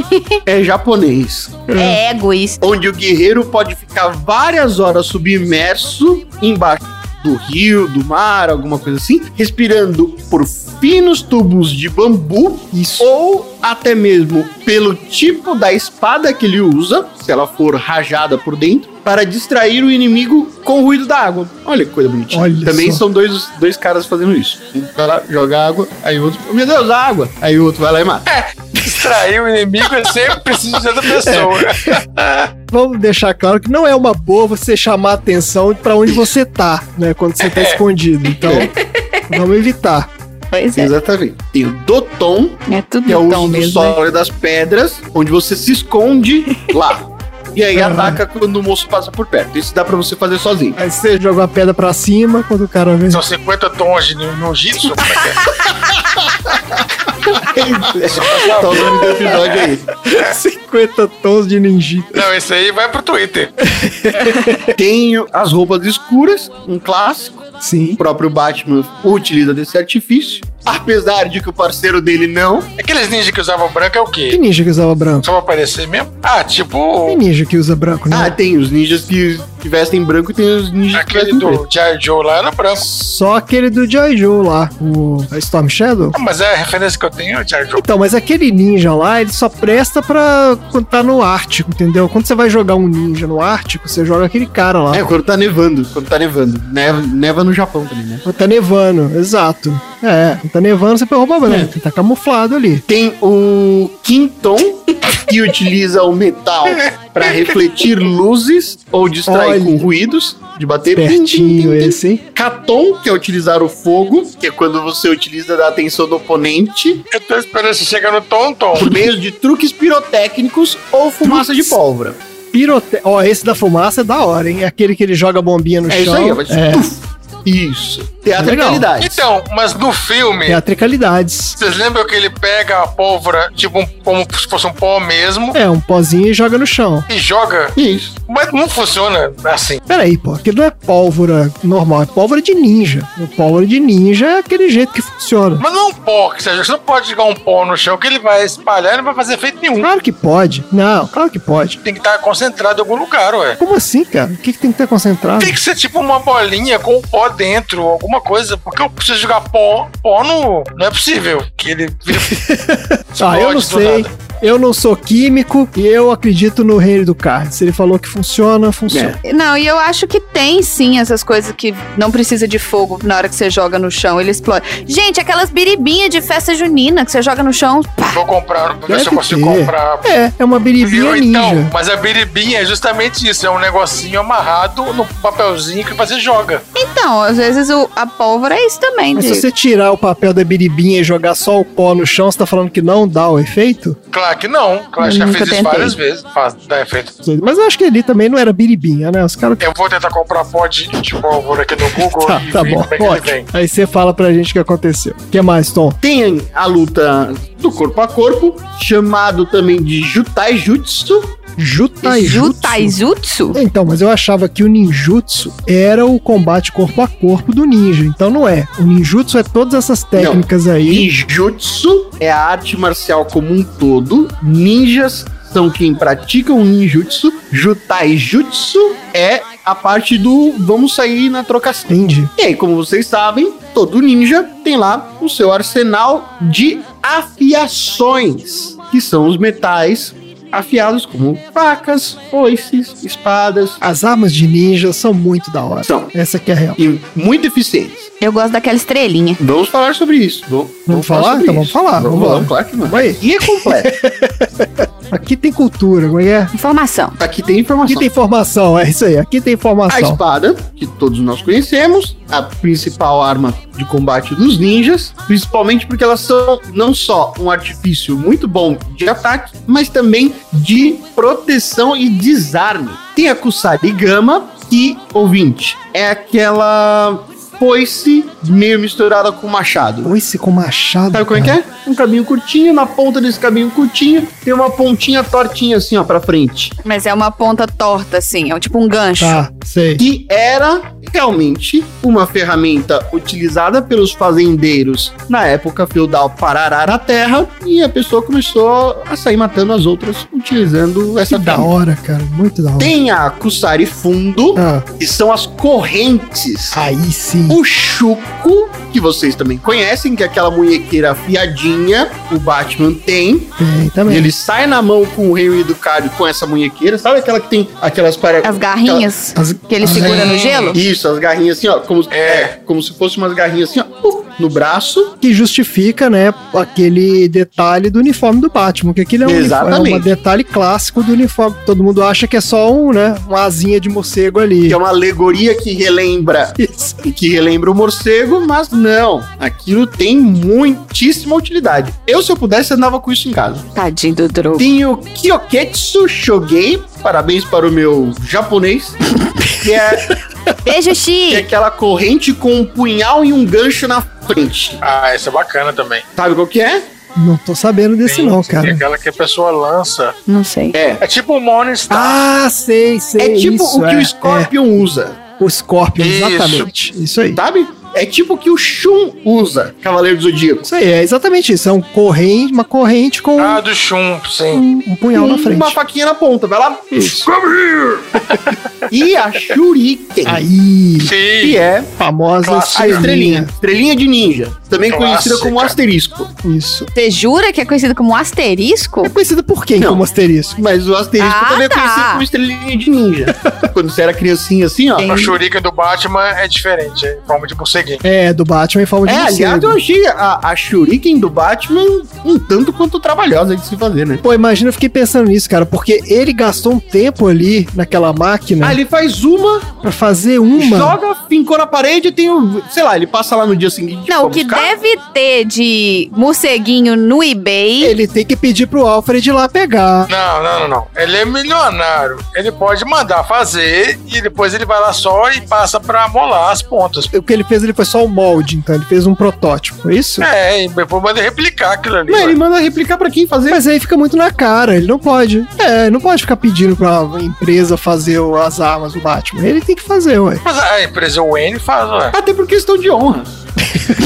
Speaker 4: é japonês.
Speaker 8: É ego isso.
Speaker 4: Onde o guerreiro pode ficar várias horas submerso embaixo do rio, do mar, alguma coisa assim, respirando por finos tubos de bambu
Speaker 5: Isso.
Speaker 4: ou até mesmo pelo tipo da espada que ele usa, se ela for rajada por dentro, para distrair o inimigo com o ruído da água. Olha que coisa bonitinha.
Speaker 5: Olha
Speaker 4: Também
Speaker 5: só.
Speaker 4: são dois, dois caras fazendo isso. Um cara joga água, aí o outro, meu Deus, a água. Aí o outro vai lá e mata.
Speaker 2: distrair o inimigo, eu sempre preciso de outra pessoa.
Speaker 5: Vamos deixar claro que não é uma boa você chamar a atenção pra onde você tá, né? Quando você tá
Speaker 4: É.
Speaker 5: escondido. Então, vamos evitar.
Speaker 8: Pois é.
Speaker 4: Exatamente. Tem o Doton,
Speaker 8: É tudo
Speaker 4: que é o
Speaker 8: então
Speaker 4: uso do
Speaker 8: mesmo. né?
Speaker 4: solo das pedras, onde você se esconde lá. E aí
Speaker 5: Aham.
Speaker 4: ataca quando o moço passa por perto. Isso dá pra você fazer sozinho.
Speaker 5: Aí você joga uma pedra pra cima, quando o cara vê.
Speaker 2: São 50 tons de nojitsu.
Speaker 4: Então o nome do episódio é esse.
Speaker 5: 50 tons de ninjita.
Speaker 2: Não, esse aí vai pro Twitter.
Speaker 4: Tenho as roupas escuras, um clássico. O
Speaker 5: Sim.
Speaker 4: próprio Batman utiliza desse artifício. Apesar de que o parceiro dele não.
Speaker 8: Hum.
Speaker 2: Aqueles ninjas que usavam branco é o
Speaker 5: Que
Speaker 2: quê?
Speaker 5: ninja que usava branco?
Speaker 2: Só pra aparecer mesmo? Ah,
Speaker 5: Que
Speaker 2: tipo
Speaker 5: ninja que usa branco, né?
Speaker 4: Ah, tem os ninjas que, que vestem branco e tem os ninjas que
Speaker 2: aquele
Speaker 4: vestem preto.
Speaker 2: do G.I. Joe lá era branco.
Speaker 5: Só aquele do G.I. Joe lá, o a Storm Shadow.
Speaker 2: Ah, Mas é a referência que eu tenho, é o G.I. Joe.
Speaker 5: Então, mas aquele ninja lá, ele só presta pra quando tá no Ártico, entendeu? Quando você vai jogar um ninja no Ártico, você joga aquele cara lá.
Speaker 4: É, quando tá nevando, quando tá nevando. Neva, neva no Japão também, né?
Speaker 5: Quando tá nevando, exato. É, quando tá nevando, você põe roupa branca, tá camuflado ali.
Speaker 4: Tem o Quinton, que utiliza o metal pra refletir luzes ou distrair
Speaker 5: Olha.
Speaker 4: com ruídos de bater.
Speaker 5: Espertinho esse, hein?
Speaker 4: Caton, que é utilizar o fogo, que é quando você utiliza da atenção do oponente,
Speaker 2: Eu tô esperando você chegar no Tonton.
Speaker 4: por meio de truques pirotécnicos ou fumaça de pólvora.
Speaker 5: Pirote... Ó, esse da fumaça é da hora, hein? É aquele que ele joga a bombinha no
Speaker 4: é isso
Speaker 5: chão.
Speaker 4: aí, vai
Speaker 5: é,
Speaker 4: tuf. Isso. Teatralidade.
Speaker 2: Então, mas É no filme,
Speaker 5: teatricalidades.
Speaker 2: vocês lembram que ele pega a pólvora, tipo, um- como se fosse um pó mesmo,
Speaker 5: É, um pozinho e joga no chão.
Speaker 2: e joga?
Speaker 4: Isso.
Speaker 2: Mas não funciona assim.
Speaker 5: Peraí, pô, aquilo não é pólvora normal, é pólvora de ninja. O pólvora de ninja é aquele jeito que funciona.
Speaker 2: Mas não um pó que seja. Você não pode jogar um pó no chão que ele vai espalhar e não vai fazer efeito nenhum.
Speaker 5: Claro que pode. Não, claro que pode.
Speaker 2: Tem que estar concentrado em algum lugar, ué.
Speaker 5: Como assim, cara? O que, que tem que ter concentrado?
Speaker 2: Tem que ser tipo uma bolinha com pó dentro, alguma coisa. Porque eu preciso jogar pó. Pó no. Não é possível. Que ele vira.
Speaker 5: Ah, eu não
Speaker 2: explode do
Speaker 5: sei.
Speaker 2: nada.
Speaker 5: Eu não sou químico e eu acredito no reino do card. Se ele falou que funciona, funciona.
Speaker 3: né? Não, e eu acho que tem sim essas coisas que não precisa de fogo na hora que você joga no chão, ele explode. Gente, aquelas biribinhas de festa junina que você joga no chão, pá,
Speaker 2: Vou comprar. Vou ver se eu
Speaker 5: Deve
Speaker 2: consigo
Speaker 5: ter.
Speaker 2: comprar.
Speaker 5: É, é uma
Speaker 2: Viu?
Speaker 5: biribinha
Speaker 2: Então,
Speaker 5: ninja.
Speaker 2: mas a biribinha é justamente isso, é um negocinho amarrado no papelzinho que você joga.
Speaker 3: Então, às vezes o- a pólvora é isso também.
Speaker 5: Mas
Speaker 3: De...
Speaker 5: se você tirar o papel da biribinha e jogar só o pó no chão, você tá falando que não dá o efeito?
Speaker 2: Claro que não, claro que
Speaker 3: Eu
Speaker 2: já
Speaker 3: nunca
Speaker 2: fiz isso
Speaker 3: tentei.
Speaker 2: várias vezes, faz, dá efeito.
Speaker 5: Mas eu acho que ali também não era biribinha, né? Os caras.
Speaker 2: Eu vou tentar comprar pó de, de pólvora aqui no um Google
Speaker 5: Tá,
Speaker 2: e
Speaker 5: tá
Speaker 2: ver
Speaker 5: bom.
Speaker 2: como é que ele vem.
Speaker 5: Ótimo. Aí você fala pra gente o que aconteceu. O que mais, Tom?
Speaker 4: Tem a luta do corpo a corpo, chamado também de Jutai Jutsu.
Speaker 5: Jutaijutsu.
Speaker 3: Jutaijutsu?
Speaker 5: Então, mas eu achava que o ninjutsu era o combate corpo a corpo do ninja. Então não é. O ninjutsu é todas essas técnicas aí.
Speaker 4: Ninjutsu é a arte marcial como um todo. Ninjas são quem praticam ninjutsu. Jutai Jutsu é a parte do vamos sair na trocação.
Speaker 5: Entende?
Speaker 4: E aí, como vocês sabem, todo ninja tem lá o seu arsenal de afiações, que são os metais afiados como facas, foices, espadas.
Speaker 5: As armas de ninja são muito da hora.
Speaker 4: São.
Speaker 5: Essa que é a real.
Speaker 4: E muito eficientes.
Speaker 8: Eu gosto daquela estrelinha.
Speaker 4: Vamos falar sobre isso. Vamos,
Speaker 5: falar?
Speaker 4: sobre
Speaker 5: Então vamos falar,
Speaker 4: Vamos,
Speaker 5: vambora.
Speaker 4: vamos, claro que vamos.
Speaker 5: Vamos aí.
Speaker 4: E é completo.
Speaker 5: Aqui tem cultura, como é? que é?
Speaker 8: Informação.
Speaker 4: Aqui tem informação.
Speaker 5: Aqui tem informação, é isso aí. Aqui tem
Speaker 4: A
Speaker 5: informação.
Speaker 4: espada, que todos nós conhecemos, a principal arma de combate dos ninjas, principalmente porque elas são não só um artifício muito bom de ataque, mas também de proteção e desarme. Tem a Kusarigama, que, ouvinte, é aquela foice meio misturada com machado.
Speaker 5: Foice com machado.
Speaker 4: Sabe como é que
Speaker 5: cara.
Speaker 4: é? Um caminho curtinho, na ponta desse caminho curtinho, tem uma pontinha tortinha assim, ó, pra frente.
Speaker 3: Mas é uma ponta torta, assim, é um- tipo um gancho.
Speaker 5: Tá, sei.
Speaker 4: que era realmente uma ferramenta utilizada pelos fazendeiros na época feudal para arar a terra e a pessoa começou a sair matando as outras utilizando
Speaker 5: Que
Speaker 4: essa
Speaker 5: é da
Speaker 4: ferramenta.
Speaker 5: hora, cara. Muito da hora.
Speaker 4: Tem a Kusari Fundo,
Speaker 5: Ah,
Speaker 4: que são as correntes.
Speaker 5: aí sim.
Speaker 4: O Chuco, que vocês também conhecem, que é aquela munhequeira afiadinha, o Batman tem.
Speaker 5: Tem
Speaker 4: E
Speaker 5: também.
Speaker 4: ele sai na mão com o Henry do Cardio com essa munhequeira. Sabe aquela que tem aquelas para...
Speaker 3: As garrinhas
Speaker 5: As-
Speaker 4: Tá.
Speaker 3: que ele segura no gelo?
Speaker 4: Isso, as garrinhas assim, ó. Como, é. como se fossem umas garrinhas assim, ó. Pum, no braço.
Speaker 5: que justifica, né, aquele detalhe do uniforme do Batman, que aquilo é um, uniforme, é um
Speaker 4: Exatamente.
Speaker 5: detalhe clássico do uniforme. Todo mundo acha que é só um, né, uma asinha de morcego ali.
Speaker 4: Que é uma alegoria que relembra
Speaker 5: Isso.
Speaker 4: e que relembra o morcego, mas não. Aquilo tem muitíssima utilidade. Eu, se eu pudesse, andava com isso em casa.
Speaker 8: Tadinho do Drogo.
Speaker 4: Tenho Kyoketsu Shogun. Parabéns para o meu japonês. que, é,
Speaker 8: Beijo,
Speaker 4: que é
Speaker 8: Chi.
Speaker 4: aquela corrente com um punhal e um gancho na frente.
Speaker 2: Ah, isso é bacana também.
Speaker 4: Sabe qual que é?
Speaker 5: Não tô sabendo desse não,
Speaker 2: É
Speaker 5: cara.
Speaker 2: aquela que a pessoa lança.
Speaker 8: Não sei.
Speaker 4: É.
Speaker 2: É tipo o Morningstar.
Speaker 5: Ah, sei, sei.
Speaker 4: É tipo
Speaker 5: isso,
Speaker 4: o que
Speaker 5: é,
Speaker 4: o Scorpion usa,
Speaker 5: é. o Scorpion,
Speaker 2: Isso.
Speaker 5: exatamente. Isso aí.
Speaker 4: sabe? É tipo o que o Shun usa, Cavaleiro do Zodíaco.
Speaker 5: Isso aí, é exatamente isso. É um corrente, uma corrente com
Speaker 2: Ah, do Chum, sim.
Speaker 5: um punhal na
Speaker 4: Uma
Speaker 5: frente.
Speaker 4: faquinha na ponta, vai lá.
Speaker 5: Isso.
Speaker 4: E a Shuriken,
Speaker 5: Aí,
Speaker 4: que
Speaker 2: Sim.
Speaker 4: é
Speaker 5: famosa
Speaker 2: Clássica.
Speaker 4: a estrelinha. Estrelinha de ninja, também conhecida como
Speaker 2: Clássica.
Speaker 4: asterisco.
Speaker 5: Isso.
Speaker 8: Você jura que é conhecido como asterisco?
Speaker 5: É conhecida por quem
Speaker 4: Não.
Speaker 5: como asterisco?
Speaker 4: Mas o asterisco
Speaker 8: Ah,
Speaker 4: também é
Speaker 8: tá.
Speaker 4: conhecido como estrelinha de ninja. Quando você era criancinha assim, ó.
Speaker 5: um
Speaker 2: A Shuriken do Batman é diferente, é em forma de morceguinho.
Speaker 5: É, do Batman em forma de
Speaker 4: É, aliás,
Speaker 5: morcego.
Speaker 4: eu achei a, a Shuriken do Batman um tanto quanto trabalhosa de se fazer, né?
Speaker 5: Pô, imagina, eu fiquei pensando nisso, cara, porque ele gastou um tempo ali naquela máquina
Speaker 4: Ah, ele faz uma,
Speaker 5: pra fazer É. uma.
Speaker 4: joga, fincou na parede e tem um. Sei lá, ele passa lá no dia seguinte. tipo,
Speaker 8: Não,
Speaker 4: pra
Speaker 8: o que
Speaker 4: buscar.
Speaker 8: deve ter de morceguinho no eBay.
Speaker 5: Ele tem que pedir pro Alfred ir lá pegar.
Speaker 2: Não, não, não, não. Ele é milionário. Ele pode mandar fazer e depois ele vai lá só e passa pra molar as pontas.
Speaker 5: O que ele fez, ele foi só o molde, então. Ele fez um protótipo, é isso?
Speaker 2: É, e depois manda replicar aquilo ali.
Speaker 4: Não, ele
Speaker 2: ué.
Speaker 4: manda replicar pra quem fazer.
Speaker 5: Mas aí fica muito na cara, ele não pode. É, ele não pode ficar pedindo pra empresa fazer o- as armas do Batman. Ele tem que fazer, ué.
Speaker 2: Mas a empresa Wayne faz, ué.
Speaker 4: Até por questão de honra.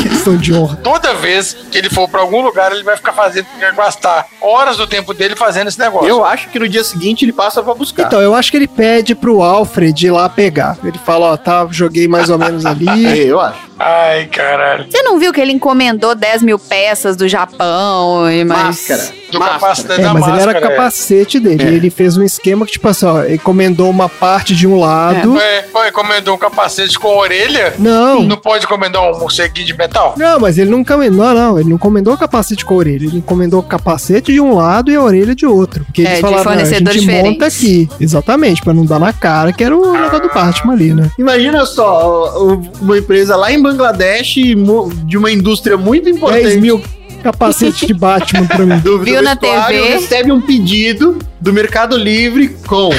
Speaker 5: Questão de honra.
Speaker 2: Toda vez que ele for pra algum lugar, ele vai ficar fazendo, vai gastar horas do tempo dele fazendo esse negócio.
Speaker 4: Eu acho que no dia seguinte ele passa pra buscar.
Speaker 5: Então, eu acho que ele pede pro Alfred ir lá pegar. Ele fala, ó, tá, joguei mais ou menos ali.
Speaker 4: É, eu acho.
Speaker 2: Ai, caralho.
Speaker 8: Você não viu que ele encomendou 10 mil peças do Japão? e Mas...
Speaker 4: Máscara.
Speaker 2: Do
Speaker 4: Máscara.
Speaker 2: capacete
Speaker 5: É,
Speaker 2: da
Speaker 5: mas ele
Speaker 2: máscara.
Speaker 5: era capacete dele.
Speaker 4: É.
Speaker 5: Ele fez um esquema que, tipo assim, ó, encomendou uma parte de um lado.
Speaker 2: é. Foi, foi, encomendou um capacete com orelha?
Speaker 5: Não.
Speaker 2: Não pode encomendar um morceguinho de metal?
Speaker 5: Não, mas ele não encomendou, não, não, ele não encomendou o capacete com a orelha, ele encomendou o capacete de um lado e a orelha de outro. Porque
Speaker 8: É,
Speaker 5: eles
Speaker 8: de
Speaker 5: falaram, "Não, a gente
Speaker 8: fornecedores
Speaker 5: monta aqui. Exatamente, pra não dar na cara que era o negócio do Batman ali, né?
Speaker 4: Imagina só, ó, uma empresa lá em Bangladesh, mo- de uma indústria muito
Speaker 5: 10
Speaker 4: importante.
Speaker 5: mil capacete de Batman pra mim.
Speaker 4: do, do
Speaker 8: Viu na
Speaker 4: vestuário,
Speaker 8: TV?
Speaker 4: recebe um pedido do Mercado Livre com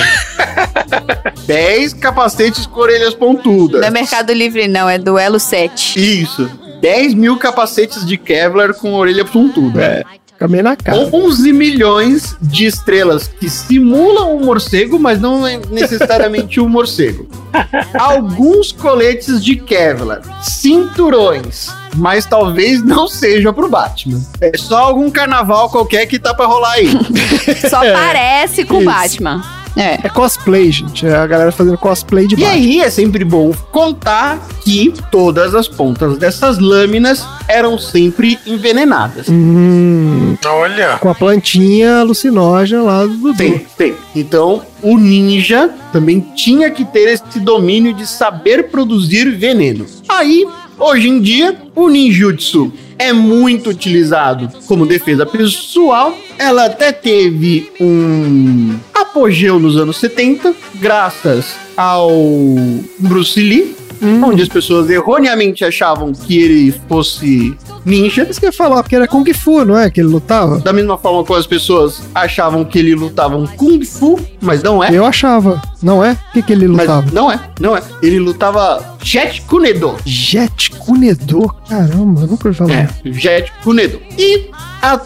Speaker 4: 10 capacetes com
Speaker 8: Não
Speaker 4: orelhas
Speaker 8: é
Speaker 4: pontudas.
Speaker 8: Mercado Livre, não, é Duelo 7.
Speaker 4: Isso. 10 mil capacetes de Kevlar com orelha pontuda.
Speaker 5: É, fica meio na cara.
Speaker 4: 11 milhões de estrelas que simulam um morcego, mas não é necessariamente um morcego. Alguns coletes de Kevlar, cinturões, mas talvez não seja pro Batman. É só algum carnaval qualquer que tá pra rolar aí.
Speaker 8: Só parece com o
Speaker 5: Isso.
Speaker 8: Batman. É.
Speaker 5: É cosplay, gente. É a galera fazendo cosplay de
Speaker 4: E
Speaker 5: Batman.
Speaker 4: aí é sempre bom contar que todas as pontas dessas lâminas eram sempre envenenadas.
Speaker 5: Hum,
Speaker 2: Olha.
Speaker 5: com a plantinha alucinógena lá do
Speaker 4: Tem, tem. Então, o ninja também tinha que ter esse domínio de saber produzir veneno. Aí, hoje em dia, o ninjutsu é muito utilizado como defesa pessoal. Ela até teve um apogeu nos anos 70, graças ao Bruce Lee. Onde as pessoas erroneamente achavam que ele fosse ninja.
Speaker 5: Isso que eu ia falar, porque era Kung Fu, não é? Que ele lutava?
Speaker 4: Da mesma forma como as pessoas achavam que ele lutava um Kung Fu, mas não é.
Speaker 5: Eu achava. Não é? O que, que ele
Speaker 4: Mas
Speaker 5: lutava?
Speaker 4: não é, não é. Ele lutava Jet Kunedo. É,
Speaker 5: Jet Cunedor? Caramba, eu nunca ouvi falar.
Speaker 4: Jet Kunedo. E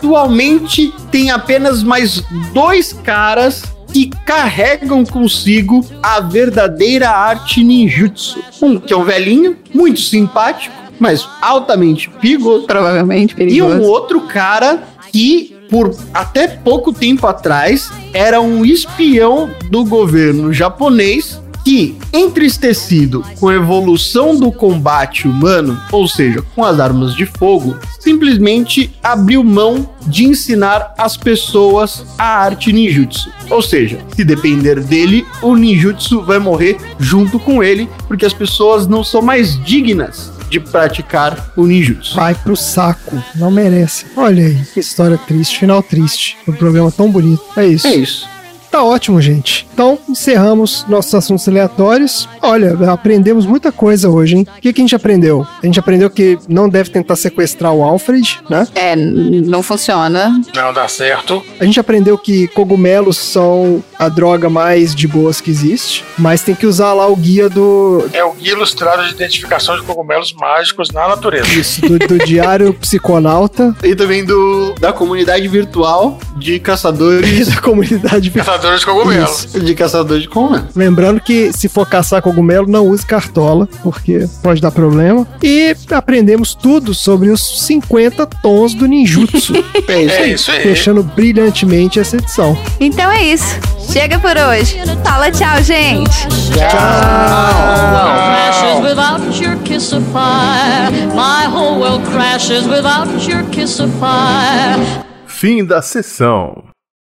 Speaker 4: atualmente tem apenas mais dois caras que carregam consigo a verdadeira arte ninjutsu. Um que é um velhinho, muito simpático, mas altamente perigoso.
Speaker 8: Provavelmente
Speaker 4: E um
Speaker 8: perigoso.
Speaker 4: outro cara que, por até pouco tempo atrás, era um espião do governo japonês que, entristecido com a evolução do combate humano, ou seja, com as armas de fogo, simplesmente abriu mão de ensinar as pessoas a arte ninjutsu. Ou seja, se depender dele, o ninjutsu vai morrer junto com ele, porque as pessoas não são mais dignas de praticar o ninjutsu.
Speaker 5: Vai pro saco. Não merece. Olha aí, que história triste, final triste. Um programa tão bonito. É isso.
Speaker 4: É isso.
Speaker 5: Tá ótimo, gente. Então, encerramos nossos assuntos aleatórios. Olha, aprendemos muita coisa hoje, hein? O que, que a gente aprendeu? A gente aprendeu que não deve tentar sequestrar o Alfred, né?
Speaker 3: É, n- não funciona.
Speaker 2: Não dá certo.
Speaker 5: A gente aprendeu que cogumelos são a droga mais de boas que existe, mas tem que usar lá o guia do,
Speaker 2: É o guia ilustrado de identificação de cogumelos mágicos na natureza.
Speaker 5: isso, do, do diário psiconauta
Speaker 4: E também do, da comunidade virtual de caçadores.
Speaker 5: da comunidade
Speaker 2: Caçadores de cogumelos.
Speaker 4: de caçadores né? de comando.
Speaker 5: Lembrando que se for caçar cogumelo, não use cartola, porque pode dar problema. E aprendemos tudo sobre os 50 tons do ninjutsu,
Speaker 4: É isso
Speaker 2: É
Speaker 4: aí.
Speaker 2: isso aí.
Speaker 5: fechando brilhantemente essa edição.
Speaker 3: Então é isso. Chega por hoje. Fala tchau, gente.
Speaker 9: world crashes without your kiss of fire. My whole world crashes without your kiss of fire.
Speaker 10: Fim da sessão.